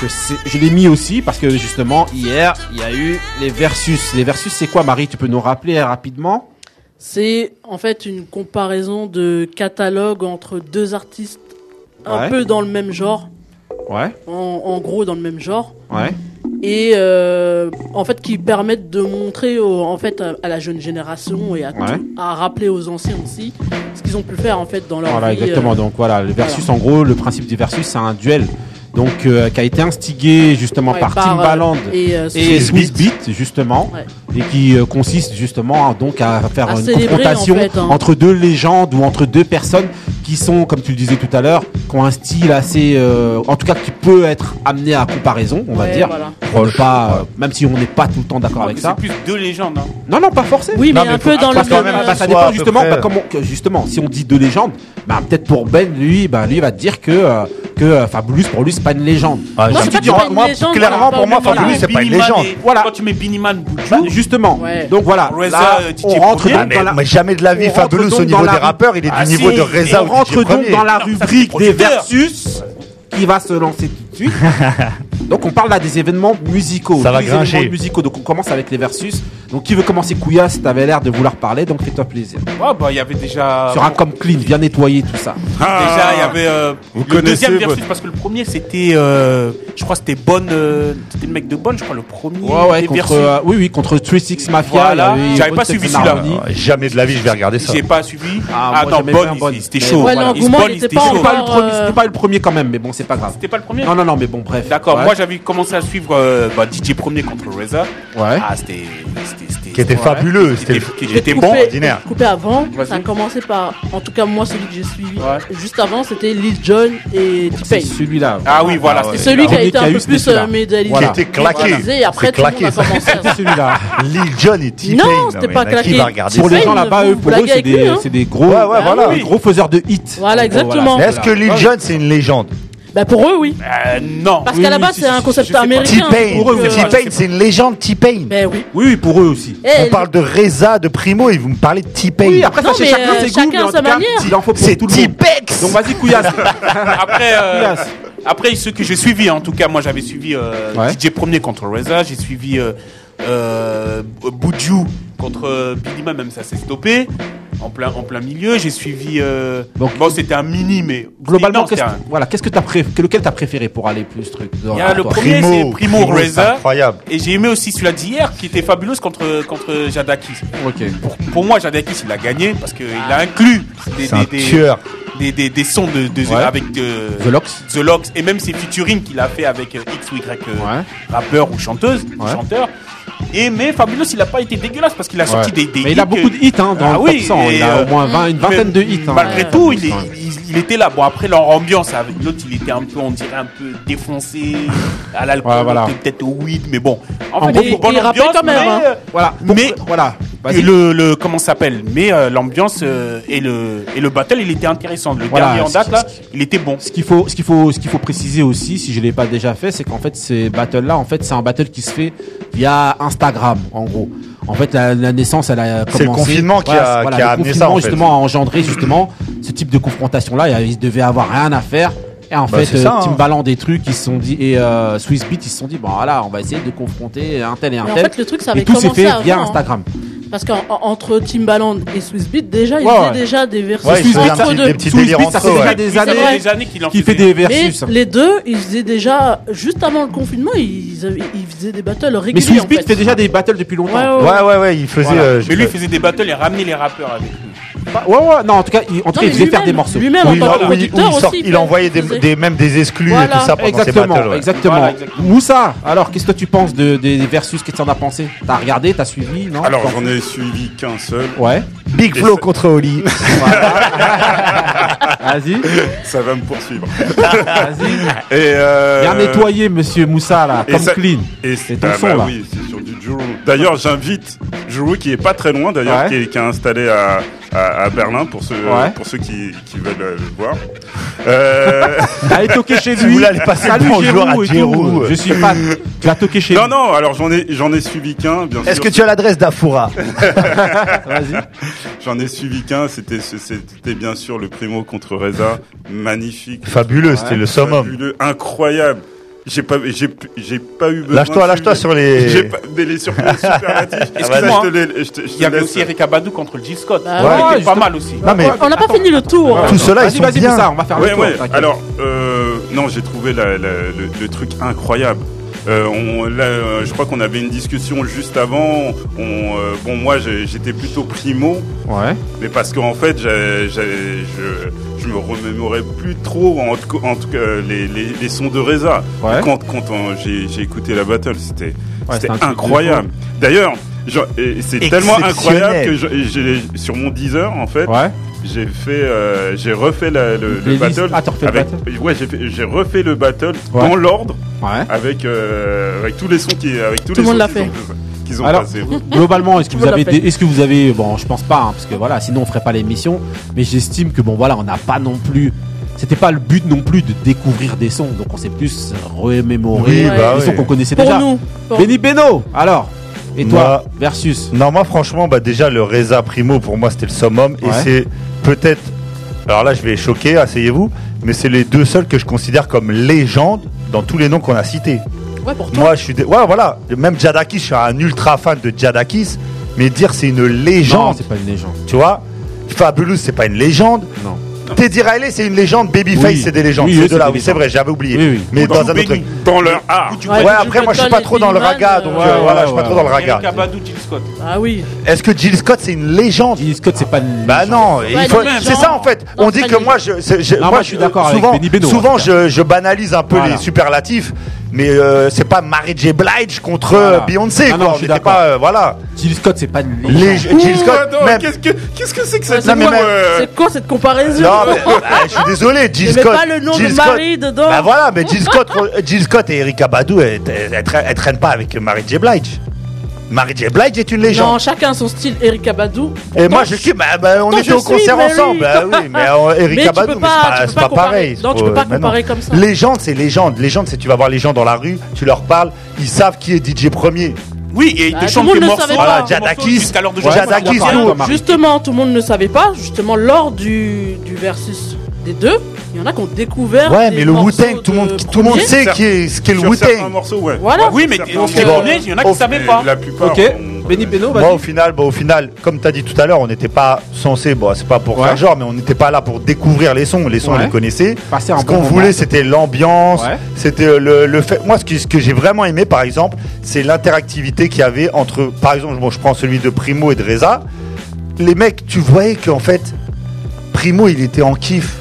Speaker 1: Que c'est- je l'ai mis aussi parce que justement, hier, il y a eu les versus. Les versus, c'est quoi, Marie Tu peux nous rappeler euh, rapidement
Speaker 2: C'est en fait une comparaison de catalogue entre deux artistes un
Speaker 1: Ouais.
Speaker 2: peu dans le même genre,
Speaker 1: Ouais,
Speaker 2: en, en gros dans le même genre,
Speaker 1: ouais.
Speaker 2: et euh, en fait qui permettent de montrer au- en fait à, à la jeune génération et à, tout-
Speaker 1: Ouais.
Speaker 2: à rappeler aux anciens aussi ce qu'ils ont pu faire en fait dans leur
Speaker 1: Voilà,
Speaker 2: vie. euh,
Speaker 1: exactement. Donc voilà, le versus, en gros, le principe du versus, c'est un duel. Donc, euh, qui a été instigé justement
Speaker 2: ouais,
Speaker 1: par,
Speaker 2: euh,
Speaker 1: Timbaland
Speaker 2: et, euh,
Speaker 1: et,
Speaker 2: Swiss
Speaker 1: Swiss Beat, justement,
Speaker 2: Ouais.
Speaker 1: et qui euh, consiste justement hein, donc à faire
Speaker 2: À
Speaker 1: une
Speaker 2: célébrer,
Speaker 1: confrontation
Speaker 2: en fait, hein.
Speaker 1: entre deux légendes ou entre deux personnes qui sont, comme tu le disais tout à l'heure, qui ont un style assez, euh, en tout cas, qui peut être amené à comparaison, on va
Speaker 2: Ouais,
Speaker 1: dire,
Speaker 2: voilà.
Speaker 1: Pour ne pas, euh, même si on n'est pas tout le temps d'accord avec
Speaker 3: C'est
Speaker 1: ça.
Speaker 3: plus deux légendes. hein.
Speaker 1: Non, non, pas forcément.
Speaker 2: Oui, mais,
Speaker 4: Non, mais
Speaker 2: un
Speaker 4: faut-
Speaker 2: peu dans le
Speaker 1: Parce que
Speaker 4: quand
Speaker 2: même.
Speaker 4: même,
Speaker 2: euh,
Speaker 1: bah, ça
Speaker 4: soit
Speaker 1: dépend
Speaker 4: à peu
Speaker 1: justement,
Speaker 4: près.
Speaker 1: bah, comment, que justement, si on dit deux légendes, bah, peut-être pour Ben, lui, bah, lui va te dire que, euh, que euh, Fabulous, pour lui, c'est pas une légende.
Speaker 2: Moi,
Speaker 4: Ah, j'ai
Speaker 2: c'est
Speaker 4: envie
Speaker 2: pas
Speaker 4: de dire,
Speaker 2: que c'est une
Speaker 4: moi,
Speaker 2: légende,
Speaker 4: clairement,
Speaker 2: voilà,
Speaker 4: pour moi,
Speaker 2: pas une
Speaker 4: Fabulous, c'est pas une
Speaker 3: Beanie Man
Speaker 4: légende.
Speaker 3: et-
Speaker 1: Voilà.
Speaker 3: Quand tu mets Beanie Man
Speaker 1: Bah,
Speaker 3: Boudjou,
Speaker 1: justement.
Speaker 2: Ouais.
Speaker 1: Donc voilà,
Speaker 3: Reza,
Speaker 1: là,
Speaker 3: euh, Titi
Speaker 1: on rentre
Speaker 3: Premier.
Speaker 1: dans
Speaker 4: Ah, mais,
Speaker 1: la-
Speaker 4: mais jamais de la
Speaker 1: on
Speaker 4: vie,
Speaker 1: rentre
Speaker 4: Fabulous
Speaker 1: donc
Speaker 4: au
Speaker 1: dans
Speaker 4: niveau des
Speaker 1: la-
Speaker 4: rappeurs, il est du
Speaker 3: Ah,
Speaker 4: niveau
Speaker 3: si,
Speaker 4: de
Speaker 3: et
Speaker 4: Reza
Speaker 1: on
Speaker 4: ou DJ
Speaker 1: rentre donc
Speaker 4: Premier.
Speaker 1: dans la
Speaker 3: Non, ça, c'est
Speaker 1: rubrique des
Speaker 3: producteur.
Speaker 1: versus qui va se lancer tout de suite. donc on parle là des événements musicaux.
Speaker 4: Ça va
Speaker 1: Tous les événements
Speaker 4: gringer.
Speaker 1: musicaux. Donc on commence avec les versus. Donc qui veut commencer Couillasse T'avais l'air de vouloir parler, donc fais-toi plaisir.
Speaker 3: Ah bah il y avait déjà.
Speaker 1: Sur un comme clean, bien nettoyé, tout ça.
Speaker 4: Ah.
Speaker 3: Déjà, il y avait euh,
Speaker 5: Vous
Speaker 3: le deuxième
Speaker 5: connaissez,
Speaker 3: versus
Speaker 5: votre-
Speaker 3: parce que le premier c'était, euh, je crois c'était Bonne, euh, c'était le mec de Bonne, je crois le premier.
Speaker 1: Ouais, ouais,
Speaker 3: des
Speaker 1: contre,
Speaker 3: versus.
Speaker 1: euh, oui, oui, contre 36 Mafia.
Speaker 3: Voilà.
Speaker 1: il y avait
Speaker 3: J'avais
Speaker 1: Bonne
Speaker 3: pas
Speaker 1: Sex
Speaker 3: suivi
Speaker 1: and
Speaker 3: celui-là.
Speaker 1: Harmony.
Speaker 4: Ouais, Jamais de la vie, je vais regarder ça.
Speaker 3: J'ai pas suivi.
Speaker 1: Ah,
Speaker 3: Ah,
Speaker 1: moi,
Speaker 3: non,
Speaker 1: j'aime bien
Speaker 3: Bonne, il-
Speaker 1: Bonne.
Speaker 3: il- c'était
Speaker 1: Mais
Speaker 3: chaud.
Speaker 1: Ouais,
Speaker 3: Voilà,
Speaker 2: l'engouement,
Speaker 3: Bonne,
Speaker 2: il
Speaker 3: il
Speaker 2: était
Speaker 3: était
Speaker 2: pas
Speaker 3: chaud.
Speaker 1: C'était pas, le
Speaker 2: Encore,
Speaker 1: premier-
Speaker 2: euh,
Speaker 1: c'était pas le premier quand même, mais bon, c'est pas grave.
Speaker 3: C'était pas le premier.
Speaker 1: Non, non, non, mais bon, bref.
Speaker 3: D'accord,
Speaker 1: Ouais.
Speaker 3: moi j'avais commencé à suivre euh, bah, DJ Premier contre Reza.
Speaker 1: Ouais.
Speaker 3: Ah, c'était. c'était- c'était-
Speaker 4: Qui était
Speaker 3: ouais.
Speaker 4: fabuleux.
Speaker 3: Qui était-
Speaker 4: C'était
Speaker 3: qui
Speaker 2: Je vais
Speaker 3: était
Speaker 2: te
Speaker 3: bon.
Speaker 2: couper- je
Speaker 4: ordinaire.
Speaker 2: vais te couper avant,
Speaker 3: Vas-y.
Speaker 2: ça a commencé par, en tout cas moi celui que j'ai suivi,
Speaker 3: Ouais.
Speaker 2: juste avant c'était Lil Jon et
Speaker 1: C'est
Speaker 2: T-Pain.
Speaker 1: celui-là.
Speaker 3: Ah oui, voilà.
Speaker 2: C'est
Speaker 3: c'était
Speaker 2: celui qui a
Speaker 1: Premier
Speaker 2: été
Speaker 1: qui a
Speaker 2: un
Speaker 1: eu
Speaker 2: peu
Speaker 1: ce
Speaker 2: plus
Speaker 1: défi-là.
Speaker 2: euh, médialisé.
Speaker 1: Voilà.
Speaker 4: qui était claqué.
Speaker 2: Et après
Speaker 4: C'est
Speaker 2: tout le monde a
Speaker 4: claqué. ça.
Speaker 2: commencé à
Speaker 1: C'est celui-là.
Speaker 4: Lil Jon et T-Pain.
Speaker 2: Non, c'était
Speaker 4: mais
Speaker 2: pas
Speaker 4: qui
Speaker 2: claqué.
Speaker 4: va regarder
Speaker 1: Pour
Speaker 4: ça
Speaker 1: les
Speaker 2: T-Pain,
Speaker 1: gens
Speaker 2: ne
Speaker 1: là-bas,
Speaker 2: vous
Speaker 1: eux, pour eux,
Speaker 2: blaguez
Speaker 1: c'est
Speaker 2: avec lui,
Speaker 1: des,
Speaker 2: hein.
Speaker 1: c'est des gros,
Speaker 4: Ouais, ouais, voilà.
Speaker 1: des gros faiseurs de hits.
Speaker 2: Voilà,
Speaker 1: Donc,
Speaker 2: exactement.
Speaker 4: Mais
Speaker 1: c'est
Speaker 4: est-ce
Speaker 1: ça.
Speaker 4: que Lil Jon, c'est une légende
Speaker 2: Bah pour eux oui,
Speaker 3: Euh, non.
Speaker 2: parce
Speaker 1: Oui,
Speaker 2: qu'à la
Speaker 1: oui,
Speaker 2: base
Speaker 1: si,
Speaker 2: c'est
Speaker 1: si,
Speaker 2: un
Speaker 1: si,
Speaker 2: concept
Speaker 3: je sais pas.
Speaker 2: américain.
Speaker 4: T-Pain,
Speaker 2: donc, euh,
Speaker 4: T-Pain, c'est une légende, T-Pain.
Speaker 2: Ben oui.
Speaker 1: Oui, oui, pour eux aussi.
Speaker 2: Eh,
Speaker 4: On parle de Reza, de Primo, et vous me parlez de T-Pain.
Speaker 1: Oui, après
Speaker 2: Non,
Speaker 1: ça, c'est
Speaker 2: mais,
Speaker 1: chacun
Speaker 2: euh,
Speaker 1: ses
Speaker 2: chacun
Speaker 1: goûts, mais
Speaker 2: à
Speaker 1: en
Speaker 2: sa
Speaker 1: tout cas,
Speaker 2: manière.
Speaker 1: Il en faut
Speaker 4: C'est
Speaker 1: pour tout le monde.
Speaker 4: T-Pex.
Speaker 1: Donc vas-y, couillasse.
Speaker 3: Après, euh,
Speaker 1: Couillasse.
Speaker 3: après ceux que j'ai suivis, en tout cas, moi j'avais suivi euh,
Speaker 1: Ouais.
Speaker 3: DJ Premier contre Reza, j'ai suivi euh, euh, Boudjou contre euh, Billy Ma, même ça s'est stoppé. En plein, en plein milieu, j'ai suivi. euh,
Speaker 1: Donc-
Speaker 3: bon, c'était un mini, mais.
Speaker 1: Globalement,
Speaker 3: non, c'était
Speaker 1: qu'est-ce
Speaker 3: un-
Speaker 1: voilà, qu'est-ce que t'as préféré, lequel t'as préféré pour aller plus truc dans
Speaker 3: Il y a le
Speaker 1: toi
Speaker 3: premier, c'est Primo,
Speaker 4: c'est
Speaker 3: Reza.
Speaker 4: Incroyable.
Speaker 3: Et j'ai aimé aussi celui-là d'hier, qui était fabuleuse contre, contre Jadakis.
Speaker 1: Ok.
Speaker 3: Pour, pour moi, Jadakis, il a gagné parce qu'il a inclus des,
Speaker 4: C'est un
Speaker 3: des- des-
Speaker 4: tueur.
Speaker 3: des- des- des sons de, de-
Speaker 1: Ouais.
Speaker 3: avec de-
Speaker 1: The Lox.
Speaker 3: The Lox et même ses featuring qu'il a fait avec euh, X ou Y euh,
Speaker 1: Ouais.
Speaker 3: rappeur ou chanteuse, ou
Speaker 1: Ouais.
Speaker 3: chanteur. Et mais Fabulous, il a pas été dégueulasse parce qu'il a sorti des, des
Speaker 1: Mais il a
Speaker 3: hits
Speaker 1: beaucoup
Speaker 3: que-
Speaker 1: de hits hein, dans
Speaker 3: Ah
Speaker 1: le
Speaker 3: oui,
Speaker 1: top 100. Il
Speaker 3: et,
Speaker 1: a
Speaker 3: euh,
Speaker 1: au moins 20, une vingtaine de hits. hein.
Speaker 3: Malgré
Speaker 2: Ouais.
Speaker 3: tout, il, est- il- il était là. Bon, après leur ambiance avec l'autre, il était un peu, on dirait, un peu défoncé à l'alcool,
Speaker 1: Ouais, voilà.
Speaker 3: il était peut-être au weed, mais bon. En,
Speaker 1: En
Speaker 3: fait,
Speaker 1: gros,
Speaker 3: il-
Speaker 1: il-
Speaker 3: bonne
Speaker 2: il rappelle
Speaker 3: ambiance,
Speaker 2: quand même,
Speaker 3: mais,
Speaker 2: hein.
Speaker 3: euh,
Speaker 1: Voilà.
Speaker 3: Mais-
Speaker 1: Pour- voilà.
Speaker 3: et
Speaker 1: Vas-y.
Speaker 3: le, le- comment ça s'appelle Mais euh, l'ambiance euh, et le et le battle, il était intéressant. Le
Speaker 1: Voilà,
Speaker 3: dernier en
Speaker 1: c'est-
Speaker 3: date là, il était bon.
Speaker 1: Ce qu'il faut, ce qu'il faut, ce qu'il faut préciser aussi, si je l'ai pas déjà fait, c'est qu'en fait ces battles là, en fait c'est un battle qui se fait via Instagram, en gros. En fait, la, la naissance, elle a commencé.
Speaker 4: le confinement qui a-
Speaker 1: c'est-
Speaker 4: qui a
Speaker 1: le
Speaker 4: amené ça,
Speaker 1: confinement,
Speaker 4: en fait.
Speaker 1: justement a engendré justement ce type de confrontation là. Ils devaient avoir rien à faire. Et en
Speaker 4: Bah,
Speaker 1: fait,
Speaker 4: c'est ça,
Speaker 1: euh,
Speaker 4: hein.
Speaker 1: Timbaland des trucs, ils se sont dit et euh, Swiss Beat, ils se sont dit bon voilà, on va essayer de confronter un tel et un
Speaker 2: Mais en
Speaker 1: tel.
Speaker 2: fait, le truc, ça
Speaker 1: et
Speaker 2: avait
Speaker 1: tout s'est
Speaker 2: commencé
Speaker 1: fait
Speaker 2: avant,
Speaker 1: via
Speaker 2: hein.
Speaker 1: Instagram.
Speaker 2: Parce qu'entre Timbaland et Swissbeat, déjà ils
Speaker 1: Ouais,
Speaker 2: faisaient
Speaker 1: ouais.
Speaker 2: déjà des versions
Speaker 4: Ouais, ils faisaient un
Speaker 2: entre
Speaker 4: petit-
Speaker 2: deux.
Speaker 4: des petits
Speaker 1: Swiss
Speaker 4: délires
Speaker 1: Beat, ça fait
Speaker 4: entre
Speaker 1: déjà
Speaker 4: eux. ouais.
Speaker 1: des
Speaker 3: Ça
Speaker 1: années
Speaker 3: fait des années qu'il en
Speaker 1: qui fait
Speaker 3: faisait.
Speaker 1: des
Speaker 2: Mais
Speaker 1: versus.
Speaker 2: les deux, ils faisaient déjà, juste avant le confinement, ils, avaient- ils faisaient des battles
Speaker 1: Mais
Speaker 2: réguliers.
Speaker 1: Swiss
Speaker 2: en
Speaker 1: Beat
Speaker 2: fait.
Speaker 1: fait déjà des battles depuis longtemps.
Speaker 2: Ouais, ouais, ouais.
Speaker 4: Ouais, ouais, ouais, il faisait.
Speaker 1: Voilà.
Speaker 4: euh, je-
Speaker 3: Mais lui il faisait des battles et ramenait les rappeurs avec lui.
Speaker 1: Bah, ouais, ouais, non, en tout cas, il, en tout
Speaker 2: Non,
Speaker 1: cas, il
Speaker 2: mais
Speaker 1: faisait faire
Speaker 2: lui-même-
Speaker 1: des morceaux.
Speaker 2: lui-même, en
Speaker 4: Oui,
Speaker 2: tant
Speaker 4: voilà,
Speaker 2: que
Speaker 4: oui, oui,
Speaker 2: producteur
Speaker 4: il, sort-
Speaker 2: aussi,
Speaker 4: il envoyait des,
Speaker 2: faisait-
Speaker 4: des- même des exclus
Speaker 2: Voilà.
Speaker 4: et tout ça pendant
Speaker 1: Exactement,
Speaker 4: ses battles. ouais.
Speaker 1: exactement.
Speaker 3: Voilà, exactement.
Speaker 1: Moussa, alors qu'est-ce que tu penses de, des des versus Qu'est-ce que t'en as pensé T'as regardé, t'as suivi, non
Speaker 5: Alors
Speaker 1: T'en-
Speaker 5: j'en ai suivi qu'un seul.
Speaker 1: Ouais,
Speaker 4: Big
Speaker 5: Et
Speaker 4: Flo
Speaker 5: c'est-
Speaker 4: contre Oli.
Speaker 1: vas-y,
Speaker 5: Ça va me poursuivre.
Speaker 1: vas-y.
Speaker 5: Et euh,
Speaker 1: Bien nettoyé, monsieur Moussa, là,
Speaker 5: et
Speaker 1: comme
Speaker 5: ça-
Speaker 1: clean.
Speaker 5: Et
Speaker 1: C'est
Speaker 5: c'est
Speaker 1: ton
Speaker 5: ah
Speaker 1: son,
Speaker 5: bah
Speaker 1: là.
Speaker 5: oui, c'est sur du Juru. D'ailleurs, j'invite Juru qui est pas très loin d'ailleurs,
Speaker 1: Ouais.
Speaker 5: qui, est, qui est installé à, à, à Berlin pour ceux
Speaker 1: Ouais.
Speaker 5: pour ceux qui, qui veulent euh, le voir. Euh,
Speaker 1: Allez toquer chez
Speaker 4: Si
Speaker 1: lui.
Speaker 4: vous voulez aller passer
Speaker 1: Salut
Speaker 4: le bonjour
Speaker 1: Jérôme
Speaker 4: à
Speaker 1: et tout.
Speaker 4: Jérôme.
Speaker 1: Je suis fan. Tu vas toquer chez
Speaker 5: non
Speaker 1: lui.
Speaker 5: non, alors j'en ai j'en ai suivi qu'un bien
Speaker 4: Est-ce
Speaker 5: sûr.
Speaker 4: que tu as l'adresse d'Afoura
Speaker 1: Vas-y.
Speaker 5: J'en ai suivi qu'un, c'était c'était bien sûr le primo contre Reza, magnifique.
Speaker 4: Fabuleux, c'était le summum.
Speaker 5: Fabuleux, incroyable. J'ai pas, j'ai, j'ai pas eu besoin.
Speaker 4: Lâche-toi,
Speaker 5: de
Speaker 4: lâche-toi
Speaker 5: suivre.
Speaker 4: sur les-
Speaker 5: J'ai pas, mais les surprises superlatives. Excuse-moi,
Speaker 3: vas-y.
Speaker 5: je te les- je te- je te
Speaker 3: Il y avait
Speaker 5: laisse.
Speaker 3: aussi Eric Abadou contre Jill Scott.
Speaker 2: Bah
Speaker 3: Ouais,
Speaker 1: ouais,
Speaker 3: il était
Speaker 1: justement.
Speaker 3: pas mal aussi.
Speaker 4: Non, mais
Speaker 2: On n'a pas fini le tour. hein.
Speaker 4: tout cela, ils
Speaker 1: Vas-y,
Speaker 4: sont
Speaker 1: vas-y,
Speaker 4: bien.
Speaker 1: Moussa, on va faire
Speaker 5: Ouais,
Speaker 1: le tour.
Speaker 5: ouais.
Speaker 1: t'inquiète.
Speaker 5: Alors, euh, non, j'ai trouvé la- la- le, le truc incroyable. Euh, on, là, euh, je crois qu'on avait une discussion juste avant. On, euh, bon, moi, j'ai- j'étais plutôt primo.
Speaker 1: Ouais.
Speaker 5: Mais parce qu'en fait, j'ai- j'ai- je, je me remémorais plus trop, en tout, cas- en tout cas, les, les, les sons de Reza.
Speaker 1: Ouais.
Speaker 5: Quand, quand on- j'ai j'ai écouté la battle, c'était
Speaker 1: Ouais,
Speaker 5: c'était
Speaker 1: c'était un truc de
Speaker 5: incroyable. D'ailleurs, je- et c'est tellement incroyable que je- j'ai- sur mon Deezer, en fait,
Speaker 1: Ouais.
Speaker 5: j'ai fait, euh, j'ai refait la- le, le
Speaker 1: Les listes.
Speaker 5: battle.
Speaker 1: Ah, t'as refait le battle
Speaker 5: Ouais, j'ai fait- j'ai refait le battle
Speaker 1: Ouais.
Speaker 5: dans l'ordre
Speaker 1: Ouais.
Speaker 5: avec, euh, avec tous les sons qui, avec tous
Speaker 2: Tout le
Speaker 5: les
Speaker 2: monde
Speaker 5: sons
Speaker 2: l'a
Speaker 5: qu'ils
Speaker 2: fait.
Speaker 5: ont- qu'ils ont,
Speaker 1: Alors-
Speaker 5: passés.
Speaker 1: Globalement, est-ce que
Speaker 2: Tout
Speaker 1: vous
Speaker 2: le monde
Speaker 1: avez,
Speaker 2: l'appelle.
Speaker 1: des- est-ce que vous avez, bon, je pense pas, hein, parce que voilà, sinon on ferait pas l'émission. Mais j'estime que bon, voilà, on n'a pas non plus, c'était pas le but non plus de découvrir des sons, donc on s'est plus remémoré
Speaker 4: Oui,
Speaker 1: des
Speaker 4: bah
Speaker 1: sons
Speaker 4: oui.
Speaker 1: qu'on connaissait
Speaker 2: Pour
Speaker 1: déjà.
Speaker 2: nous. Pour-
Speaker 1: Benny Beno, alors, et toi,
Speaker 4: Moi.
Speaker 1: versus.
Speaker 4: Non, moi, franchement, bah, déjà, le Reza Primo, pour moi, c'était le summum.
Speaker 1: Ouais.
Speaker 4: Et c'est peut-être. Alors là, je vais choquer, asseyez-vous. Mais c'est les deux seuls que je considère comme légendes dans tous les noms qu'on a cités.
Speaker 2: Ouais, pour toi.
Speaker 4: Moi, je suis. dé- Ouais, voilà. Même Jadakis, je suis un ultra fan de Jadakis. Mais dire c'est une
Speaker 1: Non,
Speaker 4: légende,
Speaker 1: c'est pas une légende.
Speaker 4: tu vois. Fabulous, c'est pas une légende.
Speaker 1: Non.
Speaker 4: Teddy Riley, c'est une légende. Babyface,
Speaker 1: Oui.
Speaker 4: c'est des légendes.
Speaker 1: Oui, oui,
Speaker 4: c'est
Speaker 1: c'est
Speaker 4: de là,
Speaker 1: des
Speaker 4: oui, c'est
Speaker 1: légendes.
Speaker 4: vrai, j'avais oublié.
Speaker 1: Oui, oui.
Speaker 4: Mais
Speaker 5: Dans,
Speaker 4: dans un autre truc.
Speaker 5: dans leur art.
Speaker 4: Ouais,
Speaker 2: Ouais,
Speaker 4: après, moi, je suis pas
Speaker 2: Button
Speaker 4: trop
Speaker 2: et
Speaker 4: dans le
Speaker 2: Billman,
Speaker 4: raga, donc
Speaker 2: euh,
Speaker 4: euh,
Speaker 1: ouais, ouais,
Speaker 4: voilà, je suis pas
Speaker 1: ouais,
Speaker 4: trop dans le
Speaker 1: ouais.
Speaker 4: raga.
Speaker 3: Eric Abadou, Jill Scott.
Speaker 2: Ah oui.
Speaker 4: Est-ce que Jill Scott, c'est une légende
Speaker 1: Jill Scott, c'est pas une
Speaker 4: Bah
Speaker 1: légende.
Speaker 4: non, il faut-
Speaker 2: non, mais
Speaker 4: c'est
Speaker 2: non.
Speaker 4: ça en fait.
Speaker 2: Non,
Speaker 4: On
Speaker 2: c'est
Speaker 4: dit
Speaker 2: pas
Speaker 4: que
Speaker 2: une
Speaker 4: moi, je, c'est- je-
Speaker 1: Non, moi, je suis d'accord avec
Speaker 4: souvent,
Speaker 1: Benny Beno, en
Speaker 4: souvent
Speaker 1: tout cas.
Speaker 4: je, je banalise un peu
Speaker 1: Voilà.
Speaker 4: les superlatifs, mais euh, c'est pas Mary J. Blige contre euh,
Speaker 1: Voilà.
Speaker 4: Beyoncé.
Speaker 1: Ah
Speaker 4: quoi.
Speaker 1: non, je
Speaker 4: On
Speaker 1: suis
Speaker 4: était
Speaker 1: d'accord.
Speaker 4: pas, euh, voilà.
Speaker 1: Jill Oh, bah, Scott, c'est pas une légende.
Speaker 4: Les, Jill
Speaker 5: Ouh,
Speaker 4: Scott,
Speaker 5: attends,
Speaker 4: même-
Speaker 5: Qu'est-ce que qu'est-ce que c'est que
Speaker 2: Ouais,
Speaker 5: cette
Speaker 2: c'est
Speaker 4: mais
Speaker 5: mot,
Speaker 4: même-
Speaker 5: euh,
Speaker 2: C'est quoi cette comparaison
Speaker 4: Non, mais ah, je suis désolé, Jill
Speaker 2: mets
Speaker 4: Scott.
Speaker 2: pas le nom
Speaker 4: Jill
Speaker 2: de
Speaker 4: Scott-
Speaker 2: Marie dedans.
Speaker 4: Bah voilà, mais Jill Scott, euh, Jill Scott et Erika Badou, elles, elles- elles traînent- elles traînent pas avec Mary J. Blige. Mary J. Blige est une légende.
Speaker 2: Non, chacun son style. Eric Abadou.
Speaker 4: Et moi, je kiffe. Bah, bah, on
Speaker 2: pourtant,
Speaker 4: était au
Speaker 2: je suis
Speaker 4: concert
Speaker 2: Mary.
Speaker 4: ensemble. Bah oui, mais euh, Eric
Speaker 2: Mais tu
Speaker 4: Abadou,
Speaker 2: peux
Speaker 4: mais
Speaker 2: pas-
Speaker 4: c'est pas,
Speaker 2: tu peux
Speaker 4: c'est
Speaker 2: pas
Speaker 4: pas
Speaker 2: comparer.
Speaker 4: pareil.
Speaker 2: Non, tu peux pas comparer comme ça.
Speaker 4: Légende, c'est légende. Légende, c'est tu vas voir les gens dans la rue, tu leur parles, ils savent qui est DJ premier.
Speaker 3: Oui, et il
Speaker 2: Bah,
Speaker 3: te
Speaker 2: tout
Speaker 3: chante
Speaker 2: le
Speaker 3: des
Speaker 2: monde le
Speaker 3: morceaux.
Speaker 2: savait pas.
Speaker 4: Voilà,
Speaker 3: des morceaux
Speaker 4: Jadakis.
Speaker 3: Jusqu'à l'heure de
Speaker 4: Ouais,
Speaker 3: jouer.
Speaker 4: Jadakis, hein.
Speaker 1: D'accord,
Speaker 4: nous.
Speaker 1: d'accord, Marie.
Speaker 2: Justement, tout le monde ne savait pas. Justement, lors du, du versus des deux, il y en a qui ont découvert.
Speaker 4: Ouais,
Speaker 2: des
Speaker 4: mais le
Speaker 2: morceaux
Speaker 4: Wu-Tang, tout le
Speaker 2: de
Speaker 4: monde, tout le monde
Speaker 2: premiers.
Speaker 4: sait qui est, ce qu'est le
Speaker 5: Sur certains
Speaker 4: Wu-Tang.
Speaker 5: morceaux, ouais.
Speaker 2: Voilà.
Speaker 5: Ouais,
Speaker 3: Oui, mais
Speaker 5: sur certains
Speaker 3: on
Speaker 5: morceaux,
Speaker 3: s'est donné, il y en a qui
Speaker 4: Bon.
Speaker 3: savaient
Speaker 5: mais
Speaker 3: pas.
Speaker 5: La plupart.
Speaker 1: Ok,
Speaker 5: on-
Speaker 1: Benny Beno,
Speaker 4: Moi,
Speaker 1: vas-y.
Speaker 4: au final, bon, au final, comme t'as dit tout à l'heure, on n'était pas censé, bon, c'est pas pour
Speaker 1: Ouais.
Speaker 4: faire genre, mais on n'était pas là pour découvrir les sons. Les sons, on
Speaker 1: Ouais.
Speaker 4: les connaissait.
Speaker 1: Passer un
Speaker 4: ce
Speaker 1: bon
Speaker 4: qu'on
Speaker 1: moment.
Speaker 4: voulait, c'était l'ambiance,
Speaker 1: Ouais.
Speaker 4: c'était euh, le, le fait. Moi, ce que, ce que j'ai vraiment aimé, par exemple, c'est l'interactivité qu'il y avait entre, par exemple, bon, je prends celui de Primo et de Reza. Les mecs, tu voyais qu'en fait, Primo, il était en kiff.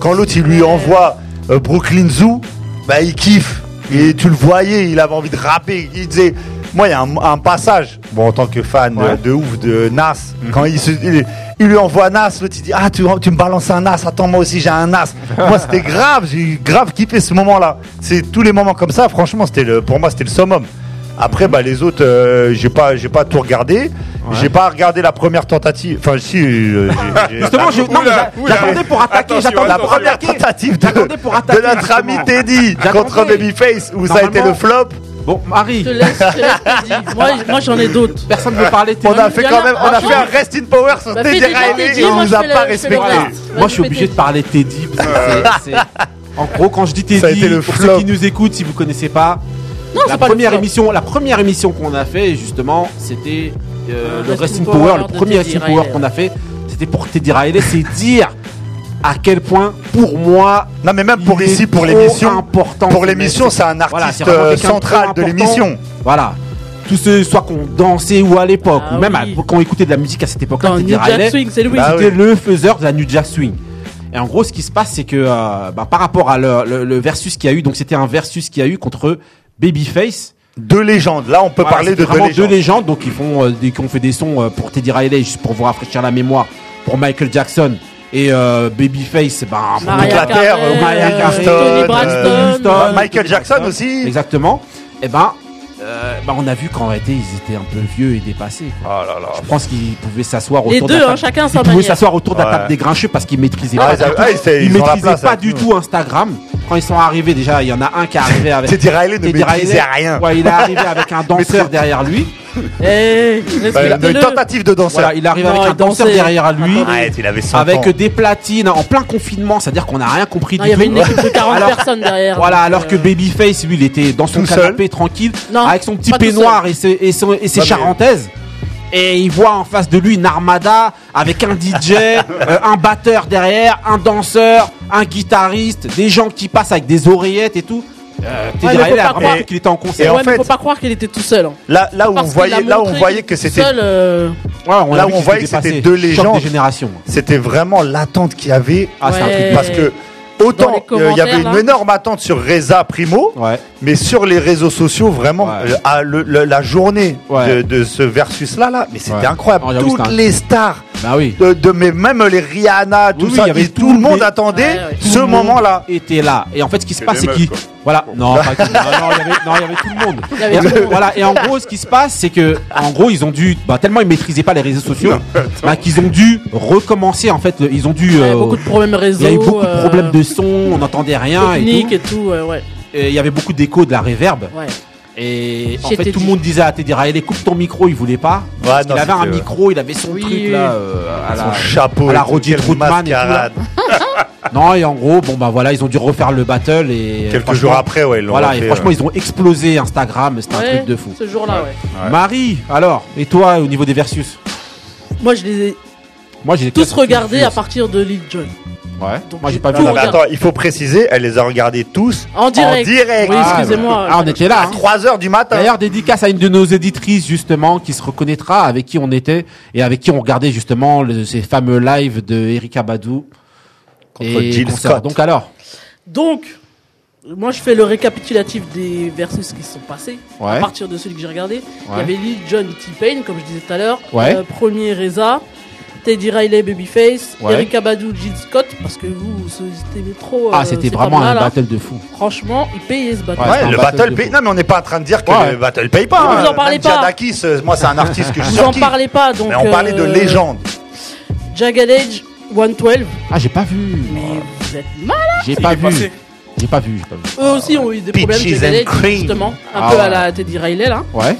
Speaker 4: Quand l'autre, il lui envoie euh, Brooklyn Zoo, bah, il kiffe. Et tu le voyais, il avait envie de rapper. Il disait. Moi, il y a un, un passage, bon, en tant que fan
Speaker 1: Ouais.
Speaker 4: euh, de ouf de Nas, quand il, se, il, il lui envoie Nas, l'autre il dit Ah, tu, tu me balances un Nas, attends, moi aussi j'ai un Nas. moi, c'était grave, j'ai grave kiffé ce moment-là. C'est tous les moments comme ça, franchement, c'était le, pour moi, c'était le summum. Après, bah, les autres, euh, j'ai pas, j'ai pas tout regardé. J'ai pas regardé la première tentative. Enfin, si. euh, j'ai- j'ai-
Speaker 1: Justement, je- non, mais j'a-
Speaker 5: Ah, Oula,
Speaker 1: j'attendais pour attaquer,
Speaker 5: attention,
Speaker 1: j'attendais
Speaker 4: la
Speaker 5: Attends,
Speaker 1: pour
Speaker 4: première
Speaker 1: attaquer.
Speaker 4: tentative de,
Speaker 1: J'attendais pour
Speaker 4: de
Speaker 1: attaquer,
Speaker 4: notre ami
Speaker 1: justement.
Speaker 4: Teddy contre
Speaker 1: J'attendais.
Speaker 4: Babyface, où ça a été le
Speaker 1: Normalement-
Speaker 4: flop.
Speaker 1: Bon,
Speaker 2: Je
Speaker 1: Marie,
Speaker 2: te laisse, je te laisse, Teddy. Moi, moi j'en ai d'autres.
Speaker 1: personne ne veut parler. t'es-
Speaker 4: On a
Speaker 2: Il
Speaker 4: fait
Speaker 2: y en
Speaker 4: quand
Speaker 2: a-
Speaker 4: même, on a
Speaker 2: franchement,
Speaker 4: fait un rest in power sur
Speaker 2: Bah,
Speaker 4: Teddy
Speaker 2: fais des
Speaker 4: Riley
Speaker 2: Teddy,
Speaker 4: et on
Speaker 2: moi,
Speaker 4: nous
Speaker 2: je
Speaker 4: a
Speaker 2: fais le-
Speaker 4: pas
Speaker 2: je fais le reste.
Speaker 4: respecté.
Speaker 1: Moi, je suis
Speaker 2: Vas-y,
Speaker 1: obligé
Speaker 2: Teddy.
Speaker 1: de parler Teddy. parce que c'est-
Speaker 5: Euh.
Speaker 1: c'est- En gros, quand je dis Teddy,
Speaker 4: Ça a été le
Speaker 1: pour
Speaker 4: flop.
Speaker 1: ceux qui nous écoutent, si vous connaissez pas,
Speaker 2: c'est
Speaker 1: la
Speaker 2: pas le
Speaker 1: première
Speaker 2: flop.
Speaker 1: émission, la première émission qu'on a fait justement, c'était
Speaker 2: Euh,
Speaker 1: euh,
Speaker 2: Rest
Speaker 1: le
Speaker 2: in
Speaker 1: Wrestling
Speaker 2: Power
Speaker 1: Power, le
Speaker 2: de
Speaker 1: premier
Speaker 2: Teddy
Speaker 1: Wrestling Power
Speaker 2: Riley.
Speaker 1: qu'on a fait, c'était pour Teddy Riley, c'est dire à quel point pour moi
Speaker 4: Non, mais même pour
Speaker 1: il est
Speaker 4: ici, pour
Speaker 1: trop
Speaker 4: l'émission.
Speaker 1: important
Speaker 4: Pour
Speaker 1: ce
Speaker 4: l'émission,
Speaker 1: mec.
Speaker 4: c'est un
Speaker 1: Voilà, c'est
Speaker 4: artiste
Speaker 1: vraiment
Speaker 4: euh,
Speaker 1: quelqu'un de
Speaker 4: central de
Speaker 1: très important.
Speaker 4: l'émission.
Speaker 1: Voilà. Tous ceux, soit qu'on dansait ou à l'époque,
Speaker 2: Ah
Speaker 1: ou même
Speaker 2: oui.
Speaker 1: à- quand on écoutait de la musique à cette époque-là,
Speaker 2: Dans
Speaker 1: Teddy
Speaker 2: New Jack
Speaker 1: Riley,
Speaker 2: Swing, c'est Louis.
Speaker 4: Bah,
Speaker 1: c'était
Speaker 4: oui.
Speaker 1: le faiseur de la New Jack Swing. Et en gros, ce qui se passe, c'est que euh, bah, par rapport à le, le- le versus qu'il y a eu, donc c'était un versus qu'il y a eu contre Babyface.
Speaker 4: Deux légendes. Là, on peut
Speaker 1: Voilà,
Speaker 4: parler
Speaker 1: c'est
Speaker 4: de deux
Speaker 1: vraiment
Speaker 4: légendes.
Speaker 1: donc ils font euh, des, qu'on fait des sons euh, pour Teddy Riley juste pour vous rafraîchir la mémoire pour Michael Jackson et euh, Babyface ben pour
Speaker 4: Donc la
Speaker 2: Mariah
Speaker 4: Terre,
Speaker 2: Carey,
Speaker 4: euh,
Speaker 1: Mariah
Speaker 2: euh,
Speaker 1: Carey,
Speaker 2: Tony
Speaker 4: Houston, euh,
Speaker 2: Braxton.
Speaker 1: Houston,
Speaker 4: Michael Jackson
Speaker 1: Jackson.
Speaker 4: aussi.
Speaker 1: exactement et ben euh, ben, on a vu qu'en réalité ils étaient un peu vieux et dépassés quoi.
Speaker 4: Oh là là.
Speaker 1: je pense qu'ils pouvaient s'asseoir
Speaker 2: Les
Speaker 1: autour
Speaker 2: deux,
Speaker 1: de la
Speaker 2: hein,
Speaker 1: table.
Speaker 2: chacun
Speaker 1: ils
Speaker 2: sa
Speaker 1: pouvaient
Speaker 2: manière.
Speaker 1: s'asseoir autour de la
Speaker 4: Ouais.
Speaker 1: table des grincheux parce qu'ils maîtrisaient
Speaker 4: Ah,
Speaker 1: pas
Speaker 4: ils avaient- ah, ils étaient- ils
Speaker 1: ils
Speaker 4: ont la
Speaker 1: maîtrisaient
Speaker 4: place
Speaker 1: pas
Speaker 4: avec
Speaker 1: du
Speaker 4: nous.
Speaker 1: tout Instagram quand ils sont arrivés déjà il y en a un qui est arrivé avec
Speaker 4: Teddy Riley ne
Speaker 1: Teddy Riley.
Speaker 4: maîtrisait rien.
Speaker 1: Ouais, il est arrivé avec un danseur derrière lui.
Speaker 2: Eh,
Speaker 4: Bah,
Speaker 2: respectez-le.
Speaker 4: Une tentative de danseur.
Speaker 1: Voilà, il arrive
Speaker 2: Non,
Speaker 1: avec
Speaker 2: il
Speaker 1: un danseur
Speaker 2: dansait.
Speaker 1: derrière lui.
Speaker 4: Arrête, il avait 100
Speaker 1: Avec
Speaker 4: ans.
Speaker 1: des platines en plein confinement, c'est-à-dire qu'on n'a rien compris
Speaker 2: Non,
Speaker 1: du
Speaker 2: il y avait
Speaker 1: truc.
Speaker 2: une équipe de 40
Speaker 1: Alors-
Speaker 2: personnes derrière.
Speaker 1: Voilà,
Speaker 2: donc,
Speaker 1: alors que
Speaker 2: euh,
Speaker 1: Babyface, lui, il était dans son
Speaker 4: Tout seul.
Speaker 1: canapé tranquille,
Speaker 2: Non,
Speaker 1: avec son petit
Speaker 2: pas tout
Speaker 1: peignoir et ses, et son- et ses
Speaker 4: Non, mais-
Speaker 1: charentaises. Et il voit en face de lui une armada avec un DJ, euh, un batteur derrière, un danseur, un guitariste, des gens qui passent avec des oreillettes et tout. Euh, Teddy
Speaker 2: Ouais, mais faut
Speaker 1: Riley a
Speaker 2: pas
Speaker 1: vraiment
Speaker 2: croire.
Speaker 1: cru qu'il était en
Speaker 4: hein. Et
Speaker 1: concert.
Speaker 4: en
Speaker 2: ouais, mais
Speaker 4: fait-
Speaker 2: faut pas croire qu'il était tout seul. hein.
Speaker 4: Là, là où on
Speaker 2: Parce qu'il a
Speaker 4: voyait, là où on
Speaker 2: montré
Speaker 4: voyait
Speaker 2: qu'il
Speaker 4: que
Speaker 2: était
Speaker 4: c'était,
Speaker 2: tout seul, euh,
Speaker 1: Ouais, ah, on a
Speaker 4: là
Speaker 1: vu
Speaker 4: où on
Speaker 1: qu'ils
Speaker 4: voyait
Speaker 1: étaient
Speaker 4: que
Speaker 1: dépassés.
Speaker 4: c'était deux
Speaker 1: Choc
Speaker 4: légendes.
Speaker 1: des générations. hein.
Speaker 4: c'était vraiment l'attente qu'il y avait.
Speaker 1: Ah, c'est un
Speaker 2: Ouais.
Speaker 1: truc.
Speaker 4: Parce que
Speaker 2: Dans les
Speaker 4: autant euh, il y
Speaker 2: commentaires,
Speaker 4: avait une
Speaker 2: là.
Speaker 4: énorme attente sur Reza Primo,
Speaker 1: Ouais.
Speaker 4: mais sur les réseaux sociaux, vraiment,
Speaker 1: Ouais.
Speaker 4: euh, à le- le- la journée
Speaker 1: Ouais.
Speaker 4: de, de ce versus-là, là, mais c'était
Speaker 1: Ouais.
Speaker 4: incroyable.
Speaker 1: Oh, j'avoue,
Speaker 4: Toutes
Speaker 1: c'était un-
Speaker 4: les stars,
Speaker 1: Bah oui.
Speaker 4: de, de- mais même les Rihanna, tout
Speaker 1: Oui, oui,
Speaker 4: ça,
Speaker 1: il y avait
Speaker 4: et tout,
Speaker 1: tous
Speaker 4: le monde
Speaker 1: les-
Speaker 4: attendait
Speaker 2: Ouais, ouais.
Speaker 1: Tout
Speaker 4: ce
Speaker 1: le monde
Speaker 4: moment-là.
Speaker 1: était là. Et en fait, ce qui se
Speaker 5: Et
Speaker 1: passe,
Speaker 5: des
Speaker 1: c'est
Speaker 5: meufs,
Speaker 1: qu'il.
Speaker 5: quoi.
Speaker 1: Voilà. Non, pas que- non, non, il y avait- non, il y avait tout le monde.
Speaker 2: Il y avait
Speaker 1: Et-
Speaker 2: tout le monde.
Speaker 1: Voilà. Et en gros, ce qui se passe, c'est que, en gros, ils ont dû, bah, tellement ils maîtrisaient pas les réseaux sociaux, bah, qu'ils ont dû recommencer. En fait, ils ont dû.
Speaker 2: il y avait
Speaker 1: euh,
Speaker 2: beaucoup de problèmes réseau.
Speaker 1: il y avait beaucoup de
Speaker 2: euh,
Speaker 1: problèmes de son, on n'entendait rien et
Speaker 2: technique
Speaker 1: tout.
Speaker 2: et tout. ouais, ouais.
Speaker 1: Et il y avait beaucoup d'écho de la réverb.
Speaker 2: ouais.
Speaker 1: Et en
Speaker 2: J'ai
Speaker 1: fait,
Speaker 2: été
Speaker 1: tout le
Speaker 2: dit.
Speaker 1: monde disait à Teddy Riley, coupe ton micro, il voulait pas. parce
Speaker 4: non,
Speaker 1: qu'il avait un
Speaker 4: c'était, euh,
Speaker 1: micro, il avait son
Speaker 2: Oui,
Speaker 1: truc
Speaker 2: oui.
Speaker 1: là, euh, à
Speaker 4: Son
Speaker 1: la-
Speaker 4: chapeau,
Speaker 1: à la
Speaker 4: et tout,
Speaker 1: Roddy
Speaker 4: quelle
Speaker 1: Troutman et tout, là.
Speaker 4: mascarade.
Speaker 1: Non, et en gros, bon bah voilà, ils ont dû refaire le battle et. euh,
Speaker 4: Quelques
Speaker 1: franchement,
Speaker 4: jours après, ouais, ils l'ont
Speaker 1: Voilà,
Speaker 4: refait,
Speaker 1: et franchement,
Speaker 4: ouais.
Speaker 1: ils ont explosé Instagram, c'était un
Speaker 2: Ouais,
Speaker 1: truc de fou.
Speaker 2: Ce jour-là, ouais.
Speaker 5: Ouais.
Speaker 1: Marie, alors, et toi au niveau des versus
Speaker 2: Moi, je les ai
Speaker 1: Moi j'ai
Speaker 2: tous
Speaker 1: quatre
Speaker 2: regardés à
Speaker 1: versus.
Speaker 2: partir de Lil Jon.
Speaker 1: Ouais.
Speaker 2: Donc,
Speaker 1: Moi j'ai
Speaker 2: j'ai
Speaker 1: pas
Speaker 2: tout
Speaker 1: vu.
Speaker 4: Non, mais
Speaker 2: regarde.
Speaker 4: attends, il faut préciser, elle les a regardés tous
Speaker 2: En direct.
Speaker 4: En direct.
Speaker 2: Oui,
Speaker 1: Ah,
Speaker 2: excusez-moi.
Speaker 1: Ah, on était là.
Speaker 4: à
Speaker 1: hein.
Speaker 4: 3h du matin.
Speaker 1: D'ailleurs, dédicace à une de nos éditrices justement qui se reconnaîtra, avec qui on était et avec qui on regardait justement le- ces fameux lives de Erika Badou
Speaker 4: Contre Jill
Speaker 1: consorts.
Speaker 4: Scott.
Speaker 1: Donc alors,
Speaker 2: Donc, moi, je fais le récapitulatif des versus qui se sont passés.
Speaker 1: Ouais.
Speaker 2: À partir de celui que j'ai regardé. Il
Speaker 1: Ouais.
Speaker 2: y avait Lil Jon et T-Pain, comme je disais tout à l'heure. Euh,
Speaker 1: Ouais.
Speaker 2: premier Reza. Teddy Riley, Babyface.
Speaker 1: Ouais.
Speaker 2: Erika Badu, Jill Scott. Parce que vous, c'était trop.
Speaker 1: ah
Speaker 2: euh,
Speaker 1: c'était
Speaker 2: ces
Speaker 1: vraiment
Speaker 2: femmes-là,
Speaker 1: un
Speaker 2: là.
Speaker 1: battle de fou.
Speaker 2: Franchement, ils payaient ce battle.
Speaker 1: Ouais,
Speaker 4: Ouais,
Speaker 1: c'est un
Speaker 4: le
Speaker 1: battle
Speaker 4: battle
Speaker 1: de
Speaker 4: paye.
Speaker 1: fou.
Speaker 4: Non, mais on n'est pas en train de dire que
Speaker 1: Ouais.
Speaker 4: le battle paye pas.
Speaker 2: Vous
Speaker 4: hein.
Speaker 2: en parlez
Speaker 4: Même
Speaker 2: pas.
Speaker 4: Jadakis, euh, moi, c'est un artiste que je
Speaker 2: Vous en
Speaker 4: surkiffe.
Speaker 2: parlez pas, donc.
Speaker 4: Mais on parlait de
Speaker 2: euh,
Speaker 4: légende.
Speaker 2: Jagged Edge, 112.
Speaker 1: Ah j'ai pas vu.
Speaker 2: Mais vous êtes mal.
Speaker 1: J'ai
Speaker 3: Il
Speaker 1: pas
Speaker 3: est
Speaker 1: vu.
Speaker 3: passé.
Speaker 1: J'ai pas vu. j'ai pas vu.
Speaker 2: Eux aussi ont eu des problèmes.
Speaker 4: Peaches
Speaker 2: Jagged
Speaker 4: and
Speaker 2: Edge,
Speaker 4: cream.
Speaker 2: justement. Un
Speaker 1: Ah
Speaker 2: peu
Speaker 1: ouais.
Speaker 2: à la Teddy Riley, là.
Speaker 1: Ouais.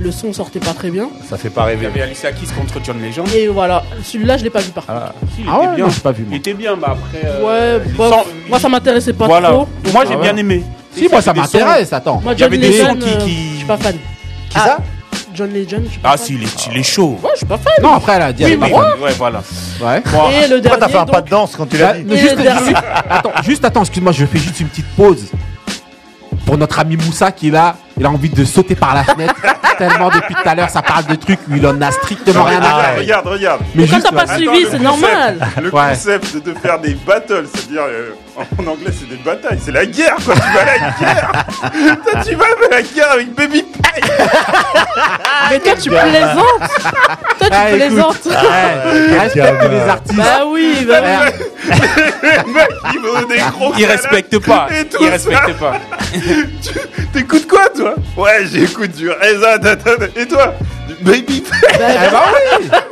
Speaker 2: Le son sortait pas très bien.
Speaker 4: Ça fait pas
Speaker 3: Il y
Speaker 4: rêver.
Speaker 3: avait Alicia Keys contre John Legend.
Speaker 2: Et voilà, celui-là, je l'ai pas vu par contre.
Speaker 3: Si, il
Speaker 1: Ah
Speaker 3: était
Speaker 1: ouais,
Speaker 3: bien.
Speaker 1: non, j'ai pas vu.
Speaker 3: Il
Speaker 1: Moi.
Speaker 3: était bien, bah après. euh,
Speaker 2: Ouais,
Speaker 3: il
Speaker 2: bof.
Speaker 3: sent-
Speaker 2: moi ça m'intéressait pas
Speaker 3: Voilà.
Speaker 2: trop.
Speaker 3: Moi j'ai
Speaker 1: Ah ouais.
Speaker 3: bien aimé.
Speaker 1: Si moi ça
Speaker 3: des sons-
Speaker 1: m'intéresse. Attends.
Speaker 2: Moi,
Speaker 3: Il y
Speaker 2: John
Speaker 3: avait des
Speaker 2: Legend,
Speaker 3: gens qui-
Speaker 2: euh,
Speaker 3: qui-
Speaker 2: je suis pas fan.
Speaker 4: Qui ça
Speaker 2: John Legend, je suis pas
Speaker 3: Ah
Speaker 2: fan.
Speaker 3: si, il est, il est chaud.
Speaker 2: Ouais, je suis pas fan.
Speaker 1: Non après elle a dit.
Speaker 3: Oui,
Speaker 1: elle a
Speaker 3: oui,
Speaker 1: pas
Speaker 3: ouais, voilà.
Speaker 1: vu. Ouais.
Speaker 3: Bon,
Speaker 2: Et le
Speaker 4: Pourquoi
Speaker 2: dernier,
Speaker 4: t'as fait un pas
Speaker 2: donc,
Speaker 4: de danse quand tu l'as
Speaker 1: Ah,
Speaker 4: dit
Speaker 1: mais
Speaker 2: Et
Speaker 1: juste,
Speaker 2: le dernier.
Speaker 1: juste- attends, juste attends, excuse-moi, je fais juste une petite pause. Pour notre ami Moussa qui est là, il a envie de sauter par la fenêtre. tellement depuis tout à l'heure, ça parle de trucs où il en a
Speaker 2: Ah,
Speaker 1: strictement rien à
Speaker 5: Regarde,
Speaker 1: faire.
Speaker 5: regarde, regarde.
Speaker 1: Mais
Speaker 2: quand
Speaker 1: juste,
Speaker 2: t'as pas
Speaker 5: Attends,
Speaker 2: suivi,
Speaker 5: le
Speaker 2: c'est
Speaker 5: concept-
Speaker 2: normal.
Speaker 5: Le
Speaker 1: Ouais.
Speaker 5: concept de faire des battles, c'est-à-dire euh, en anglais c'est des batailles, c'est la guerre quoi, tu vas à la guerre Toi, Tu vas à la guerre avec Baby
Speaker 2: Mais toi tu plaisantes. Toi
Speaker 3: Bah,
Speaker 1: Ah,
Speaker 2: tu
Speaker 1: écoute.
Speaker 2: plaisantes.
Speaker 1: ouais, respecte
Speaker 4: gamin.
Speaker 1: les artistes.
Speaker 2: Bah oui, bah oui.
Speaker 1: Ouais,
Speaker 5: qui veut des gros
Speaker 3: Il respecte pas.
Speaker 5: Et tout
Speaker 3: Il
Speaker 5: ça.
Speaker 3: respecte pas.
Speaker 5: salades. T'écoutes quoi toi Ouais j'écoute du Reza, ta, ta, ta. et toi Du Baby Eh
Speaker 1: eh bah oui. Moi,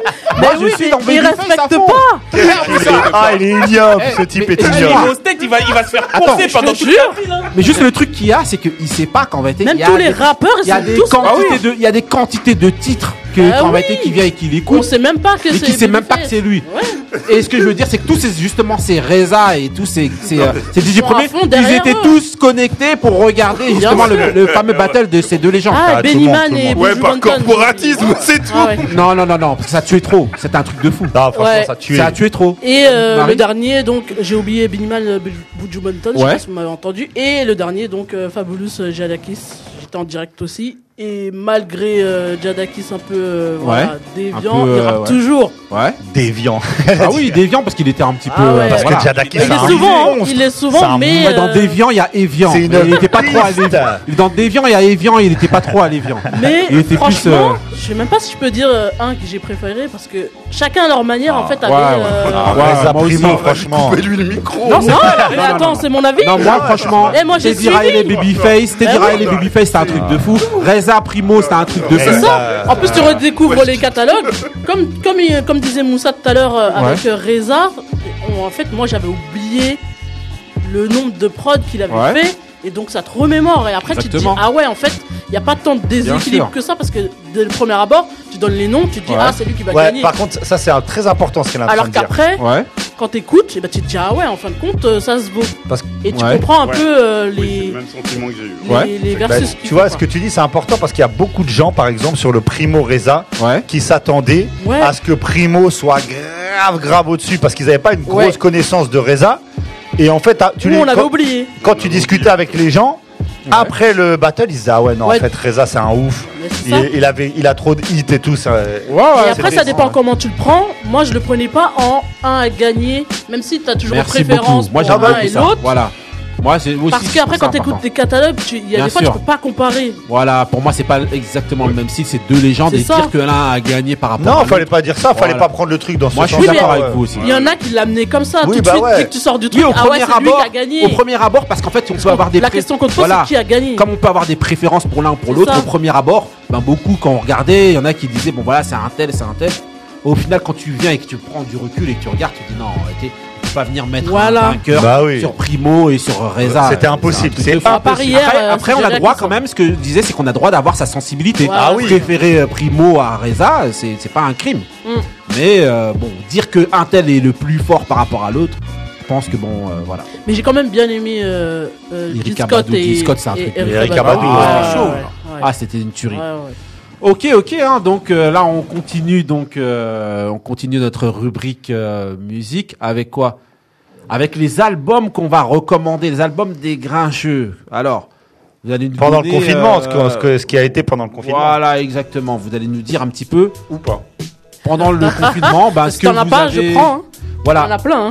Speaker 2: Bah
Speaker 1: je
Speaker 2: oui,
Speaker 1: suis dans
Speaker 2: mais il
Speaker 1: Babyface à
Speaker 2: respecte
Speaker 1: fond.
Speaker 2: pas.
Speaker 4: Ah, il est ignoble,
Speaker 1: Eh,
Speaker 4: ce type
Speaker 1: mais-
Speaker 4: est
Speaker 1: mais-
Speaker 3: Il est
Speaker 4: ignoble.
Speaker 3: au steak, il va, il va se faire
Speaker 1: Attends,
Speaker 3: courser
Speaker 1: je
Speaker 3: pendant
Speaker 1: te
Speaker 3: toute
Speaker 1: jure.
Speaker 3: la ville, hein.
Speaker 1: Mais juste le truc qu'il y a, c'est qu'il sait pas qu'en vérité. il
Speaker 2: Même
Speaker 1: y a
Speaker 2: tous
Speaker 1: des-
Speaker 2: les rappeurs,
Speaker 1: il y a
Speaker 2: ils
Speaker 1: des
Speaker 2: sont tous
Speaker 1: quantités
Speaker 2: connus.
Speaker 1: de, il y a des quantités de titres que
Speaker 2: Ah
Speaker 1: qu'en
Speaker 2: oui.
Speaker 1: vérité qui vient et qu'il
Speaker 2: On
Speaker 1: écoute.
Speaker 2: sait même pas que
Speaker 1: Et
Speaker 2: c'est.
Speaker 1: qui sait même pas que
Speaker 2: Babyface.
Speaker 1: c'est lui.
Speaker 2: Ouais.
Speaker 1: Et ce que je veux dire, c'est que tous ces, justement, ces Reza et tous ces, ces, euh, ces DJ
Speaker 2: sont à
Speaker 1: premiers,
Speaker 2: fond
Speaker 1: ils
Speaker 2: derrière
Speaker 1: étaient
Speaker 2: eux.
Speaker 1: tous connectés pour regarder justement le, le fameux battle de ces deux légendes.
Speaker 2: Ah,
Speaker 4: Ah, tout le monde,
Speaker 2: Bennyman
Speaker 4: tout le
Speaker 2: et
Speaker 4: monde.
Speaker 5: Ouais
Speaker 2: Benji
Speaker 5: par
Speaker 2: Bonton.
Speaker 5: corporatisme c'est tout
Speaker 2: Ah ouais.
Speaker 1: Non, non, non, non, parce que ça tuait trop. C'était un truc de fou.
Speaker 4: Non, franchement,
Speaker 2: Ouais.
Speaker 4: ça tue.
Speaker 1: Ça a tué trop.
Speaker 2: Et euh,
Speaker 1: Marie
Speaker 2: le dernier, donc j'ai oublié Binimal euh, Bu- Buju Banton, je sais
Speaker 1: Ouais.
Speaker 2: pas si vous m'avez entendu. Et le dernier, donc euh, Fabulous euh, Jadakis, j'étais en direct aussi. Et malgré euh, Jadakis un peu euh, voilà, déviant,
Speaker 1: Un peu,
Speaker 2: il rappe
Speaker 1: euh, ouais.
Speaker 2: toujours.
Speaker 1: Ouais.
Speaker 4: Déviant.
Speaker 1: Ah oui, Déviant, parce qu'il était un petit peu.
Speaker 2: Ah ouais.
Speaker 1: euh,
Speaker 4: Parce
Speaker 1: voilà.
Speaker 4: que Jadakis,
Speaker 2: il,
Speaker 4: c'est un
Speaker 2: est souvent, hein,
Speaker 4: monstre.
Speaker 2: il est
Speaker 4: C'est un
Speaker 2: souvent, mais.
Speaker 1: Ouais, dans
Speaker 2: euh,
Speaker 1: Déviant, il y a Évian.
Speaker 4: C'est
Speaker 1: Mais
Speaker 4: une
Speaker 1: Il était pas trop à
Speaker 4: piste.
Speaker 1: Déviant. Dans Déviant, il y a Évian, il était pas trop à Lévian.
Speaker 2: Mais
Speaker 1: Il était plus.
Speaker 2: franchement,
Speaker 1: euh,
Speaker 2: je sais même pas si je peux dire euh, un que j'ai préféré parce que chacun à leur manière en fait
Speaker 1: ouais,
Speaker 2: avait.
Speaker 1: ouais.
Speaker 2: euh,
Speaker 1: Ah, ouais,
Speaker 4: Reza
Speaker 1: moi aussi.
Speaker 4: Primo, franchement.
Speaker 5: Coupez lui le micro
Speaker 1: Non, c'est
Speaker 2: Non,
Speaker 1: pas-
Speaker 2: mais
Speaker 1: non, non,
Speaker 2: attends,
Speaker 1: non.
Speaker 2: c'est mon avis.
Speaker 1: Non, moi, franchement,
Speaker 2: Eh, moi, j'ai
Speaker 1: Teddy Riley,
Speaker 2: suivi.
Speaker 1: Babyface, Teddy
Speaker 2: Eh oui.
Speaker 1: Riley, Babyface, c'est un truc de fou. Reza Primo, c'est un truc de
Speaker 4: Ah. Reza.
Speaker 1: fou.
Speaker 2: C'est
Speaker 4: Euh,
Speaker 2: ça. En plus, tu redécouvres les catalogues. Comme, comme, il- comme disait Moussa tout à l'heure euh, avec euh, Reza, on- en fait, moi, j'avais oublié le nombre de prods qu'il avait
Speaker 1: Ouais.
Speaker 2: fait. Et donc, ça te remémore. Et après,
Speaker 1: Exactement.
Speaker 2: tu te dis, ah ouais, en fait, il n'y a pas tant de
Speaker 1: Bien sûr.
Speaker 2: déséquilibre que ça parce que dès le premier abord, tu donnes les noms, tu te dis,
Speaker 1: Ouais.
Speaker 2: ah, c'est lui qui va
Speaker 4: Ouais,
Speaker 2: gagner.
Speaker 4: par contre, ça, c'est un- très important ce qu'il est en train
Speaker 2: Alors
Speaker 4: de dire.
Speaker 2: qu'après,
Speaker 1: Ouais.
Speaker 2: quand t'écoutes, eh ben, tu te dis, ah ouais, en fin de compte, euh, ça se vaut.
Speaker 4: Parce que-
Speaker 2: Et tu
Speaker 1: Ouais.
Speaker 2: comprends un
Speaker 5: Ouais.
Speaker 2: peu euh, les,
Speaker 5: Oui, c'est le même sentiment que j'ai eu.
Speaker 2: les,
Speaker 1: Ouais.
Speaker 2: les
Speaker 4: Bah,
Speaker 2: versus.
Speaker 4: tu vois, ce que tu dis, c'est important parce qu'il y a beaucoup de gens, par exemple, sur le Primo Reza,
Speaker 1: Ouais.
Speaker 4: qui s'attendaient
Speaker 2: Ouais.
Speaker 4: à ce que Primo soit grave, grave au-dessus parce qu'ils n'avaient pas une grosse
Speaker 2: Ouais.
Speaker 4: connaissance de Reza. Et en fait, ah, tu
Speaker 2: Nous,
Speaker 4: les-
Speaker 2: on l'avait
Speaker 4: quand,
Speaker 2: oublié.
Speaker 4: quand tu discutais avec les gens, après le battle, ils disaient Ah ouais, non, en
Speaker 2: Ouais.
Speaker 4: fait, Reza, c'est un ouf.
Speaker 2: Mais c'est
Speaker 4: Il,
Speaker 2: ça.
Speaker 4: il avait, il a trop de hits et tout. Ça,
Speaker 1: Ouais, Ah ouais.
Speaker 2: Et après,
Speaker 4: c'est
Speaker 2: ça
Speaker 4: vrai.
Speaker 2: dépend comment tu le prends. Moi, je le prenais pas en un à gagner, même si t'as toujours
Speaker 1: Merci
Speaker 2: une préférence
Speaker 1: beaucoup. Moi,
Speaker 2: pour
Speaker 1: j'aime
Speaker 2: l'un
Speaker 1: beaucoup
Speaker 2: et
Speaker 1: ça.
Speaker 2: l'autre.
Speaker 1: Voilà. Moi, c'est aussi.
Speaker 2: Parce qu'après,
Speaker 1: c'est
Speaker 2: quand
Speaker 1: important.
Speaker 2: t'écoutes des catalogues, tu- il y a
Speaker 1: Bien
Speaker 2: des fois,
Speaker 1: sûr.
Speaker 2: tu peux pas comparer.
Speaker 1: Voilà, pour moi, c'est pas exactement le même style. C'est deux légendes
Speaker 2: C'est
Speaker 1: et
Speaker 2: ça.
Speaker 1: dire que l'un a gagné par rapport à
Speaker 4: Non,
Speaker 1: l'autre.
Speaker 4: fallait pas dire ça,
Speaker 1: Voilà.
Speaker 4: fallait pas prendre le truc dans ce
Speaker 1: Moi, je suis
Speaker 4: sens-là,
Speaker 1: d'accord
Speaker 4: ouais.
Speaker 1: avec vous aussi.
Speaker 2: Il y en a qui l'amenaient comme ça.
Speaker 4: Oui,
Speaker 2: tout de
Speaker 4: bah
Speaker 2: suite,
Speaker 4: ouais.
Speaker 2: dès que tu sors du
Speaker 1: Oui,
Speaker 2: truc,
Speaker 1: au
Speaker 2: ah ouais,
Speaker 1: premier
Speaker 2: c'est lui qui
Speaker 1: abord.
Speaker 2: a gagné.
Speaker 1: Au premier abord, parce qu'en fait, on peut avoir des
Speaker 2: La question qu'on te pose,
Speaker 1: Voilà.
Speaker 2: c'est qui a gagné.
Speaker 1: Comme on peut avoir des préférences pour l'un ou pour
Speaker 2: C'est
Speaker 1: l'autre,
Speaker 2: ça.
Speaker 1: au premier abord, ben beaucoup quand on regardait, il y en a qui disaient bon voilà c'est un tel, c'est un tel. Au final, quand tu viens et que tu prends du recul et que tu regardes, tu dis non, en réalité, pas venir mettre
Speaker 2: Voilà.
Speaker 1: un vainqueur
Speaker 4: Bah oui.
Speaker 1: sur Primo et sur Reza.
Speaker 4: C'était impossible,
Speaker 1: un truc Euh, de
Speaker 4: c'est
Speaker 1: fou.
Speaker 2: À part
Speaker 4: impossible.
Speaker 2: hier,
Speaker 1: Après,
Speaker 2: euh,
Speaker 1: après,
Speaker 2: c'est
Speaker 1: on a
Speaker 2: Jacques
Speaker 1: droit
Speaker 2: qui
Speaker 1: quand
Speaker 2: sort.
Speaker 1: même, ce que je disais, c'est qu'on a droit d'avoir sa sensibilité.
Speaker 2: Voilà. Ah oui.
Speaker 1: Préférer euh, Primo à Reza, c'est c'est pas un crime. Mais euh, bon, dire qu'un tel est le plus fort par rapport à l'autre, je pense que bon, euh, voilà.
Speaker 2: Mais j'ai quand même bien aimé euh, euh,
Speaker 1: Eric
Speaker 2: Gil Scott
Speaker 1: Abadou.
Speaker 2: et
Speaker 1: Gil Scott, c'est un truc.
Speaker 4: Eric
Speaker 1: ouais.
Speaker 4: Abadou,
Speaker 2: ouais, ouais,
Speaker 1: Ah, c'était une tuerie.
Speaker 2: ouais, ouais.
Speaker 1: Ok, ok, hein, donc euh, là on continue donc euh, on continue notre rubrique euh, musique avec quoi Avec les albums qu'on va recommander, les albums des grincheux. Alors, vous allez nous
Speaker 4: Pendant le
Speaker 1: donner,
Speaker 4: confinement,
Speaker 1: euh,
Speaker 4: ce, que- ce que- ce qui a été pendant le confinement.
Speaker 1: Voilà, exactement. Vous allez nous dire un petit peu
Speaker 4: Ou pas.
Speaker 1: pendant le confinement, bah, ce
Speaker 2: Si
Speaker 1: que
Speaker 2: t'en as
Speaker 1: vous
Speaker 2: pas,
Speaker 1: avez-
Speaker 2: je prends. Hein.
Speaker 1: Voilà,
Speaker 2: T'en as plein. Hein.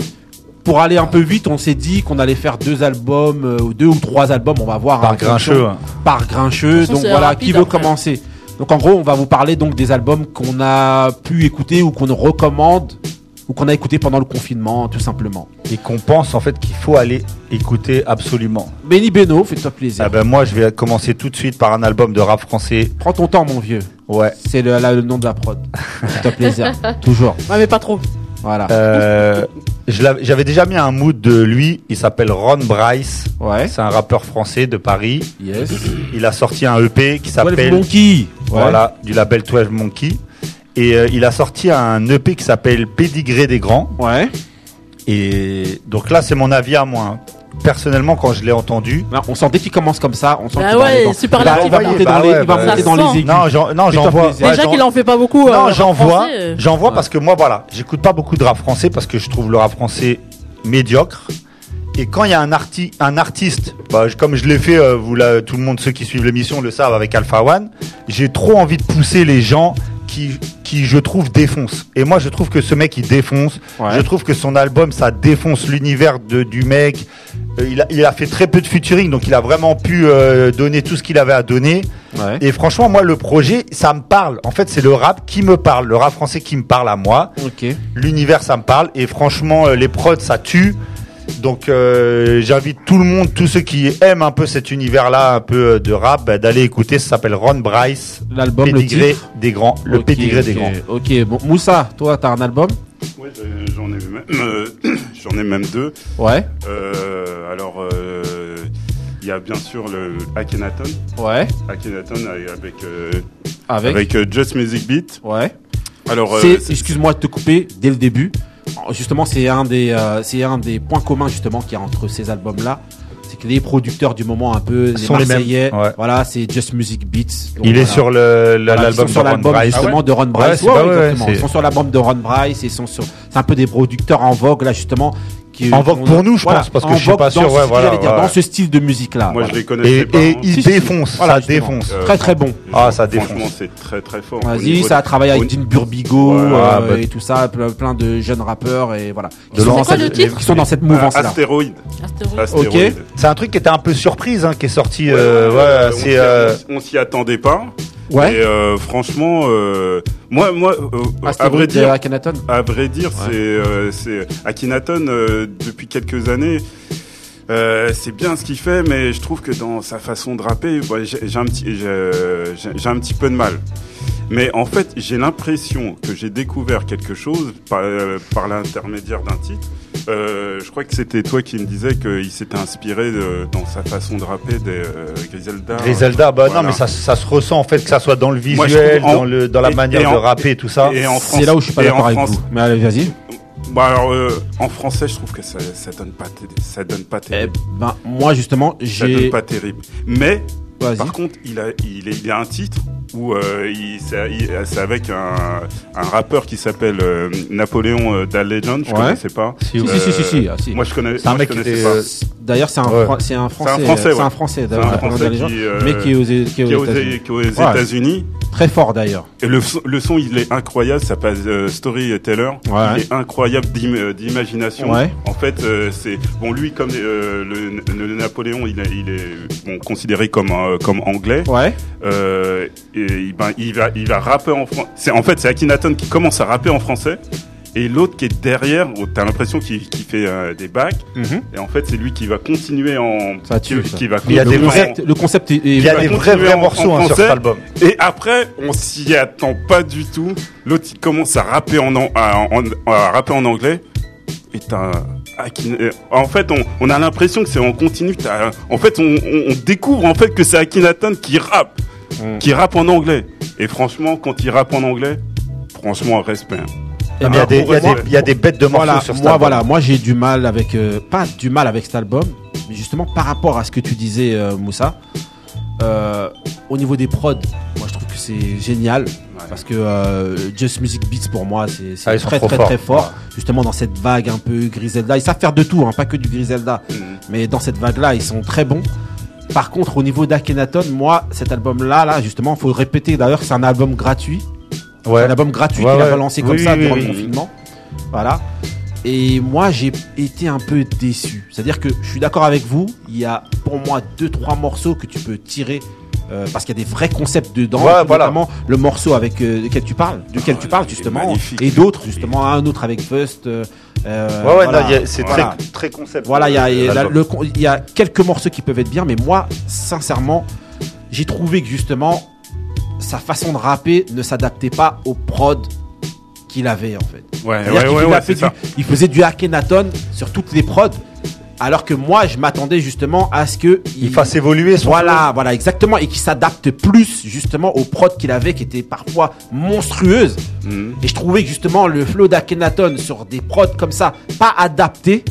Speaker 1: pour aller un peu vite, on s'est dit qu'on allait faire deux albums, euh, ou deux ou trois albums, on va voir.
Speaker 4: Par
Speaker 1: hein,
Speaker 4: grincheux. hein.
Speaker 1: par
Speaker 2: De
Speaker 1: grincheux.
Speaker 2: toute façon,
Speaker 1: Donc
Speaker 2: c'est
Speaker 1: voilà,
Speaker 2: rapide
Speaker 1: qui veut
Speaker 2: après.
Speaker 1: commencer Donc en gros, on va vous parler donc des albums qu'on a pu écouter ou qu'on recommande ou qu'on a écouté pendant le confinement, tout simplement.
Speaker 4: Et qu'on pense en fait qu'il faut aller écouter absolument.
Speaker 1: Benny Beno, fais-toi plaisir.
Speaker 4: Ah ben moi, je vais commencer tout de suite par un album de rap français.
Speaker 1: Prends ton temps, mon vieux.
Speaker 4: Ouais.
Speaker 1: C'est le, là, le nom de la prod. fais-toi plaisir. Toujours.
Speaker 2: Ouais, mais pas trop.
Speaker 1: Voilà.
Speaker 4: Euh, je l'avais- J'avais déjà mis un mood de lui. Il s'appelle Ron Bryce.
Speaker 1: Ouais.
Speaker 4: C'est un rappeur français de Paris.
Speaker 1: Yes.
Speaker 4: Il a sorti un EP qui
Speaker 1: Twelve
Speaker 4: s'appelle
Speaker 1: Monkey. Ouais.
Speaker 4: voilà du label 12 Monkey. Et euh, il a sorti un EP qui s'appelle Pédigré des grands.
Speaker 1: Ouais.
Speaker 4: Et donc là, c'est mon avis à moi. hein. Personnellement, quand je l'ai entendu,
Speaker 1: Là, on sent dès qu'il commence comme ça, on sent
Speaker 2: Bah
Speaker 1: qu'il va
Speaker 2: ouais,
Speaker 1: aller dans-
Speaker 2: super
Speaker 1: il va, il va
Speaker 2: latif.
Speaker 1: monter
Speaker 4: Bah
Speaker 1: dans les,
Speaker 4: ouais,
Speaker 1: il va
Speaker 4: bah
Speaker 1: monter
Speaker 4: ouais.
Speaker 1: dans
Speaker 2: Ça
Speaker 1: les
Speaker 2: sent.
Speaker 1: aigus.
Speaker 4: non, j'en, non,
Speaker 1: Fais-toi
Speaker 4: j'en vois.
Speaker 1: plaisir.
Speaker 4: ouais,
Speaker 2: Déjà
Speaker 4: j'en-
Speaker 2: qu'il en fait pas beaucoup. euh,
Speaker 4: non,
Speaker 2: rap
Speaker 4: j'en vois,
Speaker 2: français, euh.
Speaker 4: j'en vois parce que moi, voilà, j'écoute pas beaucoup de rap français parce que je trouve le rap français médiocre. Et quand il y a un, arti- un artiste, bah, je- comme je l'ai fait, euh, vous la- tout le monde, ceux qui suivent l'émission le savent avec Alpha One, j'ai trop envie de pousser les gens qui, qui, je trouve, défoncent. Et moi, je trouve que ce mec, il défonce.
Speaker 1: Ouais.
Speaker 4: Je trouve que son album, ça défonce l'univers de- du mec. Euh, il, a, il a fait très peu de featuring, donc il a vraiment pu euh, donner tout ce qu'il avait à donner.
Speaker 1: Ouais.
Speaker 4: Et franchement, moi, le projet, ça me parle. En fait, c'est le rap qui me parle, le rap français qui me parle à moi.
Speaker 1: Ok.
Speaker 4: L'univers, ça me parle. Et franchement, euh, les prods, ça tue. Donc, euh, j'invite tout le monde, tous ceux qui aiment un peu cet univers-là, un peu euh, de rap, bah, d'aller écouter. Ça s'appelle Ron Bryce,
Speaker 1: L'album, le
Speaker 4: Pédigré
Speaker 1: titre.
Speaker 4: des grands. Le
Speaker 1: Ok,
Speaker 4: Pédigré des
Speaker 1: ok,
Speaker 4: grands.
Speaker 1: Ok, bon, Moussa, toi, t'as un album
Speaker 5: Ouais, j'ai- j'en ai même, euh, j'en ai même deux.
Speaker 1: Ouais.
Speaker 5: Euh, alors, euh, il y a bien sûr le Akhenaton,
Speaker 1: Ouais.
Speaker 5: Akhenaton avec euh,
Speaker 1: Avec.
Speaker 5: avec euh, Just Music Beat.
Speaker 1: Ouais.
Speaker 5: Alors, euh,
Speaker 1: C'est-
Speaker 5: c'est-
Speaker 1: excuse-moi de te couper dès le début. Justement, c'est un des, euh, c'est un des points communs justement qu'il y a entre ces albums-là, c'est que les producteurs du moment un peu les
Speaker 4: Sont les mêmes,
Speaker 1: Marseillais,
Speaker 4: ouais.
Speaker 1: voilà, c'est Just Music Beats. Donc,
Speaker 4: Il est
Speaker 1: voilà.
Speaker 4: sur le- la-
Speaker 1: Voilà, ils
Speaker 4: l'album
Speaker 1: sont sur
Speaker 4: de Ron
Speaker 1: l'album
Speaker 4: Bryce.
Speaker 1: justement de Ron
Speaker 4: Ouais,
Speaker 1: Bryce.
Speaker 4: c'est- bah ouais, ouais,
Speaker 1: exactement.
Speaker 4: c'est-
Speaker 1: ils sont sur l'album de Ron Bryce. Ils sont sur, c'est un peu des producteurs en vogue là justement. Qui,
Speaker 4: En vogue
Speaker 1: on-
Speaker 4: pour nous, je pense, parce que
Speaker 1: en
Speaker 4: je suis
Speaker 1: vogue
Speaker 4: pas
Speaker 1: dans
Speaker 4: sûr,
Speaker 1: ce
Speaker 4: ouais,
Speaker 1: style,
Speaker 4: voilà,
Speaker 1: j'allais dire,
Speaker 4: voilà.
Speaker 1: Dans ce style de musique là.
Speaker 5: moi je les
Speaker 4: Et,
Speaker 5: connaissais pas.
Speaker 4: et
Speaker 5: hein.
Speaker 4: il
Speaker 1: Si, si.
Speaker 4: défonce,
Speaker 1: Voilà,
Speaker 4: ça
Speaker 1: justement.
Speaker 4: défonce.
Speaker 5: Euh,
Speaker 1: Très très bon.
Speaker 4: Ah, ça
Speaker 5: Franchement,
Speaker 4: défonce.
Speaker 5: c'est très très fort. Au
Speaker 1: Vas-y,
Speaker 5: niveau
Speaker 1: ça a
Speaker 5: de-
Speaker 1: travaillé
Speaker 5: au-
Speaker 1: avec Dean Burbigo
Speaker 5: Ouais,
Speaker 1: euh,
Speaker 4: bah-
Speaker 1: et tout ça, ple- plein de jeunes rappeurs et voilà. Qui
Speaker 4: De
Speaker 1: sont, dans
Speaker 4: Laurent-
Speaker 2: C'est quoi le
Speaker 1: cette,
Speaker 2: titre
Speaker 1: qui sont dans cette
Speaker 5: Ah,
Speaker 1: mouvance-là.
Speaker 5: Astéroïde.
Speaker 2: Astéroïde.
Speaker 5: Astéroïde.
Speaker 4: C'est un truc qui était un peu surprise, hein, qui est sorti. euh, ouais,
Speaker 5: Euh, on
Speaker 4: c'est.
Speaker 5: s'y-
Speaker 4: euh,
Speaker 5: on s'y attendait pas.
Speaker 1: Ouais. Ah,
Speaker 5: Et euh, franchement, euh, moi, moi, euh, à vrai
Speaker 1: Astéroïde de
Speaker 5: dire,
Speaker 1: Akhenaton.
Speaker 5: à vrai dire, c'est, euh, c'est Akhenaton euh, depuis quelques années. euh, c'est bien ce qu'il fait, mais je trouve que dans sa façon de rapper, ouais, j'ai j'ai un petit, j'ai- j'ai j'ai un petit peu de mal. Mais en fait, j'ai l'impression que j'ai découvert quelque chose par, euh, par l'intermédiaire d'un titre. Euh, je crois que c'était toi qui me disais qu'il s'était inspiré euh, dans sa façon de rapper des euh, Griselda.
Speaker 4: Griselda, bah
Speaker 5: Voilà.
Speaker 4: non, mais ça, ça se ressent en fait, que ça soit dans le
Speaker 5: Moi, je
Speaker 4: visuel,
Speaker 5: trouve en-
Speaker 4: dans, le, dans la
Speaker 5: et-
Speaker 4: manière
Speaker 5: et en-
Speaker 4: de rapper, tout ça.
Speaker 5: Et en France-
Speaker 1: C'est là où je suis pas
Speaker 5: et
Speaker 1: d'accord
Speaker 5: en
Speaker 1: avec
Speaker 5: France-
Speaker 1: vous. Mais allez, vas-y.
Speaker 5: Bah alors, euh, en français, je trouve que ça, ça donne pas, ter- ça donne pas
Speaker 1: Eh
Speaker 5: terrible.
Speaker 1: ben, moi justement,
Speaker 5: ça donne
Speaker 1: j'ai.
Speaker 5: pas terrible. Mais
Speaker 1: Vas-y.
Speaker 5: par contre, il a, il, est- il a un titre où euh, il- c'est il- c'est avec un, un rappeur qui s'appelle euh, Napoléon euh, Da Legend. Je
Speaker 1: Ouais.
Speaker 5: connaissais pas.
Speaker 4: Si,
Speaker 1: Si,
Speaker 5: Euh,
Speaker 1: si, si, si, si, ah, si.
Speaker 5: Moi, je connais.
Speaker 4: C'est
Speaker 5: moi,
Speaker 4: un
Speaker 5: je
Speaker 4: mec qui
Speaker 5: connaissais
Speaker 4: était,
Speaker 5: pas.
Speaker 4: euh,
Speaker 1: D'ailleurs, c'est un,
Speaker 4: Ouais.
Speaker 1: Fran- c'est un français.
Speaker 5: Français,
Speaker 1: C'est un
Speaker 5: ouais.
Speaker 1: français,
Speaker 5: C'est un
Speaker 1: d'ailleurs,
Speaker 5: Français
Speaker 1: dans les gens,
Speaker 5: qui, euh,
Speaker 1: mais qui est aux, qui est aux
Speaker 5: qui est aux,
Speaker 1: États-Unis.
Speaker 5: qui est aux
Speaker 1: Voilà.
Speaker 5: États-Unis.
Speaker 1: Très fort d'ailleurs.
Speaker 5: Et le, son- le son, il est incroyable. Ça passe euh, storyteller.
Speaker 1: Ouais.
Speaker 5: Il est incroyable d'im- euh, d'imagination.
Speaker 1: Ouais.
Speaker 5: En fait, euh, c'est bon. Lui, comme euh, le, le Napoléon, il, est- il est bon, considéré comme un- comme anglais.
Speaker 1: Ouais.
Speaker 5: Euh, et, il- ben, il va il va rapper en français. C'est en fait c'est Akhenaton qui commence à rapper en français. Et l'autre qui est derrière, oh, t'as l'impression qu'il qu'il fait euh, des bacs.
Speaker 4: Mm-hmm.
Speaker 1: Mhm.
Speaker 5: Et en fait, c'est lui qui va continuer en.
Speaker 1: Ça tue,
Speaker 5: qui,
Speaker 1: ça.
Speaker 5: qui va
Speaker 4: Il y a des
Speaker 1: Le
Speaker 5: continuer en-
Speaker 1: concept, le concept est. est-
Speaker 4: Il y a
Speaker 5: va
Speaker 4: des
Speaker 5: continuer
Speaker 4: vrais, vrais
Speaker 5: en-
Speaker 4: morceaux
Speaker 5: en
Speaker 4: hein, sur
Speaker 5: français.
Speaker 4: cet album.
Speaker 5: Et après, on s'y attend pas du tout. L'autre, il commence à rapper en, an- à- en- à rapper en anglais. Et t'as ah, qui- euh, en fait, on, on a l'impression que c'est en continu. T'as- En fait, on, on- on découvre en fait que c'est Akhenaton qui rappe, qui rappe en anglais. Et franchement, quand il rappe en anglais, franchement, respect. hein.
Speaker 4: Il y, a des- il y a des- il y a des bêtes de morceaux
Speaker 1: Ah, Voilà,
Speaker 4: sur cet
Speaker 1: moi,
Speaker 4: album.
Speaker 1: voilà, moi j'ai du mal avec, euh, pas du mal avec cet album, mais justement par rapport à ce que tu disais, euh, Moussa, euh, au niveau des prods, moi je trouve que c'est génial. Parce que euh, Just Music Beats pour moi c'est c'est
Speaker 4: Ah, ils sont
Speaker 1: très
Speaker 4: trop
Speaker 1: très
Speaker 4: forts.
Speaker 1: très fort justement dans cette vague un peu Griselda ils savent faire de tout hein, pas que du Griselda
Speaker 4: Mm.
Speaker 1: mais dans cette vague là ils sont très bons par contre au niveau d'Akenaton moi cet album là là justement faut répéter d'ailleurs que c'est un album gratuit
Speaker 4: Ouais.
Speaker 1: un album gratuit
Speaker 4: Ouais,
Speaker 1: qu'il a
Speaker 4: ouais.
Speaker 1: balancé
Speaker 4: Oui,
Speaker 1: comme ça
Speaker 4: oui,
Speaker 1: durant
Speaker 4: oui,
Speaker 1: le
Speaker 4: oui.
Speaker 1: confinement. Voilà. Et moi, j'ai été un peu déçu. C'est-à-dire que je suis d'accord avec vous. Il y a pour moi deux, trois morceaux que tu peux tirer. euh, parce qu'il y a des vrais concepts dedans,
Speaker 4: Ouais, voilà.
Speaker 1: notamment le morceau avec euh, lequel tu parles, duquel tu parles
Speaker 5: Ah, il est
Speaker 1: justement,
Speaker 5: magnifique.
Speaker 1: et d'autres justement, un autre avec Bust. euh,
Speaker 4: Ouais, ouais,
Speaker 1: voilà.
Speaker 4: non, il y a- c'est
Speaker 1: Voilà.
Speaker 4: très, très concept.
Speaker 1: Voilà, il y a- il y, a la-
Speaker 4: L'album.
Speaker 1: le con- il y a quelques morceaux qui peuvent être bien, mais moi, sincèrement, j'ai trouvé que justement, sa façon de rapper ne s'adaptait pas au prod qu'il avait en fait.
Speaker 5: Ouais,
Speaker 1: C'est-à-dire
Speaker 5: ouais,
Speaker 1: qu'il
Speaker 5: ouais,
Speaker 1: faisait
Speaker 5: ouais,
Speaker 1: un peu
Speaker 5: c'est ça.
Speaker 1: du- il faisait du Akhenaton sur toutes les prods, alors que moi, je m'attendais justement à ce que
Speaker 4: Il fasse évoluer son
Speaker 1: voilà, voilà, exactement, et qui s'adapte plus justement aux prods qu'il avait, qui étaient parfois monstrueuses.
Speaker 5: Mhm.
Speaker 1: Et je trouvais que justement le flow d'Akenaton sur des prods comme ça, pas adaptés,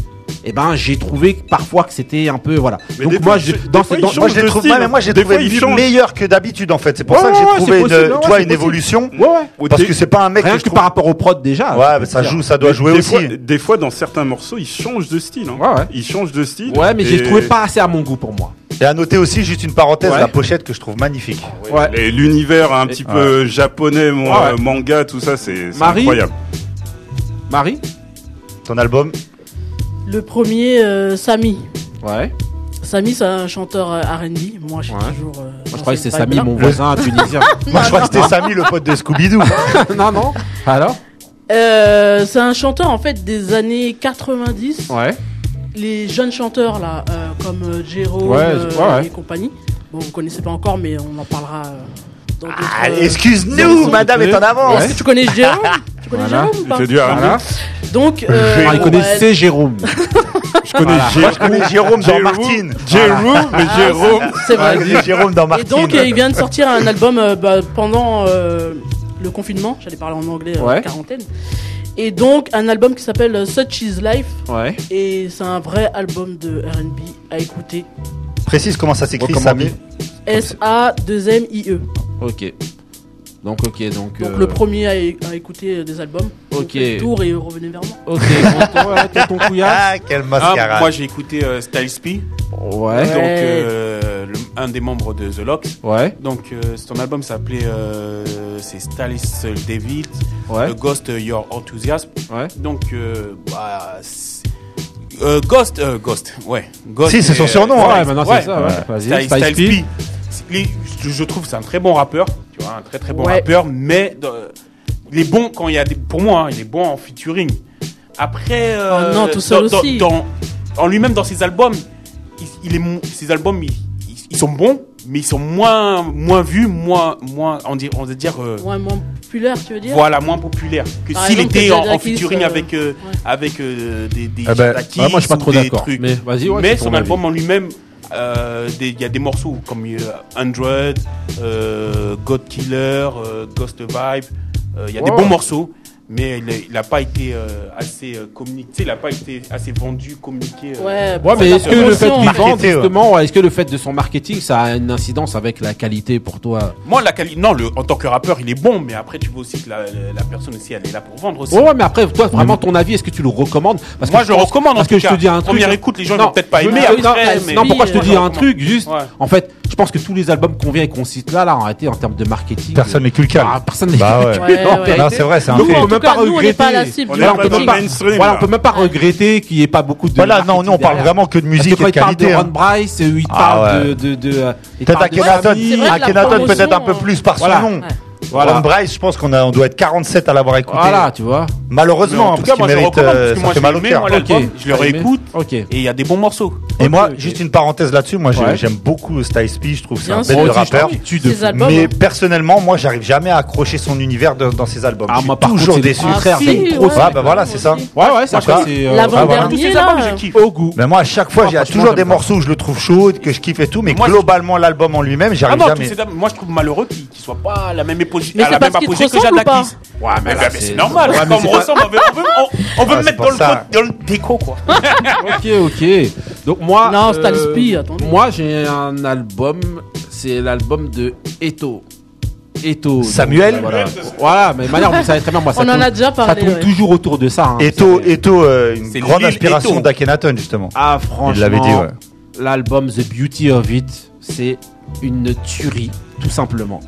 Speaker 1: et ben j'ai trouvé que parfois que c'était un peu voilà.
Speaker 5: Mais des
Speaker 1: Donc
Speaker 5: fois,
Speaker 1: moi
Speaker 5: il
Speaker 1: je
Speaker 5: ch-
Speaker 1: dans
Speaker 5: des fois, il
Speaker 1: ce- dans-
Speaker 5: change
Speaker 4: Moi, je l'ai
Speaker 5: de
Speaker 4: trouvé,
Speaker 5: style.
Speaker 4: ouais, mais moi, j'ai
Speaker 5: Des
Speaker 4: trouvé
Speaker 5: fois, il
Speaker 4: lui
Speaker 5: change.
Speaker 4: meilleur que d'habitude, en fait. C'est pour
Speaker 1: Ouais,
Speaker 4: ça que j'ai
Speaker 1: ouais,
Speaker 4: trouvé
Speaker 1: c'est possible,
Speaker 4: une,
Speaker 1: ouais,
Speaker 4: tu vois,
Speaker 1: c'est
Speaker 4: une
Speaker 1: possible.
Speaker 4: évolution.
Speaker 1: Ouais, ouais.
Speaker 4: Parce que c'est pas un mec
Speaker 1: Rien
Speaker 4: que
Speaker 1: que
Speaker 4: je trouve-
Speaker 1: par rapport aux prods déjà.
Speaker 4: Ouais,
Speaker 1: je
Speaker 4: mais
Speaker 1: peux
Speaker 4: ça
Speaker 1: dire.
Speaker 4: joue, ça doit jouer
Speaker 5: des
Speaker 4: aussi.
Speaker 5: Fois, des fois, dans certains morceaux, ils changent de style. Hein.
Speaker 1: Ouais, ouais.
Speaker 5: Ils changent de style.
Speaker 1: Ouais, Ah, mais j'ai
Speaker 5: Et
Speaker 1: trouvé pas assez à mon goût pour moi.
Speaker 4: Et à noter aussi, juste une parenthèse,
Speaker 1: Ouais.
Speaker 4: la pochette que je trouve magnifique.
Speaker 1: Ouais.
Speaker 5: les- L'univers un petit peu japonais, mon,
Speaker 1: Ouais.
Speaker 5: euh, manga, tout ça, c'est c'est
Speaker 1: Marie
Speaker 5: incroyable.
Speaker 1: Marie
Speaker 4: Ton album
Speaker 2: Le premier, euh, Samy.
Speaker 1: Ouais.
Speaker 2: Samy, c'est un chanteur euh, RB. Moi, je suis
Speaker 1: Ouais.
Speaker 2: toujours. euh,
Speaker 1: Moi
Speaker 2: dans
Speaker 1: je crois que c'est
Speaker 2: cette
Speaker 1: Samy
Speaker 2: vibe-là.
Speaker 1: mon voisin tunisien.
Speaker 4: Moi, je crois que c'était Samy, le pote de Scooby-Doo.
Speaker 1: non non. Alors
Speaker 2: Euh, c'est un chanteur, en fait, des années 90.
Speaker 1: Ouais.
Speaker 2: les jeunes chanteurs là, euh, comme euh, Jérôme
Speaker 1: Ouais,
Speaker 2: euh,
Speaker 1: ouais, ouais.
Speaker 2: et compagnie. Bon, vous connaissez pas encore, mais on en parlera. euh, dans d'autres,
Speaker 4: Ah,
Speaker 2: euh,
Speaker 4: Excuse-nous, madame est en avance.
Speaker 1: Ouais.
Speaker 2: Est-ce que tu connais Jérôme Tu connais
Speaker 1: Voilà.
Speaker 2: Jérôme ou pas
Speaker 5: C'est du R&B.
Speaker 1: Voilà.
Speaker 2: Donc, euh,
Speaker 1: Ah, il
Speaker 2: ouais,
Speaker 1: connaît c'est Jérôme.
Speaker 5: Je connais
Speaker 4: Moi, je connais Jérôme dans
Speaker 5: Jérôme.
Speaker 4: Martine.
Speaker 5: Jérôme, mais Jérôme.
Speaker 2: c'est
Speaker 4: Ouais,
Speaker 2: vrai.
Speaker 4: je connais Jérôme dans
Speaker 2: et
Speaker 4: Martine.
Speaker 2: donc, euh, il vient de sortir un album euh, bah, pendant euh, le confinement. J'allais parler en anglais, euh,
Speaker 1: Ouais.
Speaker 2: quarantaine. Et donc, un album qui s'appelle euh, Such Is Life.
Speaker 1: Ouais.
Speaker 2: Et c'est un vrai album de RB à écouter.
Speaker 4: Précise comment ça s'écrit,
Speaker 1: Recommandé.
Speaker 4: Samy.
Speaker 2: S-A-2-M-I-E.
Speaker 1: OK. Donc OK, donc
Speaker 2: E. Donc
Speaker 1: euh,
Speaker 2: le premier à, é- à écouter euh, des albums. Donc,
Speaker 1: Ok.
Speaker 2: faites le tour et revenez vers moi.
Speaker 1: OK, tonton, ouais, tonton Couillasse.
Speaker 4: Ah, quelle
Speaker 3: Ah,
Speaker 4: mascarade.
Speaker 3: moi j'ai écouté euh, Styles P,
Speaker 1: Ouais.
Speaker 3: donc euh, le- un des membres de The Locks.
Speaker 1: Ouais.
Speaker 3: Donc euh, son album s'appelait euh, c'est Styles David,
Speaker 1: Ouais.
Speaker 3: The Ghost euh, Your Enthusiasm.
Speaker 1: Ouais.
Speaker 3: Donc euh, bah, c'est- euh, Ghost, euh, Ghost, ouais. Ghost
Speaker 4: Si, c'est
Speaker 3: et,
Speaker 4: son
Speaker 3: euh,
Speaker 4: surnom,
Speaker 1: Ouais,
Speaker 3: Styles-
Speaker 1: maintenant
Speaker 3: ouais.
Speaker 1: c'est ça. Ouais.
Speaker 3: Styles,
Speaker 1: Vas-y, Styles P.
Speaker 3: Styles P. C'est- lui, je- je trouve que c'est un très bon rappeur, tu vois, un très très bon
Speaker 2: Ouais.
Speaker 3: rappeur, mais euh, il est bon quand il y a des, pour moi, hein, il est bon en featuring. Après, euh,
Speaker 2: Ah non, tout seul
Speaker 3: dans- dans-
Speaker 2: aussi.
Speaker 3: dans- en lui-même dans ses albums, il, il est, mo- ses albums, ils, ils- ils sont bons, mais ils sont moins moins vus, moins moins on dit- on va dire euh,
Speaker 2: Ouais, moins populaire, Ah, tu veux dire
Speaker 3: voilà moins populaire que
Speaker 2: Par
Speaker 3: s'il
Speaker 2: exemple,
Speaker 3: était
Speaker 2: que
Speaker 3: en, en
Speaker 2: Jadakiss,
Speaker 3: featuring
Speaker 2: euh,
Speaker 3: avec euh,
Speaker 2: ouais.
Speaker 3: avec euh, des des
Speaker 4: Ah ben,
Speaker 3: Jadakiss
Speaker 1: ouais, moi, je suis pas
Speaker 3: ou
Speaker 1: trop
Speaker 3: des
Speaker 1: d'accord,
Speaker 3: trucs.
Speaker 1: mais vas-y, ouais,
Speaker 3: mais
Speaker 1: c'est
Speaker 3: son
Speaker 1: ton
Speaker 3: album en lui-même euh, des- il y a des morceaux comme euh, 100 euh, God Killer euh, Ghost Vibe euh, il y a des
Speaker 1: Ouais.
Speaker 3: bons morceaux mais il est- il a pas été euh, assez euh, communiqué tu sais, il a pas été assez vendu communiqué
Speaker 2: Ouais,
Speaker 3: euh.
Speaker 1: Ouais,
Speaker 2: pour
Speaker 1: mais
Speaker 2: la
Speaker 1: est-ce que le fait
Speaker 2: promotion.
Speaker 1: qu'il vende,
Speaker 4: Marketé, ouais.
Speaker 1: justement, ouais, est-ce que le fait de son marketing, ça a une incidence avec la qualité pour toi
Speaker 3: moi la quali- non le, en tant que rappeur il est bon mais après tu vois aussi que la, la personne aussi elle est là pour vendre aussi
Speaker 1: Ouais, ouais, mais après, toi, vraiment, ton avis, est-ce que tu le recommandes Parce
Speaker 3: Moi,
Speaker 1: que
Speaker 3: je le
Speaker 1: pense-
Speaker 3: recommande, en
Speaker 1: Parce
Speaker 3: tout
Speaker 1: que je
Speaker 3: cas.
Speaker 1: te dis un truc.
Speaker 3: Première écoute, les gens, ils
Speaker 1: Non,
Speaker 3: vont peut-être pas
Speaker 1: je-
Speaker 3: aimer,
Speaker 1: non,
Speaker 3: après,
Speaker 1: non,
Speaker 3: mais-
Speaker 1: non, pourquoi je te
Speaker 2: Oui,
Speaker 1: dis
Speaker 3: je
Speaker 1: un
Speaker 3: recommande.
Speaker 1: truc Juste,
Speaker 3: Ouais.
Speaker 1: en fait, je pense que tous les albums qu'on vient et qu'on cite là, là, en réalité, en termes de marketing.
Speaker 4: Personne
Speaker 1: euh,
Speaker 4: n'est culcal.
Speaker 1: ah, personne n'est
Speaker 4: Bah ouais.
Speaker 1: culcal, en
Speaker 2: Ouais,
Speaker 1: réalité.
Speaker 4: Non, c'est vrai, c'est un
Speaker 1: Donc,
Speaker 4: fait.
Speaker 1: on
Speaker 2: En
Speaker 1: peut même
Speaker 2: tout cas,
Speaker 1: pas
Speaker 2: nous, on n'est
Speaker 1: regretter.
Speaker 2: pas à la cible
Speaker 5: On
Speaker 2: du
Speaker 5: est
Speaker 1: Voilà, on peut
Speaker 5: dans
Speaker 1: même
Speaker 5: le
Speaker 1: pas-
Speaker 2: marketing.
Speaker 5: mainstream,
Speaker 1: voilà,
Speaker 5: là.
Speaker 1: on peut même pas regretter qu'il n'y ait pas beaucoup de.
Speaker 4: Voilà, non, nous, on
Speaker 1: marketing
Speaker 4: parle
Speaker 1: derrière.
Speaker 4: vraiment que de
Speaker 1: Parce
Speaker 4: musique
Speaker 1: que quand
Speaker 4: et de
Speaker 1: il parle de
Speaker 4: qualité.
Speaker 1: Ron
Speaker 4: hein.
Speaker 1: Bryce, euh, il
Speaker 4: Ah
Speaker 1: parle
Speaker 4: ouais.
Speaker 1: de. de- de, euh, il
Speaker 4: Peut-être
Speaker 1: parle de
Speaker 4: Akhenaton,
Speaker 1: famille,
Speaker 2: c'est vrai que la
Speaker 4: Akhenaton
Speaker 2: promotion,
Speaker 4: peut-être un peu
Speaker 2: euh,
Speaker 4: plus par
Speaker 1: Voilà.
Speaker 4: son nom.
Speaker 2: Ouais.
Speaker 1: Voilà.
Speaker 4: Ron Bryce, je pense qu'on a, on doit être 47 à l'avoir écouté.
Speaker 1: Voilà, tu vois.
Speaker 4: Malheureusement,
Speaker 3: Mais en tout
Speaker 4: parce
Speaker 3: cas,
Speaker 4: qu'il
Speaker 3: moi, je le
Speaker 4: mérite,
Speaker 3: recommande,
Speaker 4: euh,
Speaker 3: parce que
Speaker 4: ça
Speaker 3: moi,
Speaker 4: fait
Speaker 3: je
Speaker 4: mal au
Speaker 3: l'aimais,
Speaker 4: cœur.
Speaker 3: moi, là. L'album, je le
Speaker 1: T'as aimé
Speaker 3: réécoute.
Speaker 1: Ok.
Speaker 3: et il y a des bons morceaux
Speaker 4: Et moi, juste une parenthèse là-dessus, moi j'ai-
Speaker 1: Ouais.
Speaker 4: j'aime beaucoup Style P, je trouve que c'est
Speaker 2: Bien
Speaker 4: un
Speaker 2: sûr.
Speaker 4: bête de
Speaker 2: Oh, si, je
Speaker 4: rappeur.
Speaker 1: Tu de
Speaker 2: Ses albums.
Speaker 4: Mais personnellement, moi j'arrive jamais à accrocher son univers de- dans ses albums.
Speaker 1: Ah,
Speaker 4: je suis
Speaker 1: moi, par contre,
Speaker 4: toujours
Speaker 1: c'est le
Speaker 4: déçu.
Speaker 1: contraire,
Speaker 2: Ah,
Speaker 1: c'est
Speaker 2: si,
Speaker 1: une grosse-
Speaker 4: Ouais, bah voilà, c'est ça.
Speaker 1: Ouais, ouais, ça
Speaker 4: Moi, je
Speaker 1: c'est. euh, ah,
Speaker 2: L'avant-dernier,
Speaker 3: Tous ces
Speaker 2: là,
Speaker 3: albums, je kiffe.
Speaker 1: Au goût.
Speaker 4: Mais moi, à chaque fois,
Speaker 1: Ah,
Speaker 4: j'ai
Speaker 1: franchement,
Speaker 4: toujours des
Speaker 1: j'aime pas.
Speaker 4: morceaux où je le trouve chaud, que je kiffe et tout, mais
Speaker 3: Moi,
Speaker 4: globalement, l'album en lui-même,
Speaker 3: Ah
Speaker 4: j'arrive
Speaker 3: non, tous
Speaker 4: jamais.
Speaker 3: ces dames, moi je trouve malheureux qu'ils qu'ils soient pas à la même éposi-
Speaker 2: Mais
Speaker 3: à
Speaker 2: c'est
Speaker 3: la
Speaker 2: parce
Speaker 3: même
Speaker 2: qu'ils te
Speaker 3: apogée que
Speaker 2: ressemblent
Speaker 3: Jade
Speaker 2: ou
Speaker 3: Lakis. Ouais, mais, bah, mais c'est normal, quand on me ressemble, on veut, on veut, on- on veut
Speaker 4: Ah,
Speaker 3: me
Speaker 4: c'est
Speaker 3: mettre
Speaker 4: pour
Speaker 3: dans le,
Speaker 4: ça.
Speaker 3: co- dans le déco, quoi.
Speaker 1: Ah, Ok, ok. Donc moi. euh,
Speaker 2: Non, Stan Spee, attendez.
Speaker 1: Moi, j'ai un album. C'est l'album de Eto. Eto.
Speaker 4: Samuel
Speaker 1: donc, voilà. voilà, mais de manière, vous savez très bien, moi, ça
Speaker 2: On en
Speaker 1: tourne-
Speaker 2: a déjà parlé,
Speaker 1: Ça tourne
Speaker 2: ouais.
Speaker 1: toujours autour de ça. hein.
Speaker 4: Eto,
Speaker 1: C'est-
Speaker 4: Eto, euh, une
Speaker 3: C'est
Speaker 4: grande
Speaker 3: l'île
Speaker 4: inspiration
Speaker 3: Eto.
Speaker 4: d'Akenaton, justement.
Speaker 1: Ah, franchement.
Speaker 4: Il l'avait dit, ouais.
Speaker 1: L'album The Beauty of It, c'est une tuerie, tout simplement.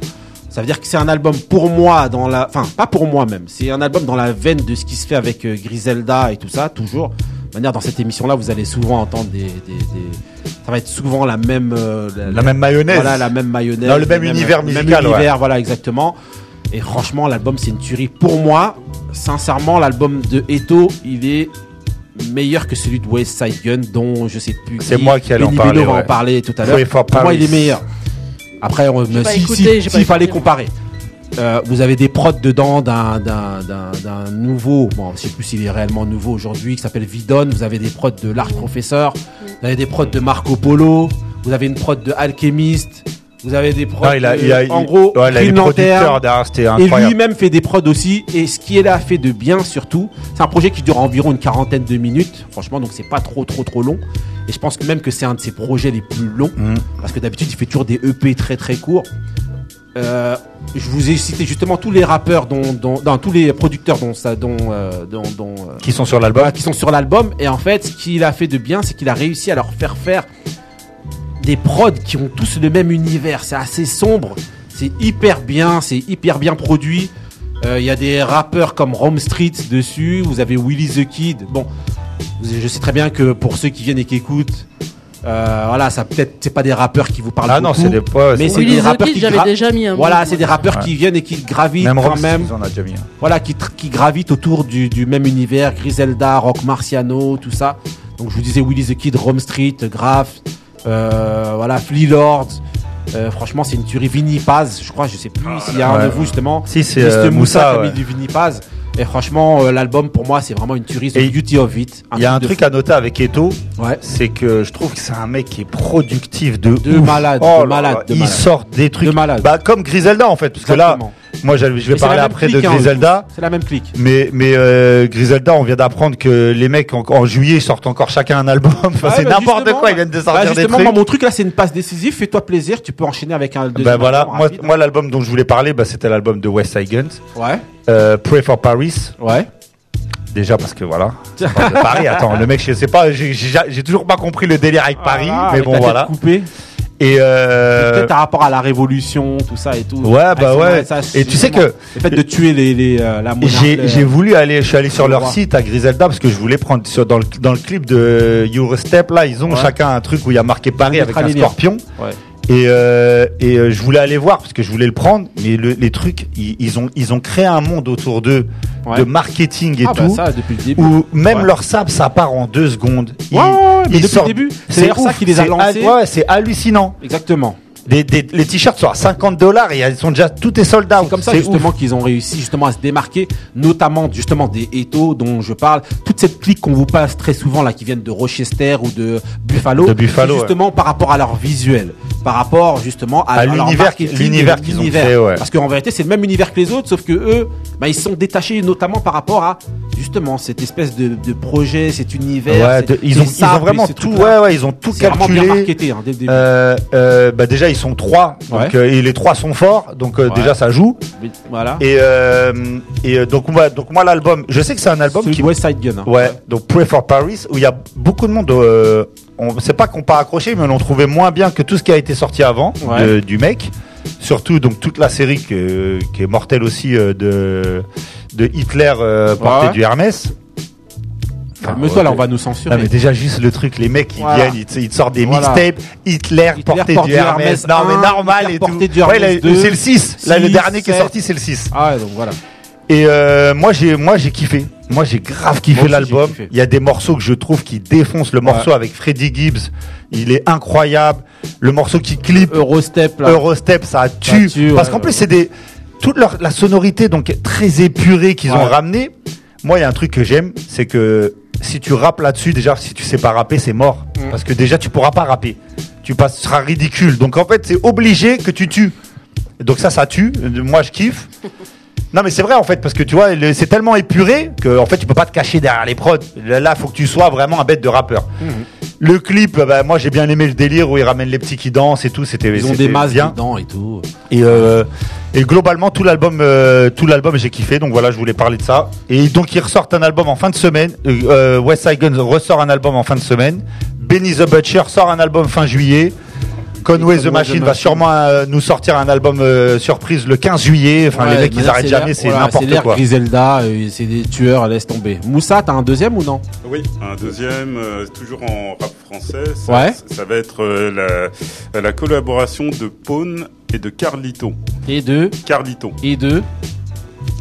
Speaker 1: Ça veut dire que c'est un album pour moi, dans la. Enfin, pas pour moi même. C'est un album dans la veine de ce qui se fait avec euh, Griselda et tout ça, toujours. De manière, dans cette émission-là, vous allez souvent entendre des. des- des- Ça va être souvent la même. euh,
Speaker 4: La même mayonnaise.
Speaker 1: Voilà, la même mayonnaise.
Speaker 4: Dans le même univers musical,
Speaker 1: Même univers, voilà, exactement. Et franchement, l'album, c'est une tuerie. Pour moi, sincèrement, l'album de Eto, il est meilleur que celui de West Side Gun, dont je sais plus.
Speaker 4: C'est
Speaker 1: qui.
Speaker 4: moi qui allais en
Speaker 1: Benny
Speaker 4: parler,
Speaker 1: Beno va
Speaker 4: ouais.
Speaker 1: en parler tout à
Speaker 4: Faut
Speaker 1: l'heure.
Speaker 4: y faire
Speaker 1: Pour moi,
Speaker 4: Paris.
Speaker 1: il est meilleur. Après, on,
Speaker 2: pas
Speaker 1: si-
Speaker 2: écouté,
Speaker 1: si-
Speaker 2: j'ai
Speaker 1: s'il
Speaker 2: pas
Speaker 1: fallait
Speaker 2: écouté.
Speaker 1: comparer. euh, vous avez des prods dedans d'un d'un- d'un- d'un nouveau, bon, je sais plus s'il est réellement nouveau aujourd'hui, qui s'appelle Vidon. Vous avez des prods de l'Arc Professeur, vous avez des prods de Marco Polo, vous avez une prod de Alchemist, vous avez des prods.
Speaker 4: Non, il a, il a,
Speaker 1: de- en
Speaker 4: il-
Speaker 1: gros,
Speaker 4: ouais, il a
Speaker 1: Green
Speaker 4: les
Speaker 1: Lantern,
Speaker 4: producteurs derrière, c'était
Speaker 1: et
Speaker 4: incroyable.
Speaker 1: lui-même fait des prods aussi. Et ce qui est là fait de bien surtout, c'est un projet qui dure environ une quarantaine de minutes. Franchement, donc c'est pas trop trop trop long. Et je pense que même que c'est un de ses projets les plus longs.
Speaker 4: Mhm.
Speaker 1: Parce que d'habitude, il fait toujours des EP très très courts. Euh, je vous ai cité justement tous les rappeurs dont, dont- non, tous les producteurs dont ça dont, euh, dont- dont, euh,
Speaker 4: Qui sont sur l'album.
Speaker 1: qui sont sur l'album. Et en fait, ce qu'il a fait de bien, c'est qu'il a réussi à leur faire faire des prods qui ont tous le même univers. C'est assez sombre, c'est hyper bien, c'est hyper bien produit. Euh, Il y a des rappeurs comme Rome Street dessus, vous avez Willy the Kid. Bon, vous- je sais très bien que pour ceux qui viennent et qui écoutent, euh, voilà, ça peut-être c'est pas des rappeurs qui vous parlent
Speaker 4: Ah non,
Speaker 1: beaucoup,
Speaker 4: c'est des pas-
Speaker 1: mais c'est
Speaker 2: Willy
Speaker 1: des
Speaker 2: the
Speaker 1: rappeurs
Speaker 2: Kid,
Speaker 1: qui
Speaker 2: j'avais
Speaker 1: gra-
Speaker 2: déjà mis un hein.
Speaker 1: Voilà,
Speaker 2: moment.
Speaker 1: c'est des rappeurs qui viennent et qui gravitent
Speaker 4: Même
Speaker 1: quand
Speaker 4: Rob,
Speaker 1: même
Speaker 4: on a déjà mis. un.
Speaker 1: voilà, qui, tr- qui gravitent autour du, du même univers, Griselda, Rock Marciano, tout ça. Donc je vous disais Willy the Kid, Rome Street, Graf, euh, voilà, Flea Lord. Euh, franchement, c'est une tuerie. Vinny Paz, je crois, je sais plus s'il y a un
Speaker 4: ouais.
Speaker 1: de vous justement.
Speaker 4: Si, c'est,
Speaker 1: Mais
Speaker 4: euh,
Speaker 1: ce
Speaker 4: Moussa,
Speaker 1: qui a mis
Speaker 4: ouais.
Speaker 1: du Vinny Paz. Et franchement, euh, l'album pour moi, c'est vraiment une tuerie. The
Speaker 4: Et
Speaker 1: Beauty of It.
Speaker 4: Il y a un
Speaker 1: de
Speaker 4: truc
Speaker 1: fou.
Speaker 4: à noter avec Eto,
Speaker 1: Ouais.
Speaker 4: c'est que je trouve que c'est un mec qui est productif de,
Speaker 1: De
Speaker 4: ouf.
Speaker 1: malade, de
Speaker 4: Oh là
Speaker 1: malade,
Speaker 4: là,
Speaker 1: de
Speaker 4: il
Speaker 1: malade.
Speaker 4: sort des trucs
Speaker 1: De malade.
Speaker 4: Bah comme Griselda en fait, parce
Speaker 1: Exactement.
Speaker 4: que là, moi j'allais- je vais
Speaker 1: Mais c'est la
Speaker 4: parler
Speaker 1: même
Speaker 4: après de
Speaker 1: clique, hein,
Speaker 4: Griselda.
Speaker 1: C'est la même clique.
Speaker 4: Mais, mais euh, Griselda, on vient d'apprendre que les mecs en, en juillet sortent encore chacun un album. Enfin,
Speaker 1: Ouais,
Speaker 4: c'est
Speaker 1: bah,
Speaker 4: n'importe
Speaker 1: justement,
Speaker 4: quoi, ils viennent de
Speaker 1: bah,
Speaker 4: sortir des
Speaker 1: justement,
Speaker 4: trucs.
Speaker 1: moi, mon truc là, c'est une passe décisive. Fais-toi plaisir. Tu peux enchaîner avec un.
Speaker 4: Ben
Speaker 1: deuxième
Speaker 4: voilà,
Speaker 1: album
Speaker 4: moi,
Speaker 1: rapide.
Speaker 4: moi l'album dont je voulais parler, bah, c'était l'album de West Side Guns,
Speaker 1: Ouais.
Speaker 4: euh, Pray for Paris,
Speaker 1: Ouais.
Speaker 4: déjà parce que voilà, on parle de Paris, attends, le mec, je sais pas, j'ai- j'ai j'ai toujours pas compris le délire avec Paris,
Speaker 1: Ah,
Speaker 4: mais
Speaker 1: avec
Speaker 4: bon
Speaker 1: la tête
Speaker 4: voilà.
Speaker 1: Coupée.
Speaker 4: Et euh,
Speaker 1: peut-être un rapport à la révolution, tout ça et tout.
Speaker 4: Ouais,
Speaker 1: Ah,
Speaker 4: bah
Speaker 1: c'est
Speaker 4: ouais.
Speaker 1: vrai, ça,
Speaker 4: Et tu sais
Speaker 1: vraiment-
Speaker 4: que-
Speaker 1: Le fait de tuer les, les, euh, la monarchie.
Speaker 4: J'ai j'ai voulu aller, je suis allé sur
Speaker 1: le
Speaker 4: leur
Speaker 1: droit.
Speaker 4: site à Griselda parce que je voulais prendre sur, dans, le, dans le clip de Eurostep là, ils ont chacun un truc où il y a marqué Paris
Speaker 1: On
Speaker 4: avec
Speaker 1: mettra
Speaker 4: un
Speaker 1: les liens.
Speaker 4: scorpion.
Speaker 1: Ouais.
Speaker 4: Et, euh, et euh, je voulais aller voir parce que je voulais le prendre, mais le- les trucs, ils, ils ont ils ont créé un monde autour d'eux
Speaker 1: Ouais.
Speaker 4: de marketing et
Speaker 1: Ah, bah,
Speaker 4: tout.
Speaker 1: ça, depuis le début.
Speaker 4: où même
Speaker 1: Ouais.
Speaker 4: leur sable, ça part en deux secondes. Ils-
Speaker 1: Ouais, ouais, ouais, mais
Speaker 4: ils
Speaker 1: depuis le
Speaker 4: sortent-
Speaker 1: début, c'est d'ailleurs ça
Speaker 4: ouf,
Speaker 1: qui les a
Speaker 4: c'est
Speaker 1: lancés.
Speaker 4: ha- ouais, c'est hallucinant.
Speaker 1: Exactement.
Speaker 4: Des- des- les t-shirts sont à 50 dollars et ils sont déjà tout est sold out.
Speaker 1: C'est comme ça
Speaker 4: C'est ouf.
Speaker 1: justement qu'ils ont réussi justement à se démarquer, notamment justement des Eto dont je parle, toute cette clique qu'on vous passe très souvent là qui viennent de Rochester ou de Buffalo,
Speaker 4: De Buffalo,
Speaker 1: c'est justement par rapport à leur visuel, par rapport justement à,
Speaker 4: À
Speaker 1: leur
Speaker 4: l'univers
Speaker 1: marketing,
Speaker 4: qu'ils- l'univers
Speaker 1: et
Speaker 4: qu'ils ont
Speaker 1: l'univers.
Speaker 4: fait, ouais.
Speaker 1: Parce qu'en vérité c'est le même univers que les autres, sauf que eux, bah, ils sont détachés notamment par rapport à justement cette espèce de, de projet, cet univers.
Speaker 4: Ouais,
Speaker 1: c'est-
Speaker 4: de- ils,
Speaker 1: ces
Speaker 4: ont, ils
Speaker 1: sapes
Speaker 4: ont
Speaker 1: et
Speaker 4: vraiment
Speaker 1: ces
Speaker 4: tout,
Speaker 1: trucs-là.
Speaker 4: ouais, ouais, ils ont tout
Speaker 1: C'est vraiment bien
Speaker 4: calculé.
Speaker 1: marketé hein, dès le début.
Speaker 4: Euh, euh, bah déjà ils sont trois donc,
Speaker 1: Ouais.
Speaker 4: euh, et les trois sont forts donc euh,
Speaker 1: Ouais.
Speaker 4: déjà ça joue
Speaker 1: voilà.
Speaker 4: et, euh, et euh, donc moi donc moi l'album je sais que c'est un album
Speaker 1: Celui
Speaker 4: qui
Speaker 1: de West Side Gun. hein.
Speaker 4: ouais donc Pray for Paris où il y a beaucoup de monde euh, on sait pas qu'on pas accroché mais on l'ont trouvé moins bien que tout ce qui a été sorti avant
Speaker 1: Ouais.
Speaker 4: de- du mec surtout donc toute la série que- qui est mortelle aussi euh, de de Hitler euh, porté
Speaker 1: Ouais.
Speaker 4: du Hermès Enfin,
Speaker 1: Calme-toi
Speaker 4: ouais,
Speaker 1: là, on va nous
Speaker 4: non,
Speaker 1: censurer.
Speaker 4: mais déjà juste le truc, les mecs ils
Speaker 1: Voilà.
Speaker 4: viennent, ils, te- ils te sortent des
Speaker 1: Voilà.
Speaker 4: mixtapes, Hitler, porté
Speaker 1: porte
Speaker 4: du Hermès, non mais
Speaker 1: un,
Speaker 4: normal
Speaker 1: Hitler
Speaker 4: et
Speaker 1: porté
Speaker 4: tout.
Speaker 1: du Hermès
Speaker 4: là,
Speaker 1: deux,
Speaker 4: c'est le 6, là le
Speaker 1: six,
Speaker 4: dernier qui est
Speaker 1: sept.
Speaker 4: sorti c'est le 6.
Speaker 1: Ah ouais, donc voilà.
Speaker 4: Et euh, moi j'ai moi j'ai kiffé. Moi, j'ai grave kiffé
Speaker 1: Moi aussi,
Speaker 4: l'album.
Speaker 1: j'ai kiffé.
Speaker 4: Il y a des morceaux que je trouve qui défoncent. Le morceau avec Freddie Gibbs, il est incroyable. Le morceau qui clip,
Speaker 1: Eurostep là.
Speaker 4: Eurostep, ça tue.
Speaker 1: Ça tue,
Speaker 4: Parce
Speaker 1: ouais,
Speaker 4: qu'en plus,
Speaker 1: ouais.
Speaker 4: c'est des. Toute leur, la sonorité, donc très épurée qu'ils ont
Speaker 1: Ouais.
Speaker 4: ramenée. Moi, il y a un truc que j'aime, c'est que si tu rappes là-dessus, déjà, si tu sais pas rapper, c'est mort.
Speaker 1: Mm.
Speaker 4: Parce que déjà, tu pourras pas rapper. Tu passes, tu seras ridicule. Donc en fait, c'est obligé que tu tues. Donc ça, ça tue. Euh, Moi, je kiffe. Non mais c'est vrai en fait parce que tu vois le- c'est tellement épuré que en fait tu peux pas te cacher derrière les prods. Là, Là faut que tu sois vraiment un bête de rappeur. Le clip, bah, moi j'ai bien aimé le délire où ils ramènent les petits qui dansent et tout. C'était
Speaker 1: Ils ont
Speaker 4: c'était
Speaker 1: des masques
Speaker 4: bien.
Speaker 1: dedans et tout.
Speaker 4: Et, euh, et globalement, tout l'album, euh, tout l'album, j'ai kiffé. Donc voilà, je voulais parler de ça. Et donc ils ressortent un album en fin de semaine. Euh, euh, West Side Guns ressort un album en fin de semaine. Benny the Butcher sort un album fin juillet. Conway
Speaker 1: Et
Speaker 4: the
Speaker 1: Conway the
Speaker 4: Machine va
Speaker 1: Machine.
Speaker 4: sûrement euh, nous sortir un album euh, surprise le 15 juillet. Enfin,
Speaker 1: Ouais,
Speaker 4: les mecs,
Speaker 1: mais
Speaker 4: ils
Speaker 1: là,
Speaker 4: arrêtent
Speaker 1: l'air-
Speaker 4: jamais, c'est
Speaker 1: voilà,
Speaker 4: n'importe
Speaker 1: l'air
Speaker 4: quoi.
Speaker 1: Griselda, euh, c'est des tueurs, laisse tomber. Moussa, t'as un deuxième ou non
Speaker 5: Oui, un deuxième, euh, toujours en rap français. Ça,
Speaker 1: Ouais.
Speaker 5: Ça va être euh, la, la collaboration de Pone et de Carlito.
Speaker 1: Et deux,
Speaker 5: Carlito.
Speaker 1: et deux.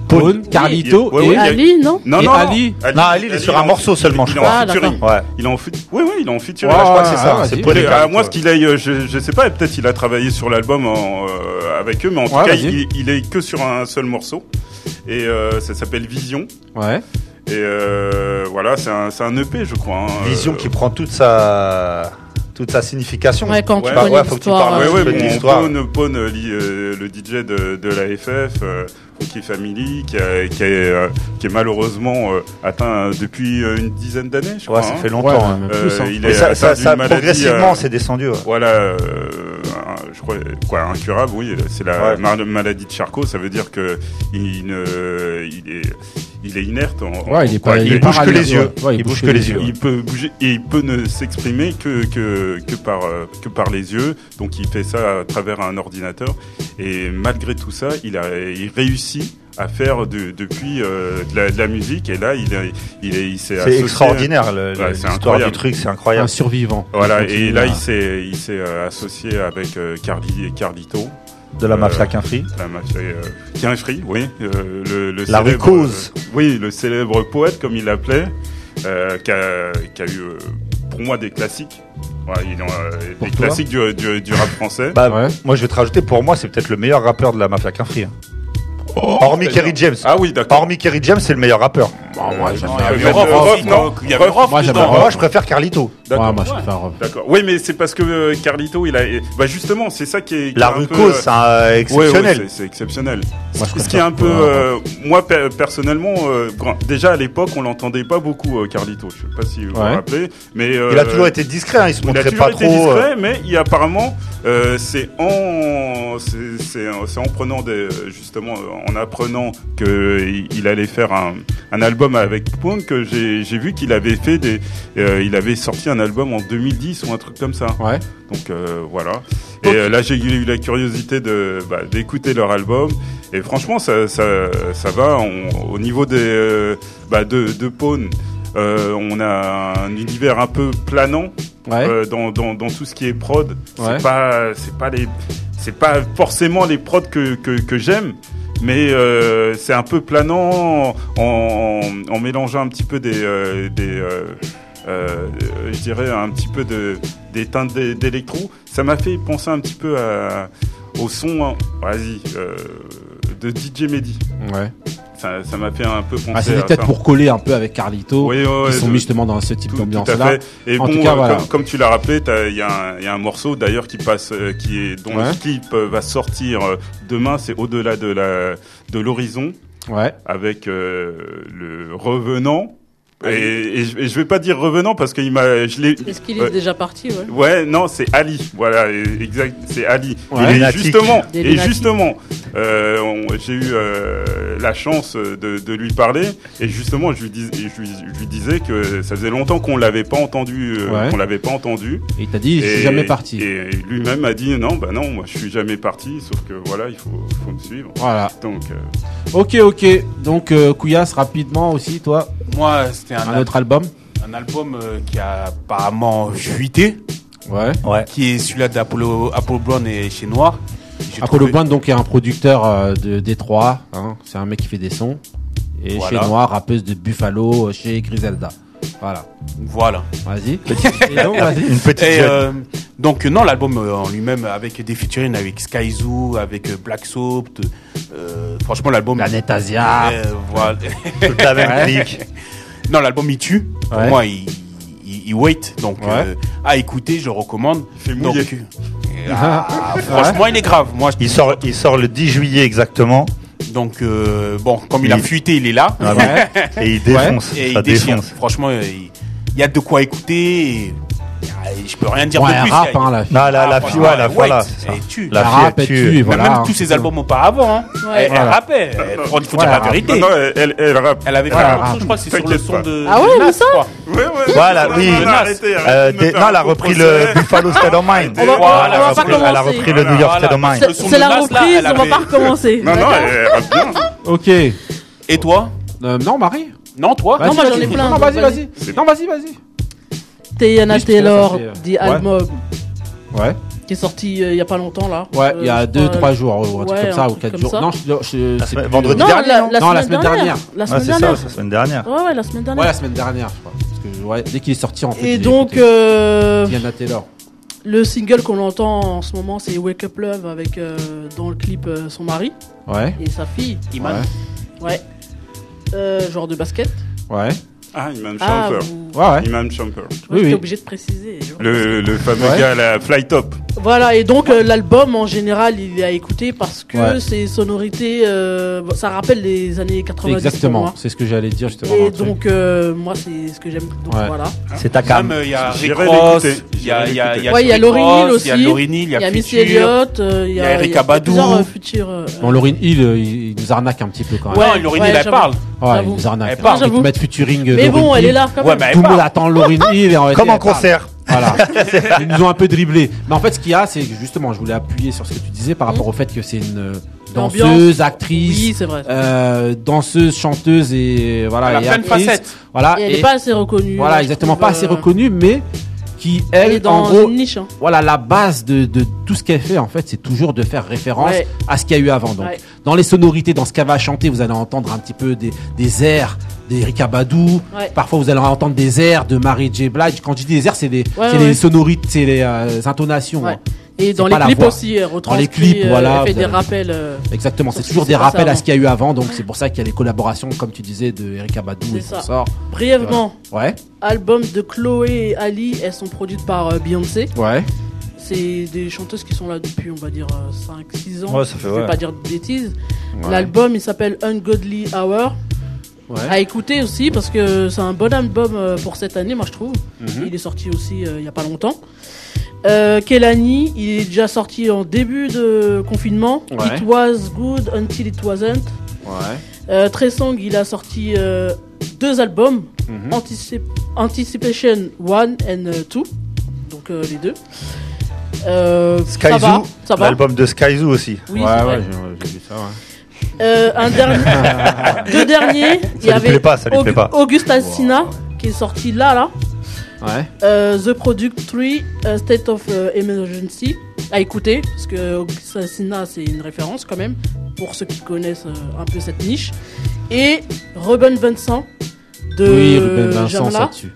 Speaker 4: Paul.
Speaker 1: Paul, Carlito
Speaker 5: Oui, oui,
Speaker 1: et
Speaker 5: oui, il y a-
Speaker 2: Ali, non
Speaker 5: Non,
Speaker 1: Et
Speaker 5: non,
Speaker 1: Ali
Speaker 4: Non, Ali, il est sur un
Speaker 5: en-
Speaker 4: morceau seulement,
Speaker 5: il-
Speaker 4: je
Speaker 5: il est en
Speaker 2: crois. Ah,
Speaker 5: featuring.
Speaker 4: Ouais.
Speaker 5: Il est en fit- Oui, oui, il est en featuring.
Speaker 1: Ouais,
Speaker 5: je crois
Speaker 1: ouais,
Speaker 5: que c'est
Speaker 1: ouais,
Speaker 5: ça.
Speaker 1: vas-y.
Speaker 5: c'est
Speaker 1: Paul
Speaker 5: Paul
Speaker 4: et
Speaker 5: et-
Speaker 4: Carlito,
Speaker 5: ah, moi,
Speaker 4: ouais.
Speaker 5: ce qu'il a, eu, je, je sais pas, peut-être il a travaillé sur l'album en, euh, avec eux, mais en tout
Speaker 1: Ouais,
Speaker 5: cas,
Speaker 1: vas-y.
Speaker 5: il, il est que sur un seul morceau. Et euh, ça s'appelle Vision.
Speaker 1: Ouais.
Speaker 5: Et euh, voilà, c'est un, c'est un EP, je crois. hein.
Speaker 4: Vision
Speaker 5: Euh,
Speaker 4: qui prend toute sa toute sa signification.
Speaker 2: Ouais, quand
Speaker 5: Ouais,
Speaker 2: tu
Speaker 5: bah
Speaker 2: connais
Speaker 4: ouais, faut que tu
Speaker 2: l'histoire.
Speaker 4: parles,
Speaker 5: Ouais,
Speaker 2: euh,
Speaker 5: ouais,
Speaker 4: Petite
Speaker 5: bon,
Speaker 4: histoire.
Speaker 5: Pone, Pone, euh, li- euh, le DJ de, de la FF, euh, Funky Family, qui, a- qui, est, euh, qui est malheureusement euh, atteint euh, depuis euh, une dizaine d'années, je crois.
Speaker 4: Ouais, ça
Speaker 5: hein.
Speaker 4: fait longtemps. hein.
Speaker 1: même
Speaker 5: Euh,
Speaker 1: plus, hein.
Speaker 5: il
Speaker 4: Mais
Speaker 5: est
Speaker 4: ça,
Speaker 5: atteint
Speaker 4: ça,
Speaker 5: d'une
Speaker 4: ça,
Speaker 5: maladie,
Speaker 4: progressivement,
Speaker 5: euh,
Speaker 4: c'est descendu. ouais.
Speaker 5: Voilà, euh, un- je crois, quoi, incurable, oui, c'est la
Speaker 4: Ouais.
Speaker 5: mar- maladie de Charcot, ça veut dire que il, ne- il est, il est inerte. en-
Speaker 1: Ouais, il est
Speaker 5: quoi,
Speaker 1: pas- il est
Speaker 4: Il bouge que
Speaker 1: Parallèle,
Speaker 4: les yeux.
Speaker 1: ouais. Ouais,
Speaker 4: Il bouge que les yeux.
Speaker 5: il peut bouger et il peut ne s'exprimer que, que, que, par, euh, que par les yeux. Donc il fait ça à travers un ordinateur. Et malgré tout ça, il, a, il réussit à faire de- depuis euh, de, la, de la musique. Et là, il, a- il, est- il s'est
Speaker 4: C'est
Speaker 5: associé-
Speaker 4: extraordinaire
Speaker 5: Ouais,
Speaker 4: le- le-
Speaker 5: c'est
Speaker 4: l'histoire
Speaker 5: incroyable.
Speaker 4: du truc, c'est
Speaker 1: un
Speaker 4: incroyable.
Speaker 1: survivant.
Speaker 5: Voilà,
Speaker 1: Il continue
Speaker 5: et là,
Speaker 1: à-
Speaker 5: il s'est il s'est euh, associé avec euh, Carly et Carlito,
Speaker 4: De la
Speaker 5: Euh,
Speaker 4: mafia qu'un free.
Speaker 5: la mafia euh, qui est un free, oui, euh, le, le
Speaker 4: La
Speaker 5: célèbre,
Speaker 4: Ricose.
Speaker 5: euh, oui, le célèbre poète comme il l'appelait, euh, qui a, qui a eu euh, pour moi des classiques, ouais, il en a-
Speaker 1: Pour
Speaker 5: des
Speaker 1: toi
Speaker 5: classiques du, du, du rap français.
Speaker 4: Bah,
Speaker 1: Ouais.
Speaker 4: Moi, je vais te rajouter, pour moi, c'est peut-être le meilleur rappeur de la mafia qu'un free. hein. Hormis Kerry James.
Speaker 5: Oh, ah oui, d'accord.
Speaker 4: Hormis Kerry James, c'est le meilleur rappeur.
Speaker 1: Bon, moi,
Speaker 3: Non,
Speaker 1: j'aime
Speaker 3: il y
Speaker 1: bien.
Speaker 3: avait
Speaker 5: Rof,
Speaker 3: Rof,
Speaker 5: Rof,
Speaker 3: non,
Speaker 5: Rof,
Speaker 3: il y avait Rof
Speaker 1: Moi, j'aime
Speaker 3: dedans.
Speaker 1: Rof.
Speaker 4: Moi, je préfère Carlito.
Speaker 1: Ouais,
Speaker 5: D'accord.
Speaker 1: moi, je préfère. euh,
Speaker 5: D'accord. Oui, mais c'est parce que euh, Carlito, il a. Bah justement, c'est ça qui est. qui est
Speaker 4: La
Speaker 5: un peu,
Speaker 4: Rucose,
Speaker 5: euh,
Speaker 4: c'est un-
Speaker 5: Ouais, ouais,
Speaker 4: exceptionnel.
Speaker 5: c'est- c'est exceptionnel.
Speaker 1: Moi, je
Speaker 5: Ce qui est un peu,
Speaker 1: préfère-
Speaker 5: euh, moi per- personnellement, euh, grand- déjà à l'époque, on l'entendait pas beaucoup, euh, Carlito. Je sais pas si vous
Speaker 1: Ouais.
Speaker 5: vous rappelez, mais euh,
Speaker 4: Il a toujours été discret, hein, il se
Speaker 5: il a
Speaker 4: montrait
Speaker 5: toujours
Speaker 4: pas
Speaker 5: été
Speaker 4: trop. euh,
Speaker 5: discret, mais il, apparemment, euh, c'est en, c'est- c'est en- c'est en prenant des, justement, euh, en apprenant que il- il allait faire un, un album avec Punk que j'ai j'ai vu qu'il avait fait des, euh, il avait sorti un album en 2010 ou un truc comme ça.
Speaker 1: Ouais.
Speaker 5: Donc euh, voilà. Et euh, là, j'ai eu la curiosité de bah, d'écouter leur album. Et franchement, ça ça, ça va. On- au niveau des euh, bah, de de Pone, euh, on a un univers un peu planant
Speaker 1: Ouais.
Speaker 5: euh, dans, dans dans tout ce qui est prod.
Speaker 1: Ouais.
Speaker 5: C'est pas c'est pas les c'est pas forcément les prods que que, que j'aime. Mais euh, c'est un peu planant en, en, en mélangeant un petit peu des, euh, des euh, euh, je dirais un petit peu de, des teintes d'é- d'électro. Ça m'a fait penser un petit peu à, au son, hein, vas-y, euh, de DJ Mehdi.
Speaker 1: Ouais.
Speaker 5: Ça ça m'a fait un peu penser
Speaker 1: Ah, C'était
Speaker 5: à
Speaker 1: peut-être
Speaker 5: ça.
Speaker 1: pour coller un peu avec Carlito.
Speaker 5: Oui, ouais, ouais,
Speaker 1: Ils sont
Speaker 5: de-
Speaker 1: mis justement dans ce type
Speaker 5: tout, tout
Speaker 1: d'ambiance-là.
Speaker 5: à fait. Et
Speaker 1: En
Speaker 5: bon,
Speaker 1: tout cas,
Speaker 5: euh,
Speaker 1: voilà.
Speaker 5: comme, comme tu l'as rappelé, t'as- il y, a un- il y a un morceau d'ailleurs qui passe, euh, qui est dont
Speaker 1: Ouais.
Speaker 5: le clip euh, va sortir euh, demain. C'est au-delà de la de l'horizon
Speaker 1: Ouais.
Speaker 5: avec euh, le revenant. Et, et je, et je vais pas dire revenant parce qu'il m'a, je l'ai. euh,
Speaker 2: Est-ce qu'il est
Speaker 5: Ouais.
Speaker 2: déjà parti ouais
Speaker 5: Ouais, non, c'est Ali. Voilà, e- exact, c'est Ali.
Speaker 1: Ouais.
Speaker 5: Et
Speaker 4: Lunatique.
Speaker 5: justement,
Speaker 2: Des
Speaker 5: et
Speaker 2: lunatiques.
Speaker 5: justement, euh, on- j'ai eu euh, la chance de, de lui parler. Et justement, je lui, dis- je, lui, je lui disais que ça faisait longtemps qu'on l'avait pas entendu, euh,
Speaker 1: Ouais.
Speaker 5: qu'on l'avait pas entendu.
Speaker 1: Et t'as dit, je suis
Speaker 5: Et-
Speaker 1: jamais parti.
Speaker 5: Et lui-même a dit non, bah non, moi je suis jamais parti. Sauf que voilà, il faut, faut me suivre.
Speaker 1: Voilà.
Speaker 5: Donc, euh,
Speaker 1: Ok, ok. Donc, euh, Kouyas, rapidement aussi, toi,
Speaker 3: Moi, c'était un,
Speaker 1: un autre album.
Speaker 3: un album euh, qui a apparemment fuité,
Speaker 1: Ouais.
Speaker 3: qui est celui-là d'Apollo Apollo Brown et Chez Noir. J'ai
Speaker 1: Apollo
Speaker 3: trouvé-
Speaker 1: Brown, donc, est un producteur euh, de Détroit. hein. C'est un mec qui fait des sons. Et
Speaker 3: Voilà.
Speaker 1: chez Noir, rappeuse de Buffalo, euh, chez Griselda. Voilà.
Speaker 3: Voilà.
Speaker 1: Vas-y. Et donc, vas-y.
Speaker 4: Une petite
Speaker 3: Et,
Speaker 4: jeune.
Speaker 3: euh, donc non, l'album euh, en lui-même avec des featuring avec Skyzoo, avec euh, Black Soap. t- euh, franchement, l'album.
Speaker 1: Planète Asia.
Speaker 3: Euh, voilà.
Speaker 4: toute la même
Speaker 1: ouais.
Speaker 4: clique.
Speaker 3: non, l'album il tue. Pour
Speaker 1: Ouais.
Speaker 3: moi, il, il, il wait. Donc
Speaker 1: Ouais.
Speaker 3: euh, à écouter, je le recommande.
Speaker 5: fait
Speaker 3: Donc,
Speaker 5: mouiller.
Speaker 3: ah, franchement, il est grave. Moi, je-
Speaker 4: Il sort, il sort le 10 juillet exactement
Speaker 3: donc euh, bon, comme il a
Speaker 4: Il-
Speaker 3: fuité, il est là.
Speaker 1: Ouais.
Speaker 4: Ah et il défonce.
Speaker 3: Et
Speaker 4: ça
Speaker 3: il déchire.
Speaker 4: défonce.
Speaker 3: Franchement, euh, il il y a de quoi écouter. Et, ah, et je peux rien dire
Speaker 1: Ouais,
Speaker 3: de
Speaker 1: un
Speaker 3: plus.
Speaker 1: rap,
Speaker 3: il y a-
Speaker 1: hein, la fille.
Speaker 4: Non, la,
Speaker 3: Ah,
Speaker 4: la
Speaker 3: franchement,
Speaker 4: fille, ouais, la
Speaker 3: ouais,
Speaker 4: voilà,
Speaker 3: ouais,
Speaker 4: c'est ça.
Speaker 3: et tue.
Speaker 4: La
Speaker 1: La
Speaker 4: fille, elle
Speaker 1: rap, elle
Speaker 4: tue,
Speaker 1: tue,
Speaker 4: et
Speaker 3: Mais
Speaker 1: voilà.
Speaker 3: même tous ses albums auparavant, hein.
Speaker 2: Ouais.
Speaker 3: elle, elle
Speaker 1: Voilà.
Speaker 3: rappait. Elle, faut, faut
Speaker 1: Voilà.
Speaker 3: dire la vérité.
Speaker 5: Non, non, elle, elle, elle rappe.
Speaker 3: Elle avait fait
Speaker 1: Voilà.
Speaker 3: un morceau, je crois que c'est sur le
Speaker 5: T'inquiète
Speaker 3: son
Speaker 5: pas.
Speaker 3: de.
Speaker 2: Ah ouais,
Speaker 3: de
Speaker 2: mais
Speaker 3: Nas,
Speaker 2: ça
Speaker 3: quoi.
Speaker 5: Ouais, ouais.
Speaker 4: Voilà,
Speaker 5: Non,
Speaker 4: oui.
Speaker 5: Non, non,
Speaker 3: Nas.
Speaker 5: arrêtez, arrêtez
Speaker 4: Euh,
Speaker 5: de
Speaker 4: des-
Speaker 5: me faire
Speaker 4: non, elle a
Speaker 5: un
Speaker 4: repris
Speaker 5: procès.
Speaker 4: le Buffalo State of Mine.
Speaker 2: On va-
Speaker 3: Voilà,
Speaker 4: elle, a
Speaker 2: on va pas
Speaker 4: repris, elle a
Speaker 2: commencer.
Speaker 4: repris le New York State of
Speaker 3: Voilà.
Speaker 4: Mine.
Speaker 3: Le son
Speaker 2: C'est
Speaker 3: de
Speaker 2: la
Speaker 3: Nas, là,
Speaker 2: reprise,
Speaker 3: elle
Speaker 2: on va
Speaker 3: avait-
Speaker 2: pas recommencer.
Speaker 5: Non, non,
Speaker 2: D'accord.
Speaker 5: elle rappe bien.
Speaker 4: hein.
Speaker 1: Ok.
Speaker 3: Et toi
Speaker 1: Euh, non, Marie.
Speaker 3: Non, toi
Speaker 1: Vas-y,
Speaker 2: moi, j'en ai
Speaker 1: vas-y.
Speaker 2: plein,
Speaker 1: Non,
Speaker 2: donc
Speaker 1: vas-y,
Speaker 2: vas-y.
Speaker 1: vas-y. Non, vas-y, vas-y.
Speaker 2: Tayana
Speaker 1: Oui, ça,
Speaker 2: Taylor,
Speaker 1: c'est, euh,
Speaker 2: dit
Speaker 1: ouais.
Speaker 2: Almob,
Speaker 1: Ouais.
Speaker 2: qui est sorti euh, il y a pas longtemps là.
Speaker 1: Ouais, il y
Speaker 2: Euh,
Speaker 1: a
Speaker 2: je
Speaker 1: 2-3
Speaker 2: crois,
Speaker 1: jours, ou un truc
Speaker 2: ouais,
Speaker 1: comme
Speaker 2: un
Speaker 1: ça, ou
Speaker 2: truc
Speaker 1: 4
Speaker 2: comme
Speaker 1: jours.
Speaker 2: ça.
Speaker 1: Non, je, je-
Speaker 4: La
Speaker 1: c'est
Speaker 4: semaine-
Speaker 1: plus-
Speaker 4: vendredi
Speaker 2: Non,
Speaker 4: dernier,
Speaker 2: la,
Speaker 4: non
Speaker 2: la
Speaker 1: Non,
Speaker 2: semaine
Speaker 1: la semaine
Speaker 2: dernière.
Speaker 1: dernière.
Speaker 2: La
Speaker 4: Ouais,
Speaker 2: semaine
Speaker 4: c'est ça,
Speaker 2: dernière.
Speaker 4: c'est la semaine dernière.
Speaker 2: Ouais, ouais, la semaine dernière.
Speaker 1: Ouais, la semaine dernière, je crois. Parce que, ouais, dès qu'il est sorti, en fait.
Speaker 2: Et
Speaker 1: j'ai
Speaker 2: donc,
Speaker 1: écouté.
Speaker 2: euh,
Speaker 1: Diana Taylor.
Speaker 2: le single qu'on entend en ce moment, c'est Wake Up Love avec euh, dans le clip euh, son mari
Speaker 1: Ouais.
Speaker 2: et sa fille.
Speaker 3: Iman
Speaker 2: Ouais. Euh, genre de basket.
Speaker 1: Ouais.
Speaker 5: Ah, Imam
Speaker 2: Ah,
Speaker 5: Champer.
Speaker 2: vous...
Speaker 1: Ouais, ouais.
Speaker 5: Imam Champer.
Speaker 1: Oui,
Speaker 2: j'étais
Speaker 1: oui.
Speaker 2: obligé de préciser.
Speaker 5: Le, le fameux
Speaker 1: Ouais.
Speaker 5: gars, la Fly Top.
Speaker 2: Voilà, et donc euh, l'album en général, il est à écouter parce que
Speaker 1: Ouais.
Speaker 2: ses sonorités, euh, ça rappelle les années 90. pour
Speaker 1: Exactement.
Speaker 2: moi.
Speaker 1: C'est ce que j'allais dire, justement. dans
Speaker 2: Et
Speaker 1: le truc.
Speaker 2: donc, euh, moi, c'est ce que j'aime. Donc
Speaker 1: Ouais.
Speaker 2: voilà.
Speaker 4: C'est ta
Speaker 3: Même
Speaker 4: cam.
Speaker 3: euh, il y a Rick
Speaker 5: J'irai
Speaker 3: Ross,
Speaker 5: l'écouter.
Speaker 3: il y a il y a- il y a
Speaker 2: Ouais, il y a
Speaker 3: Rick
Speaker 2: Lauryn
Speaker 3: Ross,
Speaker 2: Hill
Speaker 3: Il y a
Speaker 2: aussi.
Speaker 3: Lauryn Hill, il y
Speaker 2: Il y a
Speaker 3: a
Speaker 2: Missy
Speaker 3: Future.
Speaker 2: Elliott, euh, il y
Speaker 3: il y a
Speaker 2: a
Speaker 3: Eric
Speaker 2: il y a
Speaker 3: Abadou.
Speaker 2: plusieurs, euh, futurs, euh,
Speaker 1: Bon, Lauryn Hill, euh, il, il nous arnaque un petit peu quand même.
Speaker 2: Ouais,
Speaker 3: Non, Lauryn Hill, elle
Speaker 2: j'avoue.
Speaker 3: parle.
Speaker 1: Ouais,
Speaker 2: j'avoue.
Speaker 1: il nous arnaque.
Speaker 3: Elle part.
Speaker 1: Ils
Speaker 2: J'avoue.
Speaker 1: mettent featuring. euh,
Speaker 2: Mais
Speaker 1: Lauryn
Speaker 2: bon, elle
Speaker 1: Hill.
Speaker 2: est là quand
Speaker 3: Ouais,
Speaker 2: même.
Speaker 3: mais elle
Speaker 1: Tout le monde
Speaker 3: parle.
Speaker 1: attend Lauryn Hill. et en réalité,
Speaker 4: Comme en
Speaker 1: elle parle.
Speaker 4: concert.
Speaker 1: Voilà. Ils nous ont un peu dribblé. Mais en fait, ce qu'il y a, c'est que justement, je voulais appuyer sur ce que tu disais par rapport au fait que c'est une euh,
Speaker 2: L'ambiance.
Speaker 1: danseuse, actrice,
Speaker 2: Mmh. Oui, c'est vrai.
Speaker 1: euh, danseuse, chanteuse et euh, voilà.
Speaker 2: Ah,
Speaker 3: Elle a
Speaker 1: et
Speaker 3: plein de
Speaker 1: actrice.
Speaker 3: facettes.
Speaker 1: Voilà.
Speaker 2: Et elle
Speaker 1: et-
Speaker 2: n'est pas assez reconnue.
Speaker 1: voilà,
Speaker 2: euh, je
Speaker 1: exactement.
Speaker 2: trouve,
Speaker 1: Pas assez
Speaker 2: euh,
Speaker 1: reconnue, mais qui,
Speaker 2: Elle est
Speaker 1: elle, en
Speaker 2: dans
Speaker 1: gros,
Speaker 2: une niche. hein.
Speaker 1: voilà, la base de, de tout ce qu'elle fait, en fait, c'est toujours de faire référence
Speaker 2: Ouais.
Speaker 1: à ce qu'il y a eu avant. Donc,
Speaker 2: Ouais.
Speaker 1: dans les sonorités, dans ce qu'elle va chanter, vous allez entendre un petit peu des, des airs d'Erika Badou.
Speaker 2: Ouais.
Speaker 1: Parfois, vous allez entendre des airs de Mary J. Blige. Quand je dis des airs, c'est les,
Speaker 2: Ouais,
Speaker 1: c'est
Speaker 2: ouais.
Speaker 1: les sonorités, c'est les euh, intonations.
Speaker 2: Ouais.
Speaker 1: hein.
Speaker 2: Et dans
Speaker 1: pas
Speaker 2: les
Speaker 1: la
Speaker 2: clips
Speaker 1: voix.
Speaker 2: aussi, elle retranscrit,
Speaker 1: clips,
Speaker 2: euh,
Speaker 1: voilà,
Speaker 2: Elle fait
Speaker 1: vous
Speaker 2: des
Speaker 1: avez-
Speaker 2: rappels. euh,
Speaker 1: Exactement, c'est
Speaker 2: Ça,
Speaker 1: toujours
Speaker 2: c'est
Speaker 1: des
Speaker 2: pas
Speaker 1: rappels
Speaker 2: ça,
Speaker 1: à
Speaker 2: hein.
Speaker 1: ce qu'il y a eu avant. Donc, c'est pour ça qu'il y a les collaborations, comme tu disais, de Erika Badou et
Speaker 2: C'est ça.
Speaker 1: consorts.
Speaker 2: Brièvement,
Speaker 1: Ouais,
Speaker 2: albums de Chloé et Ali, elles sont produites par euh, Beyoncé.
Speaker 1: ouais.
Speaker 2: C'est des chanteuses qui sont là depuis, on va dire, 5-6 ans.
Speaker 4: Ouais, ça fait-
Speaker 2: Je
Speaker 4: ouais.
Speaker 2: vais pas dire de bêtises. L'album, il s'appelle Ungodly Hour.
Speaker 1: Ouais.
Speaker 2: À écouter aussi, parce que c'est un bon album euh, pour cette année, moi je trouve. Il est sorti aussi euh, il y a pas longtemps. Euh, Kelani, il est déjà sorti en début de confinement.
Speaker 1: Ouais.
Speaker 2: It was good until it wasn't.
Speaker 1: Ouais.
Speaker 2: Euh, Tresong, il a sorti euh, deux albums,
Speaker 1: Mhm.
Speaker 2: Anticip- Anticipation 1 and 2, donc euh, les deux. Euh, ça va,
Speaker 4: Skyzoo,
Speaker 2: ça va.
Speaker 4: l'album de Skyzoo aussi.
Speaker 2: Oui,
Speaker 1: ouais,
Speaker 2: c'est vrai.
Speaker 1: ouais, j'ai- j'ai vu ça, ouais.
Speaker 2: Euh, un dernier, deux derniers. il y
Speaker 4: lui
Speaker 2: avait
Speaker 4: plaît pas, ça lui plaît pas.
Speaker 2: Auguste Alsina qui est sorti là, là.
Speaker 1: Ouais.
Speaker 2: Euh, The Product 3, euh, State of euh, Emergency, à écouter, parce que Auguste Alsina, c'est une référence quand même, pour ceux qui connaissent euh, un peu cette niche. Et Ruben Vincent de
Speaker 1: oui, Ruben Vincent,
Speaker 2: Jamla,
Speaker 1: ça tue.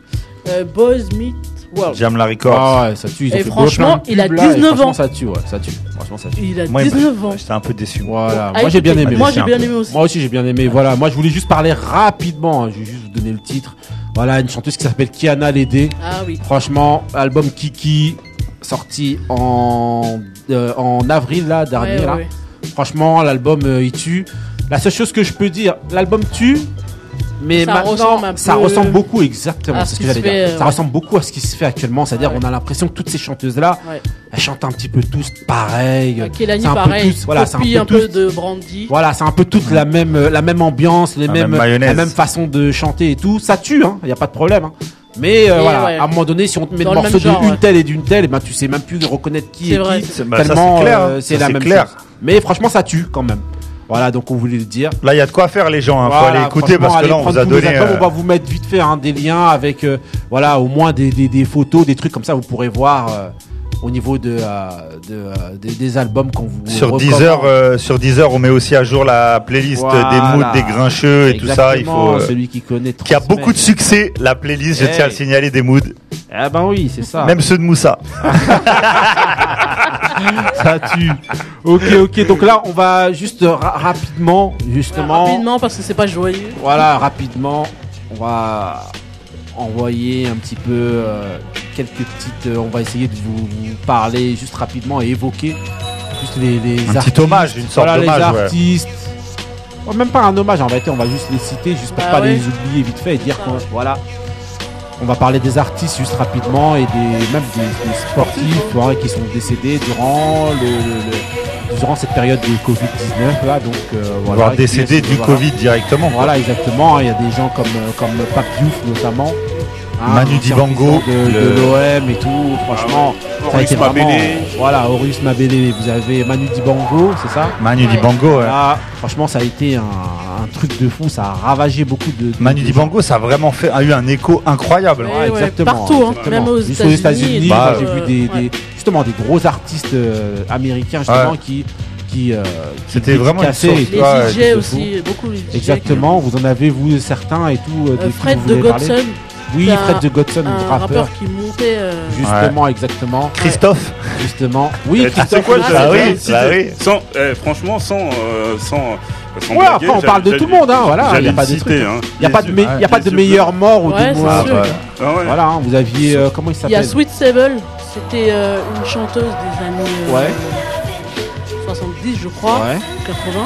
Speaker 2: euh, Boys Meet World.
Speaker 4: Jam la record.
Speaker 1: Ah ouais, ça tue. Ils ont
Speaker 2: Et
Speaker 1: fait
Speaker 2: franchement,
Speaker 1: plein de
Speaker 2: il a
Speaker 1: pubs, là, et
Speaker 2: 19
Speaker 1: franchement,
Speaker 2: ans.
Speaker 1: Ça tue, ouais, ça tue. Franchement, ça tue.
Speaker 2: Il a
Speaker 4: Moi, il me-
Speaker 2: 19 ans.
Speaker 4: J'étais un peu déçu.
Speaker 1: Voilà,
Speaker 2: À
Speaker 1: moi j'ai
Speaker 2: écouter.
Speaker 1: bien aimé.
Speaker 2: Moi
Speaker 1: Moi,
Speaker 2: j'ai bien aimé aussi.
Speaker 1: aussi j'ai bien aimé. Voilà, moi je voulais juste parler rapidement. hein, Je vais juste vous donner le titre. Voilà, une chanteuse qui s'appelle Kiana Ledé.
Speaker 2: Ah oui.
Speaker 1: Franchement, album Kiki sorti en euh, en avril là dernier
Speaker 2: Ouais, ouais,
Speaker 1: là.
Speaker 2: ouais.
Speaker 1: Franchement, l'album euh, il tue. La seule chose que je peux dire, l'album tue. Mais
Speaker 2: Ça
Speaker 1: maintenant,
Speaker 2: ressemble un
Speaker 1: ça
Speaker 2: peu
Speaker 1: ressemble beaucoup, exactement,
Speaker 2: à ce
Speaker 1: c'est ce que
Speaker 2: qui se
Speaker 1: j'allais dire.
Speaker 2: fait, euh,
Speaker 1: Ça ressemble beaucoup à ce qui se fait actuellement, c'est-à-dire
Speaker 2: Ouais.
Speaker 1: on a l'impression que toutes ces chanteuses-là,
Speaker 2: Ouais.
Speaker 1: elles chantent un petit peu tous pareil.
Speaker 2: Euh, Kehlani,
Speaker 1: C'est un peu
Speaker 2: pareil,
Speaker 1: tous- voilà, c'est un
Speaker 2: copie
Speaker 1: peu
Speaker 2: un peu
Speaker 1: tous-
Speaker 2: de Brandy.
Speaker 1: Voilà, c'est un peu toute la même, euh, la même ambiance, les
Speaker 4: La
Speaker 1: mêmes,
Speaker 4: même mayonnaise.
Speaker 1: la même façon de chanter et tout. Ça tue, hein. Y a pas de problème. Hein. Mais euh,
Speaker 2: Et
Speaker 1: voilà,
Speaker 2: ouais.
Speaker 1: à un moment donné, si on te met
Speaker 2: Dans
Speaker 1: le
Speaker 2: le
Speaker 1: morceau
Speaker 2: même genre,
Speaker 1: d'une
Speaker 2: ouais.
Speaker 1: telle et d'une telle, et ben tu sais même plus reconnaître qui
Speaker 2: C'est
Speaker 1: est
Speaker 2: vrai,
Speaker 1: qui.
Speaker 2: c'est
Speaker 4: vrai. Bah, ça,
Speaker 1: tellement
Speaker 4: c'est clair,
Speaker 1: euh,
Speaker 4: hein.
Speaker 1: c'est
Speaker 4: Ça,
Speaker 1: la
Speaker 4: c'est
Speaker 1: même
Speaker 4: clair.
Speaker 1: chose. Mais franchement, ça tue quand même. Voilà, donc on voulait le dire.
Speaker 4: Là, il y a de quoi faire, les gens. Hein. Faut
Speaker 1: Voilà,
Speaker 4: aller écouter
Speaker 1: franchement,
Speaker 4: parce que
Speaker 1: allez
Speaker 4: là, on vous
Speaker 1: prendre
Speaker 4: a
Speaker 1: tous les
Speaker 4: donné.
Speaker 1: albums,
Speaker 4: euh,
Speaker 1: on va vous mettre vite fait hein, des liens avec, euh, voilà, au moins des, des, des photos, des trucs comme ça, vous pourrez voir. euh, au niveau de, euh, de, euh, des, des albums qu'on vous
Speaker 4: Sur
Speaker 1: recommande.
Speaker 4: 10 heures, euh, sur 10 heures, on met aussi à jour la playlist
Speaker 1: Voilà.
Speaker 4: des moods, des grincheux et tout ça. Il
Speaker 1: Exactement,
Speaker 4: faut. euh,
Speaker 1: celui qui connaît
Speaker 4: qui a
Speaker 1: trois
Speaker 4: beaucoup de
Speaker 1: semaines.
Speaker 4: succès, la playlist, je
Speaker 1: Hey.
Speaker 4: tiens à le signaler, des moods,
Speaker 1: Ah ben oui, c'est ça.
Speaker 4: même ceux de Moussa.
Speaker 1: ça tue. Ok, ok. Donc là, on va juste ra- rapidement, justement.
Speaker 2: Rapidement, parce que c'est pas joyeux.
Speaker 1: Voilà, rapidement, on va envoyer un petit peu euh, quelques petites. euh, on va essayer de vous, vous parler juste rapidement et évoquer juste les, les
Speaker 4: Un
Speaker 1: artistes.
Speaker 4: petit hommage, une sorte
Speaker 1: Voilà les
Speaker 4: d'hommage, ouais.
Speaker 1: artistes. Oh, même pas un hommage en réalité, on va juste les citer juste pour
Speaker 2: Bah
Speaker 1: pas
Speaker 2: ouais.
Speaker 1: les oublier vite fait et dire qu'on voilà. On va parler des artistes juste rapidement et des même des, des sportifs hein, qui sont décédés durant le, le- le- durant cette période de Covid-19 là donc euh, voilà.
Speaker 4: Voire décédé du
Speaker 1: Voilà.
Speaker 4: Covid directement. quoi.
Speaker 1: Voilà, exactement. Il y a des gens comme, euh, comme Pape Diouf, notamment.
Speaker 4: Manu
Speaker 1: un
Speaker 4: Dibango,
Speaker 1: serviteur De,
Speaker 4: le- Ah,
Speaker 1: de l'OM et tout, franchement. ça a
Speaker 3: Maurice
Speaker 1: été vraiment-
Speaker 3: Mabélé.
Speaker 1: Voilà, Horus Mabélé. Vous avez Manu Dibango, c'est ça
Speaker 4: Manu
Speaker 2: Ouais.
Speaker 4: Dibango, ouais.
Speaker 1: Voilà, Franchement, ça a été un, un truc de fou. Ça a ravagé beaucoup de. de-
Speaker 4: Manu
Speaker 1: de-
Speaker 4: Dibango, ça a vraiment fait, a eu un écho incroyable.
Speaker 2: Ouais, ouais,
Speaker 1: exactement,
Speaker 2: partout, hein,
Speaker 1: exactement.
Speaker 2: même aux
Speaker 1: Juste aux
Speaker 2: États-Unis,
Speaker 1: États-Unis.
Speaker 4: Bah,
Speaker 1: moi, j'ai
Speaker 2: euh,
Speaker 1: vu des,
Speaker 2: ouais.
Speaker 1: des- justement des gros artistes euh, américains justement
Speaker 4: Ouais.
Speaker 1: qui qui euh, qui
Speaker 4: C'était vraiment une
Speaker 1: dédicaçaient et
Speaker 4: source,
Speaker 1: tout.
Speaker 2: Les
Speaker 4: Ouais,
Speaker 2: DJ
Speaker 1: c'est
Speaker 2: aussi, beaucoup les DJ.
Speaker 1: Exactement. Vous en avez vous certains et tout. euh,
Speaker 2: Euh,
Speaker 1: des films,
Speaker 2: Fred
Speaker 1: vous
Speaker 2: de
Speaker 1: voulez parler
Speaker 2: Godson,
Speaker 1: Oui,
Speaker 2: C'est un-
Speaker 1: Fred de Godson,
Speaker 2: un
Speaker 1: le
Speaker 2: rappeur,
Speaker 1: rappeur.
Speaker 2: qui montait. euh,
Speaker 1: Justement, exactement,
Speaker 4: Christophe
Speaker 1: justement. Oui,
Speaker 5: Eh, tu sais
Speaker 1: Christophe
Speaker 5: quoi,
Speaker 2: Lambert.
Speaker 5: j'allais
Speaker 2: Ah
Speaker 5: dire,
Speaker 4: oui,
Speaker 5: si
Speaker 4: bah
Speaker 5: t'es-
Speaker 4: oui.
Speaker 5: sans- eh, franchement, sans, euh, sans, sans
Speaker 1: Ouais, après, on
Speaker 5: j'allais-
Speaker 1: parle de
Speaker 5: j'allais-
Speaker 1: tout le monde, hein, voilà, y a
Speaker 5: J'allais
Speaker 1: pas
Speaker 5: le
Speaker 1: de
Speaker 5: citer, hein.
Speaker 1: Il n'y a pas de,
Speaker 5: Les
Speaker 1: me-
Speaker 5: yeux-
Speaker 1: y a pas
Speaker 5: les
Speaker 1: de
Speaker 5: yeux
Speaker 1: meilleur
Speaker 5: bleus.
Speaker 1: mort ou
Speaker 2: Ouais,
Speaker 1: de
Speaker 2: c'est
Speaker 1: moins.
Speaker 2: sûr.
Speaker 1: Voilà,
Speaker 5: Ah ouais.
Speaker 1: Voilà, hein, vous aviez. euh, comment il
Speaker 2: Il y a
Speaker 1: s'appelle
Speaker 2: Sweet Sable, c'était euh, une chanteuse des années euh,
Speaker 1: Ouais.
Speaker 2: 70, je crois,
Speaker 1: Ouais.
Speaker 2: 80.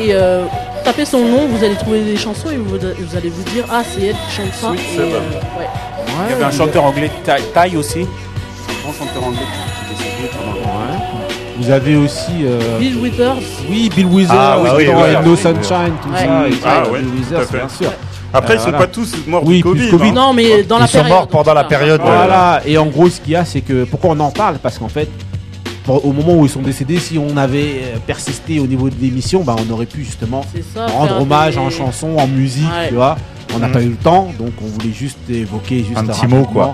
Speaker 2: Et euh, tapez son nom, vous allez trouver des chansons et vous, vous allez vous dire Ah, c'est elle qui chante ça.
Speaker 3: Sweet
Speaker 2: Et, euh,
Speaker 3: Sable.
Speaker 2: ouais.
Speaker 3: Il y avait un chanteur anglais, Thaï Thaï aussi. Un grand chanteur anglais qui est décédé pendant le
Speaker 1: Ouais. Vous avez aussi. euh,
Speaker 2: Bill Withers.
Speaker 1: Oui, Bill Withers,
Speaker 4: Ah, oui,
Speaker 1: justement,
Speaker 4: oui, oui,
Speaker 1: et
Speaker 4: oui,
Speaker 1: No
Speaker 4: oui.
Speaker 1: Sunshine, tout
Speaker 2: Ouais.
Speaker 1: ça. et
Speaker 5: Ah,
Speaker 1: tout,
Speaker 5: ouais,
Speaker 1: Bill
Speaker 5: tout à
Speaker 1: Withers,
Speaker 5: fait.
Speaker 1: bien sûr.
Speaker 5: Après,
Speaker 1: Euh,
Speaker 5: ils sont
Speaker 1: voilà.
Speaker 5: pas tous morts
Speaker 1: Oui,
Speaker 5: du
Speaker 1: plus
Speaker 5: Covid.
Speaker 1: Covid.
Speaker 5: hein.
Speaker 2: Non, mais dans la
Speaker 4: Ils sont
Speaker 2: période.
Speaker 4: morts pendant la période. euh,
Speaker 1: Voilà, et en gros, ce qu'il y a, c'est que pourquoi on en parle Parce qu'en fait, pour- au moment où ils sont décédés, si on avait euh, persisté au niveau de l'émission, bah, on aurait pu justement
Speaker 2: C'est ça.
Speaker 1: rendre
Speaker 2: faire
Speaker 1: hommage
Speaker 2: des-
Speaker 1: en chanson, en musique,
Speaker 2: Ouais.
Speaker 1: tu vois. On n'a
Speaker 4: Mhm.
Speaker 1: pas eu le temps, donc on voulait juste évoquer juste
Speaker 4: Un petit mot,
Speaker 1: rapidement.
Speaker 4: quoi.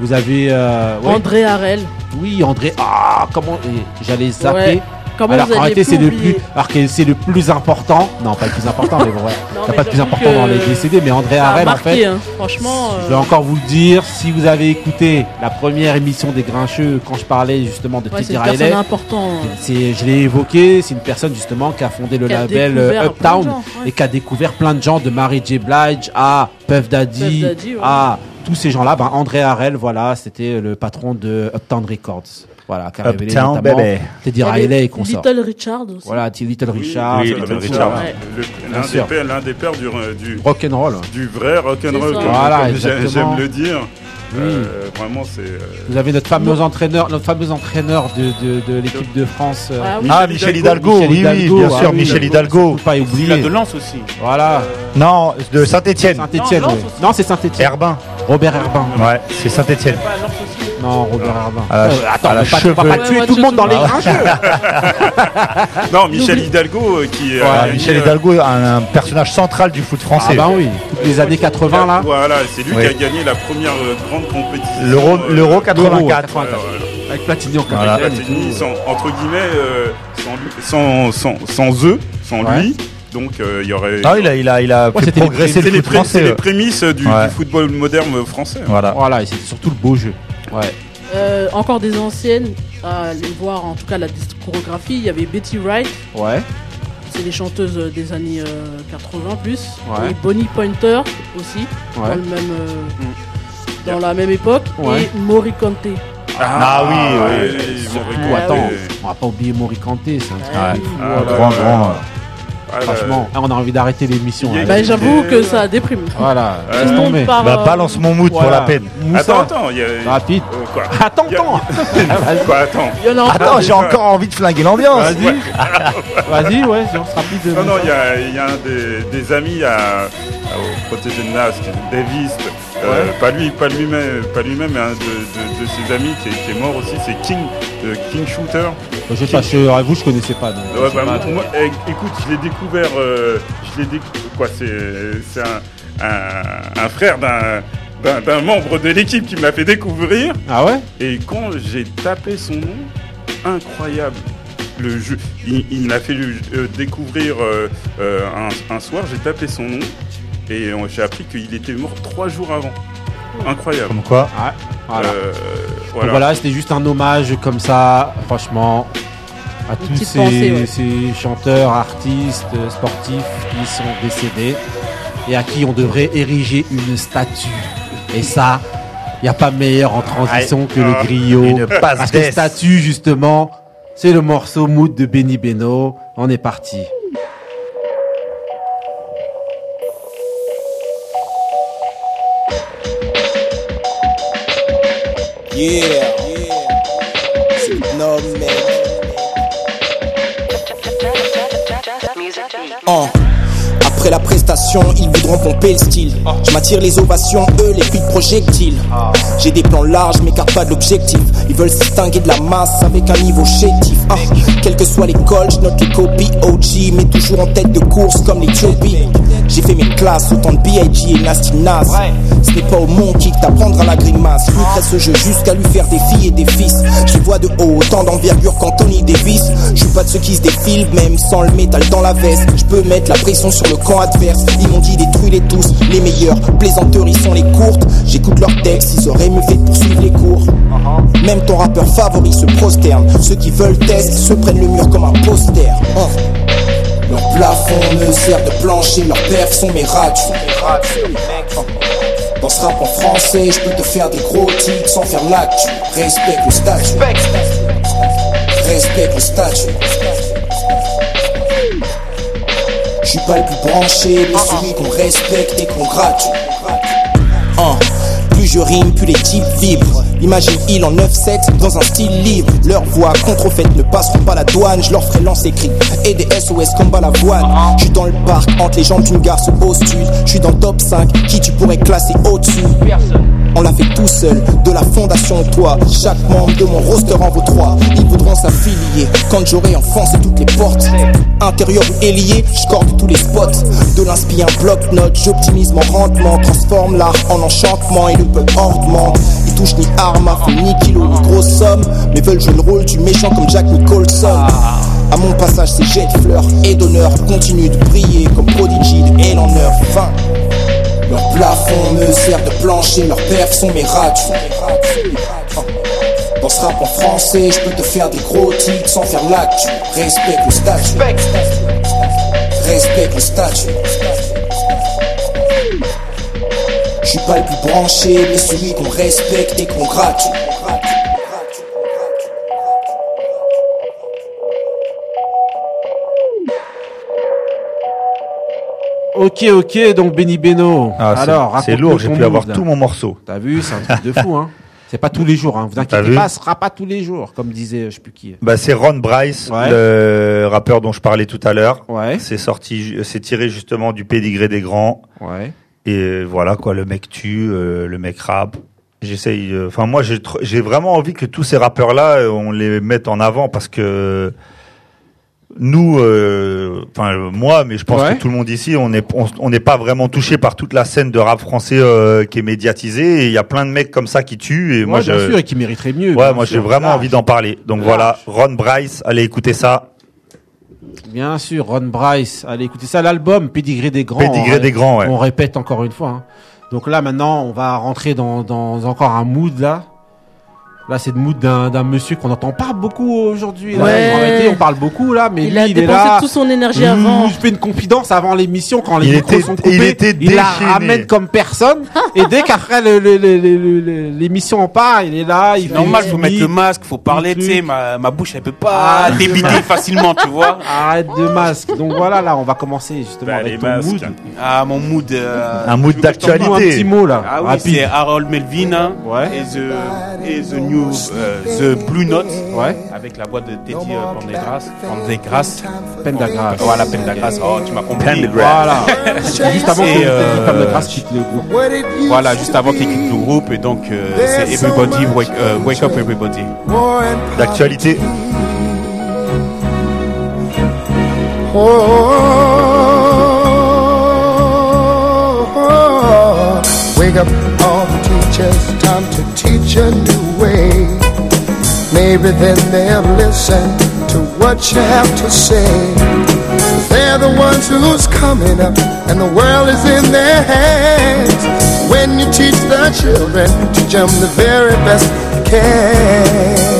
Speaker 1: Vous avez euh, ouais.
Speaker 2: André Harel.
Speaker 1: oui André. Ah comment eh, j'allais zapper.
Speaker 2: Ouais. Comment
Speaker 1: Alors
Speaker 2: vous
Speaker 1: en
Speaker 2: allez
Speaker 1: réalité c'est le
Speaker 2: oublier
Speaker 1: plus, alors que c'est le plus important. Non pas le plus important mais vrai.
Speaker 2: Non,
Speaker 1: T'as
Speaker 2: mais
Speaker 1: pas le plus
Speaker 2: j'avoue
Speaker 1: important
Speaker 2: que
Speaker 1: dans les décédés, mais André
Speaker 2: ça a
Speaker 1: Harel en
Speaker 2: marqué,
Speaker 1: fait.
Speaker 2: hein. Franchement.
Speaker 1: Je
Speaker 2: euh,
Speaker 1: vais encore vous le dire, si vous avez écouté la première émission des Grincheux quand je parlais justement de
Speaker 2: ouais, c'est
Speaker 1: Teddy
Speaker 2: une
Speaker 1: Riley,
Speaker 2: personne importante. euh,
Speaker 1: c'est, je l'ai évoqué, c'est une personne justement qui a fondé le
Speaker 2: qui a
Speaker 1: label
Speaker 2: découvert plein de
Speaker 1: euh, Uptown
Speaker 2: gens, ouais.
Speaker 1: et qui a découvert plein de gens de Mary J. Blige à Puff Daddy,
Speaker 2: Puff Daddy, ouais.
Speaker 1: à tous ces gens-là. Ben, André Harrel, voilà, c'était le patron de Uptown Records. Voilà, qui a révélé
Speaker 4: Uptown
Speaker 1: notamment
Speaker 4: Baby.
Speaker 2: Il
Speaker 1: Teddy
Speaker 2: y avait
Speaker 1: Riley et consorts.
Speaker 2: Little Richard aussi.
Speaker 1: Voilà, T- Little
Speaker 5: Oui,
Speaker 1: Richard,
Speaker 5: oui,
Speaker 1: tout
Speaker 5: Little
Speaker 1: Ah, ça,
Speaker 5: Richard.
Speaker 1: voilà.
Speaker 2: Ouais.
Speaker 5: Le-
Speaker 1: Bien
Speaker 5: L'un des
Speaker 1: sûr.
Speaker 5: pères, l'un des pères du, euh, du,
Speaker 1: Rock'n'roll.
Speaker 5: du vrai rock'n'roll,
Speaker 2: C'est ça.
Speaker 5: comme-
Speaker 1: Voilà,
Speaker 5: comme j'ai-
Speaker 1: exactement.
Speaker 5: j'aime le dire.
Speaker 1: Oui.
Speaker 5: Euh, vraiment, c'est. euh,
Speaker 1: Vous avez notre fameux entraîneur, notre fameux entraîneur de, de, de l'équipe de France. euh,
Speaker 2: Ah oui.
Speaker 4: Ah, Michel Hidalgo,
Speaker 1: Michel
Speaker 4: oui, oui,
Speaker 1: Hidalgo,
Speaker 4: bien
Speaker 1: ah
Speaker 4: sûr,
Speaker 1: oui,
Speaker 4: Michel
Speaker 1: faut
Speaker 4: Hidalgo. Euh,
Speaker 1: pas
Speaker 3: Il a
Speaker 1: oublier.
Speaker 3: de Lens aussi.
Speaker 1: Voilà.
Speaker 4: Non, de Saint-Etienne.
Speaker 1: Saint-Etienne.
Speaker 3: Non,
Speaker 1: Non,
Speaker 3: Lens aussi.
Speaker 1: c'est Saint-Etienne.
Speaker 4: Herbin.
Speaker 1: Robert Herbin.
Speaker 4: Ouais, c'est Saint-Etienne.
Speaker 3: Pas Lens aussi.
Speaker 1: Non, Robert Herbin. Euh,
Speaker 4: À la che-
Speaker 1: attends,
Speaker 4: à
Speaker 1: on
Speaker 4: la
Speaker 1: va pas- on va pas
Speaker 4: cheveux.
Speaker 1: tuer tout le monde dans les grincheux.
Speaker 5: Non, Michel Hidalgo euh, qui. euh, a
Speaker 4: Voilà,
Speaker 5: gagné,
Speaker 4: Michel
Speaker 5: euh,
Speaker 4: Hidalgo, un, un personnage central du foot
Speaker 1: Ah
Speaker 4: français.
Speaker 1: bah oui, toutes les années 80 là.
Speaker 5: Voilà, c'est lui
Speaker 4: Oui.
Speaker 5: qui a gagné la première euh, grande compétition.
Speaker 4: L'Euro
Speaker 5: euh,
Speaker 4: l'Euro
Speaker 1: L'Euro,
Speaker 4: 84.
Speaker 1: 84. Avec Platini en
Speaker 4: Voilà.
Speaker 1: capitaine et
Speaker 5: Platini,
Speaker 1: tout.
Speaker 5: sans- entre guillemets, euh, sans, lui- sans, sans, sans eux, sans
Speaker 1: Ouais.
Speaker 5: lui. Donc euh, il y aurait.
Speaker 4: Non, Ah, il a, il a, il a
Speaker 1: Ouais,
Speaker 4: fait
Speaker 1: c'était
Speaker 4: progresser
Speaker 5: c'est
Speaker 4: le
Speaker 5: les,
Speaker 4: foot
Speaker 5: pré- c'est
Speaker 4: français. euh.
Speaker 5: les
Speaker 4: ouais.
Speaker 5: prémices euh, du,
Speaker 4: Ouais.
Speaker 5: du football moderne français.
Speaker 4: Voilà.
Speaker 1: Voilà, et c'était surtout le beau jeu. Ouais.
Speaker 2: Euh, encore des anciennes, à les voir en tout cas la discographie. Il y avait Betty Wright,
Speaker 1: Ouais.
Speaker 2: c'est des chanteuses euh, des années euh, 80 plus.
Speaker 1: Ouais.
Speaker 2: Et Bonnie Pointer aussi,
Speaker 1: Ouais.
Speaker 2: dans, le même, euh, dans la même époque.
Speaker 1: Ouais.
Speaker 2: Et Maury Ah Conte.
Speaker 4: Ah, oui, oui.
Speaker 5: ouais, ils vont
Speaker 1: Surtout,
Speaker 5: rigoler.
Speaker 1: attends,
Speaker 5: Ouais.
Speaker 1: on va pas oublier Morikante, c'est un truc.
Speaker 2: Ah
Speaker 1: de fou,
Speaker 5: Ah,
Speaker 1: hein.
Speaker 5: ouais.
Speaker 4: Grand, grand.
Speaker 5: Ah, là,
Speaker 1: Franchement, ah, on a envie d'arrêter l'émission. hein.
Speaker 5: Il y a-
Speaker 1: là.
Speaker 2: Bah, J'avoue que ça déprime.
Speaker 1: Voilà,
Speaker 5: Euh,
Speaker 1: laisse
Speaker 2: Tout le
Speaker 1: tomber.
Speaker 2: monde part,
Speaker 4: Bah,
Speaker 2: euh,
Speaker 4: balance mon mood pour
Speaker 1: Voilà.
Speaker 4: la peine.
Speaker 1: Moussa,
Speaker 5: Attends, attends, il y a.
Speaker 1: Rapide.
Speaker 5: euh, quoi
Speaker 1: Attends,
Speaker 5: Il y a-
Speaker 1: attends.
Speaker 5: Quoi, attends
Speaker 2: Il y en a encore.
Speaker 4: Attends, j'ai encore envie de flinguer l'ambiance.
Speaker 1: Vas-y. Vas-y, ouais, genre, c'est rapide.
Speaker 5: Non, non, il y a, il y a un des, des amis à, à- au protégé de Nas, qui est Davis, euh, pas lui, pas lui-même, pas lui-même, mais un de, de- de ses amis qui est, qui est mort aussi, c'est King, euh, King Shooter.
Speaker 1: Je sais pas, je, vous, je connaissais pas. donc, je
Speaker 5: Ouais,
Speaker 1: sais
Speaker 5: bah,
Speaker 1: Euh, pas.
Speaker 5: moi, eh, écoute, je l'ai découvert, euh, je l'ai décou- quoi, c'est, c'est un, un- un frère d'un, d'un d'un membre de l'équipe qui me l'a fait découvrir.
Speaker 1: Ah ouais
Speaker 5: Et quand j'ai tapé son nom, incroyable. Le jeu, il, il m'a fait euh, découvrir euh, euh, un, un soir, j'ai tapé son nom et euh, j'ai appris qu'il était mort trois jours avant. Incroyable.
Speaker 4: Comme quoi
Speaker 1: Voilà.
Speaker 5: Euh,
Speaker 1: Donc
Speaker 5: voilà.
Speaker 1: voilà, c'était juste un hommage comme ça, franchement, à tous
Speaker 2: petite
Speaker 1: ces,
Speaker 2: pensée, ouais.
Speaker 1: ces chanteurs, artistes, euh, sportifs qui sont décédés et à qui on devrait ériger une statue. Et ça, il n'y a pas meilleur en transition que le griot.
Speaker 4: Une passe
Speaker 1: Parce que
Speaker 4: d'ess.
Speaker 1: statue, justement, c'est le morceau mood de Benny Beno. On est parti.
Speaker 9: Yeah. No man.
Speaker 10: Oh.
Speaker 9: Après la prestation, ils voudront pomper le style. Je m'attire les ovations, eux les puits de projectiles. J'ai des plans larges, m'écarte pas de l'objectif. Ils veulent se distinguer de la masse avec un niveau chétif. Ah. Quelle que soit l'école, je note les copies OG, mais toujours en tête de course comme les Chobi. J'ai fait mes classes, autant de B.I.G. et Nasty Nas. Ce n'est pas au monkey que t'apprendras la grimace. Lucre à ce jeu jusqu'à lui faire des filles et des fils. Je les vois de haut, autant d'envergure qu'Anthony Davis. Je suis pas de ceux qui se défilent, même sans le métal dans la veste. Je peux mettre la pression sur le camp adverse. Ils m'ont dit détruis-les tous, les meilleurs. Plaisanteries sont les courtes. J'écoute leurs textes, ils auraient mieux fait de poursuivre les cours. Même ton rappeur favori se prosterne. Ceux qui veulent test se prennent le mur comme un poster. Hein. Leur plafond me sert de plancher, leurs perfs sont mes radios. Dans ce rap en français, je peux te faire des gros titres sans faire l'actu. Respecte le statut. Respecte le statut. Je suis pas le plus branché, mais celui qu'on respecte et qu'on gratue. Hein. Plus je rime, plus les types vibrent. Imagine il en 9-7 dans un style libre. Leurs voix contrefaites ne passeront pas la douane. Je leur ferai lancer cri et des SOS comme balavoine. Je suis dans le parc entre les jambes d'une garce au sud. Je suis dans le top 5 qui tu pourrais classer au-dessus. On l'a fait tout seul, de la fondation au toit. Chaque membre de mon roster en vaut trois. Ils voudront s'affilier quand j'aurai enfoncé toutes les portes. Intérieur ou ailier, je corde tous les spots. De l'inspire un bloc-notes, j'optimise mon rendement. Transforme l'art en enchantement et le peuple en demande. Ils touchent ni armes, à feu, ni kilo, ni grosse somme. Mais veulent que je ne roule du méchant comme Jack Nicholson. À mon passage, ces jets de fleurs et d'honneur continuent de briller comme prodigy de Hell en heure. Fin. Leur plafond me sert de plancher, leurs perfs sont mes radios. Dans ce rap en français, je peux te faire des gros titres sans faire l'actu. Respecte le statut. Respecte le statut. Je suis pas le plus branché, mais celui qu'on respecte et qu'on gratue.
Speaker 1: Ok, ok, donc Benny Beno.
Speaker 4: Ah, c'est-
Speaker 1: Alors,
Speaker 4: C'est lourd, j'ai pu avoir tout mon morceau.
Speaker 1: T'as vu, c'est un truc de fou, hein. C'est pas tous les jours, hein. Vous inquiétez
Speaker 4: vu
Speaker 1: pas, ce sera pas tous les jours, comme disait euh, je sais plus qui.
Speaker 4: Bah, c'est Ron Bryce,
Speaker 1: Ouais.
Speaker 4: le rappeur dont je parlais tout à l'heure.
Speaker 1: Ouais.
Speaker 4: C'est sorti, ju- c'est tiré justement du pédigré des grands.
Speaker 1: Ouais.
Speaker 4: Et euh, voilà quoi, le mec tue, euh, le mec rappe. J'essaye. euh, Enfin, moi, j'ai tr- j'ai vraiment envie que tous ces rappeurs là, on les mette en avant parce que nous, euh, enfin euh, moi, mais je pense
Speaker 1: Ouais.
Speaker 4: que tout le monde ici, on est on s- on n'est pas vraiment touché par toute la scène de rap français euh, qui est médiatisée. Et Il y a plein de mecs comme ça qui tuent. Et moi,
Speaker 1: Ouais, bien
Speaker 4: je,
Speaker 1: sûr, et qui mériterait mieux.
Speaker 4: ouais,
Speaker 1: bien
Speaker 4: moi,
Speaker 1: sûr. Ah,
Speaker 4: j'ai vraiment
Speaker 1: Large.
Speaker 4: envie d'en parler. Donc voilà, Ron Bryce, allez écouter ça.
Speaker 1: Bien sûr, Ron Bryce. Allez, écoutez ça, l'album Pédigré des grands.
Speaker 4: Pédigré
Speaker 1: on-
Speaker 4: des grands, ouais.
Speaker 1: On répète encore une fois. hein. Donc là, maintenant, on va rentrer dans, dans encore un mood là. Là, c'est le mood d'un d'un monsieur qu'on n'entend pas beaucoup aujourd'hui. là.
Speaker 2: Ouais.
Speaker 1: En réalité, on parle beaucoup là, mais
Speaker 2: Il
Speaker 1: lui,
Speaker 2: a
Speaker 1: il est
Speaker 2: dépensé
Speaker 1: là.
Speaker 2: toute son énergie
Speaker 1: Mmh,
Speaker 2: avant.
Speaker 1: Je fais une confidence avant l'émission quand les
Speaker 4: Il
Speaker 1: micros
Speaker 4: était-
Speaker 1: sont coupés.
Speaker 4: il était
Speaker 1: la
Speaker 4: déchaîné.
Speaker 1: ramène comme personne. Et dès qu'après le- le- le- le- le- le- l'émission en part, il est là. Il fait
Speaker 3: Normal,
Speaker 1: une
Speaker 3: faut mettre le
Speaker 1: musique.
Speaker 3: masque, faut parler,
Speaker 1: le
Speaker 3: tu sais,
Speaker 1: truc.
Speaker 3: ma, ma bouche elle peut pas
Speaker 1: Ah,
Speaker 3: débiter
Speaker 1: dommage.
Speaker 3: facilement, tu vois.
Speaker 1: Arrête de masque. Donc voilà, là, on va commencer justement
Speaker 5: Bah, les
Speaker 1: avec ton
Speaker 5: masques.
Speaker 1: mood.
Speaker 3: Ah, mon mood. euh,
Speaker 4: Un mood
Speaker 3: je veux que je t'en
Speaker 1: Dis-nous un
Speaker 4: Qualité.
Speaker 1: petit mot là.
Speaker 3: Ah oui,
Speaker 1: rapide.
Speaker 3: c'est Harold Melvin hein,
Speaker 1: Ouais.
Speaker 3: et, the, et the New euh, The Blue Note
Speaker 1: Ouais.
Speaker 3: avec la voix de Teddy euh, Pendergrass. Pendergrass.
Speaker 1: Pendergrass.
Speaker 3: Voilà, Pendergrass. Oh, tu m'as compris.
Speaker 1: Voilà. C'est juste avant que
Speaker 3: Et,
Speaker 1: Teddy
Speaker 3: euh,
Speaker 1: Pendergrass quitte le groupe.
Speaker 3: Voilà, juste avant qu'il quitte le groupe. Et donc, euh, c'est Everybody, wake, euh, wake Up Everybody.
Speaker 4: D'actualité.
Speaker 9: Oh, wake up all
Speaker 10: teachers, time to teach a new way. Maybe then they'll listen to what you have to say. They're the ones who's coming up, and the world is in their hands. When you teach the children, teach them the very best you can.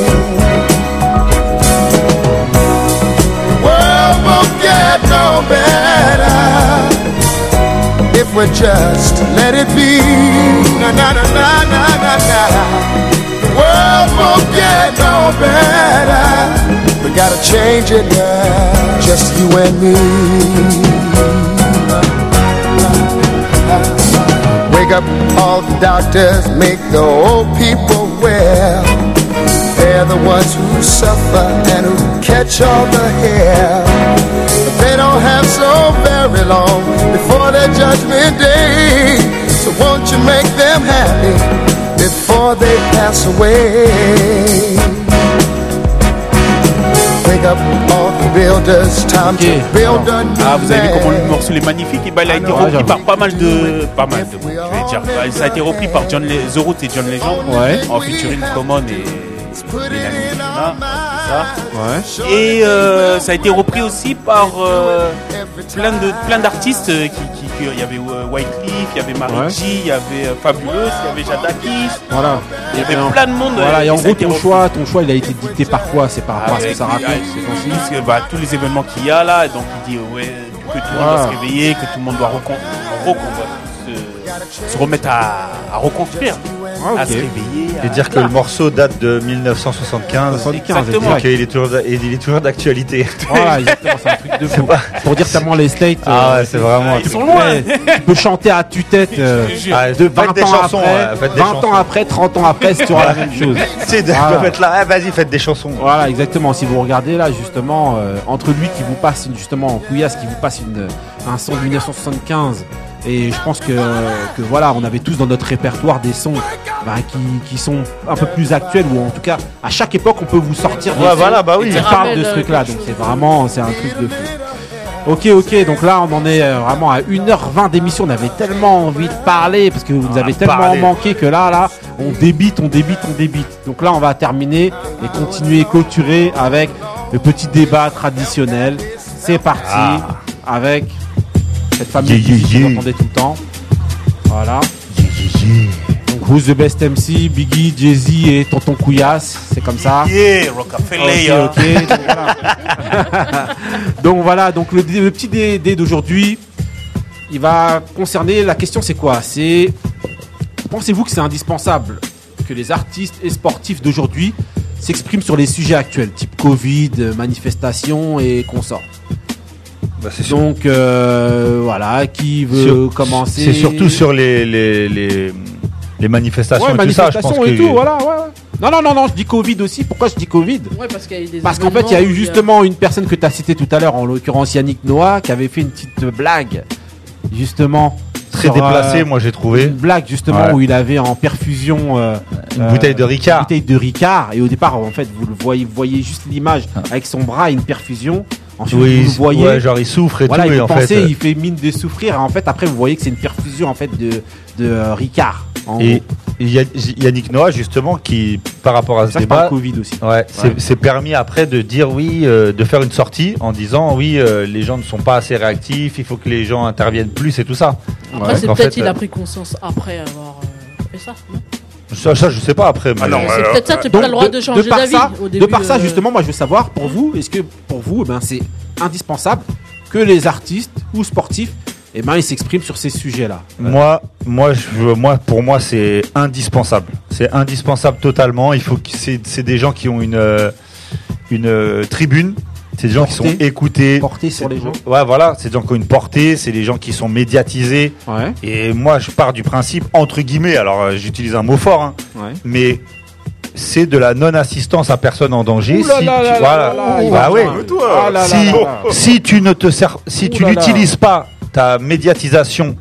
Speaker 10: world won't get no better if we just let it be. Na na na na na na na. The world won't get no better. We gotta change it now, just you and me. Wake up all the doctors, make the old people well. They're the ones who suffer and who catch all the hair. But they don't have so very long before their judgment day. So won't you make them happy before they pass away? Wake up all the builders, time
Speaker 3: Ok.
Speaker 10: to build a new
Speaker 3: Ah, vous avez vu comment le
Speaker 10: man.
Speaker 3: morceau est magnifique Et bah, il a été repris par pas mal de. Pas mal de. Je vais dire. bah, Ça a été repris par John Le- The Root et John Legend.
Speaker 1: Ouais.
Speaker 3: En featuring Common et. et Nami Nina, c'est ça. Et euh, ça a été repris aussi par euh, plein de plein d'artistes euh, qui, qui- qui- il y avait euh, Wycliffe, il y avait Marie
Speaker 1: Ouais.
Speaker 3: G, il y avait euh, Fabulous, il y avait Jadakis,
Speaker 1: Voilà.
Speaker 3: il y
Speaker 1: Et en-
Speaker 3: avait plein de monde.
Speaker 1: Voilà,
Speaker 3: euh,
Speaker 1: et en
Speaker 3: ça a
Speaker 1: gros,
Speaker 3: été
Speaker 1: ton
Speaker 3: repris.
Speaker 1: choix, ton choix, il a été dicté par quoi C'est par rapport à ce que
Speaker 3: Avec-
Speaker 1: ça raconte
Speaker 3: avec-
Speaker 1: c'est
Speaker 3: tout
Speaker 1: pensé.
Speaker 3: ce que- bah, tous les événements qu'il y a là, et donc il dit euh, ouais, que tout le monde doit se
Speaker 1: Voilà.
Speaker 3: réveiller, que tout le monde doit, recon- recon- doit se, se remettre à, à reconstruire,
Speaker 1: Ah,
Speaker 3: à se réveiller. à-
Speaker 4: Et dire que le morceau date de 1975.
Speaker 1: 75,
Speaker 3: Exactement.
Speaker 4: Ok, il est toujours, d'a- il est toujours d'actualité.
Speaker 1: Voilà, exactement, c'est un truc de fou. Pour dire tellement les States,
Speaker 4: Ah
Speaker 1: euh,
Speaker 4: ouais, c'est vraiment. un
Speaker 3: Ils
Speaker 4: truc-
Speaker 3: sont loin.
Speaker 1: ouais, tu peux chanter à tue-tête euh,
Speaker 3: Je te jure.
Speaker 4: Ah,
Speaker 1: de
Speaker 4: faites
Speaker 1: 20
Speaker 4: des
Speaker 1: ans
Speaker 4: chansons,
Speaker 1: après,
Speaker 4: ouais, faites des
Speaker 1: 20 ans
Speaker 4: chansons.
Speaker 1: après, 30 ans après, tu auras la même chose.
Speaker 4: Tu sais, de-
Speaker 1: Voilà.
Speaker 4: faites là, ah, vas-y, faites des chansons.
Speaker 1: Voilà, exactement. Si vous regardez là, justement, euh, entre lui qui vous passe une, justement, en couillasse, qui vous passe une, un son de 1975, et je pense que, que voilà, on avait tous dans notre répertoire des sons bah, qui, qui sont un peu plus actuels, ou en tout cas, à chaque époque, on peut vous sortir des
Speaker 4: Ouais,
Speaker 1: sons
Speaker 4: voilà, bah
Speaker 1: qui
Speaker 4: oui.
Speaker 2: Et ça-
Speaker 1: parlent de ce truc-là. Donc c'est vraiment, c'est un truc de fou. Ok, ok, donc là on en est euh, vraiment à 1h20 d'émission, on avait tellement envie de parler parce que vous nous avez tellement
Speaker 4: parler.
Speaker 1: manqué que là, là, on débite, on débite, on débite. Donc là on va terminer et continuer, clôturer avec le petit débat traditionnel. C'est parti
Speaker 4: Ah.
Speaker 1: avec cette fameuse
Speaker 4: Yeah, yeah,
Speaker 1: musique qu'on
Speaker 4: yeah.
Speaker 1: entendait tout le temps. Voilà. Donc Who's the best MC, Biggie, Jay-Z et Tonton Couillasse, c'est comme ça.
Speaker 3: Yeah, Rockefeller. hein.
Speaker 1: Ok, ok, donc voilà. donc voilà, donc le, dé- le petit dé dé d'aujourd'hui, il va concerner la question c'est quoi C'est pensez-vous que c'est indispensable que les artistes et sportifs d'aujourd'hui s'expriment sur les sujets actuels, type Covid, euh, manifestations et consorts.
Speaker 4: Bah, c'est sur-
Speaker 1: Donc euh, voilà, qui veut
Speaker 4: sur-
Speaker 1: commencer
Speaker 4: C'est surtout sur les, les, les, les manifestations
Speaker 1: ouais,
Speaker 4: et tout ça, je pense.
Speaker 1: manifestations et
Speaker 4: que-
Speaker 1: tout, voilà, ouais. Non non non non, je dis Covid aussi. Pourquoi je dis Covid
Speaker 2: Ouais, parce qu'il y a eu des
Speaker 1: Parce qu'en fait, il y a eu justement une personne que tu as citée tout à l'heure, en l'occurrence Yannick Noah, qui avait fait une petite blague, justement.
Speaker 4: Très
Speaker 1: sur,
Speaker 4: déplacé,
Speaker 1: euh,
Speaker 4: moi j'ai trouvé.
Speaker 1: Une blague, justement,
Speaker 4: Ouais.
Speaker 1: où il avait en perfusion euh,
Speaker 4: Une
Speaker 1: euh,
Speaker 4: bouteille de
Speaker 1: une
Speaker 4: Ricard.
Speaker 1: bouteille de Ricard. Et au départ, en fait, vous le voyez, vous voyez juste l'image avec son bras, une perfusion. Ensuite,
Speaker 4: Ah. Oui,
Speaker 1: vous le voyez.
Speaker 4: ouais, genre il souffre et
Speaker 1: voilà,
Speaker 4: tout,
Speaker 1: il
Speaker 4: et
Speaker 1: vous
Speaker 4: en
Speaker 1: pensez,
Speaker 4: fait. euh,
Speaker 1: il fait mine de souffrir. Et en fait, après, vous voyez que c'est une perfusion, en fait, de, de euh, Ricard. En
Speaker 4: Et
Speaker 1: gros.
Speaker 4: il y a- il y a Yannick Noah, justement, qui, par rapport à ce
Speaker 1: ça, c'est pas
Speaker 4: débat,
Speaker 1: le Covid aussi.
Speaker 4: Ouais, c'est- c'est permis après de dire oui, euh, de faire une sortie en disant oui, euh, les gens ne sont pas assez réactifs, il faut que les gens interviennent plus et tout ça.
Speaker 2: Après,
Speaker 4: Ouais.
Speaker 2: c'est
Speaker 4: En
Speaker 2: peut-être
Speaker 4: fait,
Speaker 2: il
Speaker 4: euh,
Speaker 2: a pris conscience après avoir euh, fait ça. non
Speaker 4: euh, Ça, ça, je sais pas après. Mais
Speaker 5: Ah non,
Speaker 2: Ouais,
Speaker 5: ouais,
Speaker 2: c'est
Speaker 5: ouais,
Speaker 2: peut-être ça,
Speaker 5: ouais.
Speaker 2: t'es pas le droit
Speaker 1: euh, de-
Speaker 2: de changer
Speaker 1: de par
Speaker 2: d'avis
Speaker 1: ça-
Speaker 2: au début.
Speaker 1: De par ça,
Speaker 2: euh,
Speaker 1: justement, moi je veux savoir pour vous, est-ce que pour vous, eh ben, c'est indispensable que les artistes ou sportifs, eh ben, ils s'expriment sur ces sujets-là
Speaker 4: Moi, moi, je, veux- moi, pour moi, c'est indispensable. C'est indispensable totalement. Il faut que c'est c'est des gens qui ont une euh, une euh, tribune. C'est des gens qui sont
Speaker 1: Portée.
Speaker 4: écoutés.
Speaker 1: Portés sur
Speaker 4: C'est-
Speaker 1: les gens.
Speaker 4: Ouais, voilà. C'est des gens qui ont une portée. C'est des gens qui sont médiatisés.
Speaker 1: Ouais,
Speaker 4: Et moi, je pars du principe entre guillemets. Alors, euh, j'utilise un mot fort. hein,
Speaker 1: ouais.
Speaker 4: mais c'est de la non-assistance à personne en danger. si tu- voilà.
Speaker 1: il
Speaker 4: Bah
Speaker 1: va
Speaker 4: ouais.
Speaker 1: loin.
Speaker 5: Toi,
Speaker 1: Ah là là
Speaker 4: Si-
Speaker 1: là là.
Speaker 4: Si tu ne te sers, si
Speaker 1: Ouh
Speaker 4: tu
Speaker 1: là là.
Speaker 4: n'utilises pas ta médiatisation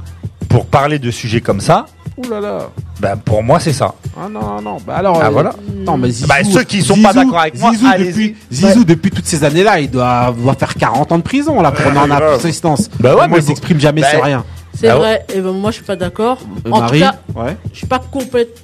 Speaker 4: pour parler de sujets comme ça,
Speaker 1: Ouh là là.
Speaker 4: ben pour moi c'est ça.
Speaker 1: Ah non, non. Bah alors.
Speaker 4: Ah
Speaker 1: euh,
Speaker 4: voilà.
Speaker 1: Non, mais Zizou,
Speaker 4: Bah, ceux qui sont pas
Speaker 1: Zizou-
Speaker 4: d'accord avec moi,
Speaker 1: Zizou,
Speaker 4: allez-y.
Speaker 1: depuis, Zizou, depuis toutes ces années-là, il doit, doit faire 40 ans de prison là pour en
Speaker 5: grave.
Speaker 1: assistance.
Speaker 4: Bah ouais,
Speaker 1: Comment
Speaker 4: mais
Speaker 1: il
Speaker 4: bon.
Speaker 1: s'exprime jamais
Speaker 4: Bah,
Speaker 1: sur rien.
Speaker 2: C'est Eh
Speaker 4: Ah ouais.
Speaker 2: vrai, et ben moi je suis pas d'accord.
Speaker 1: Euh,
Speaker 2: En
Speaker 1: Marie,
Speaker 2: tout cas,
Speaker 1: ouais.
Speaker 2: je suis pas complète-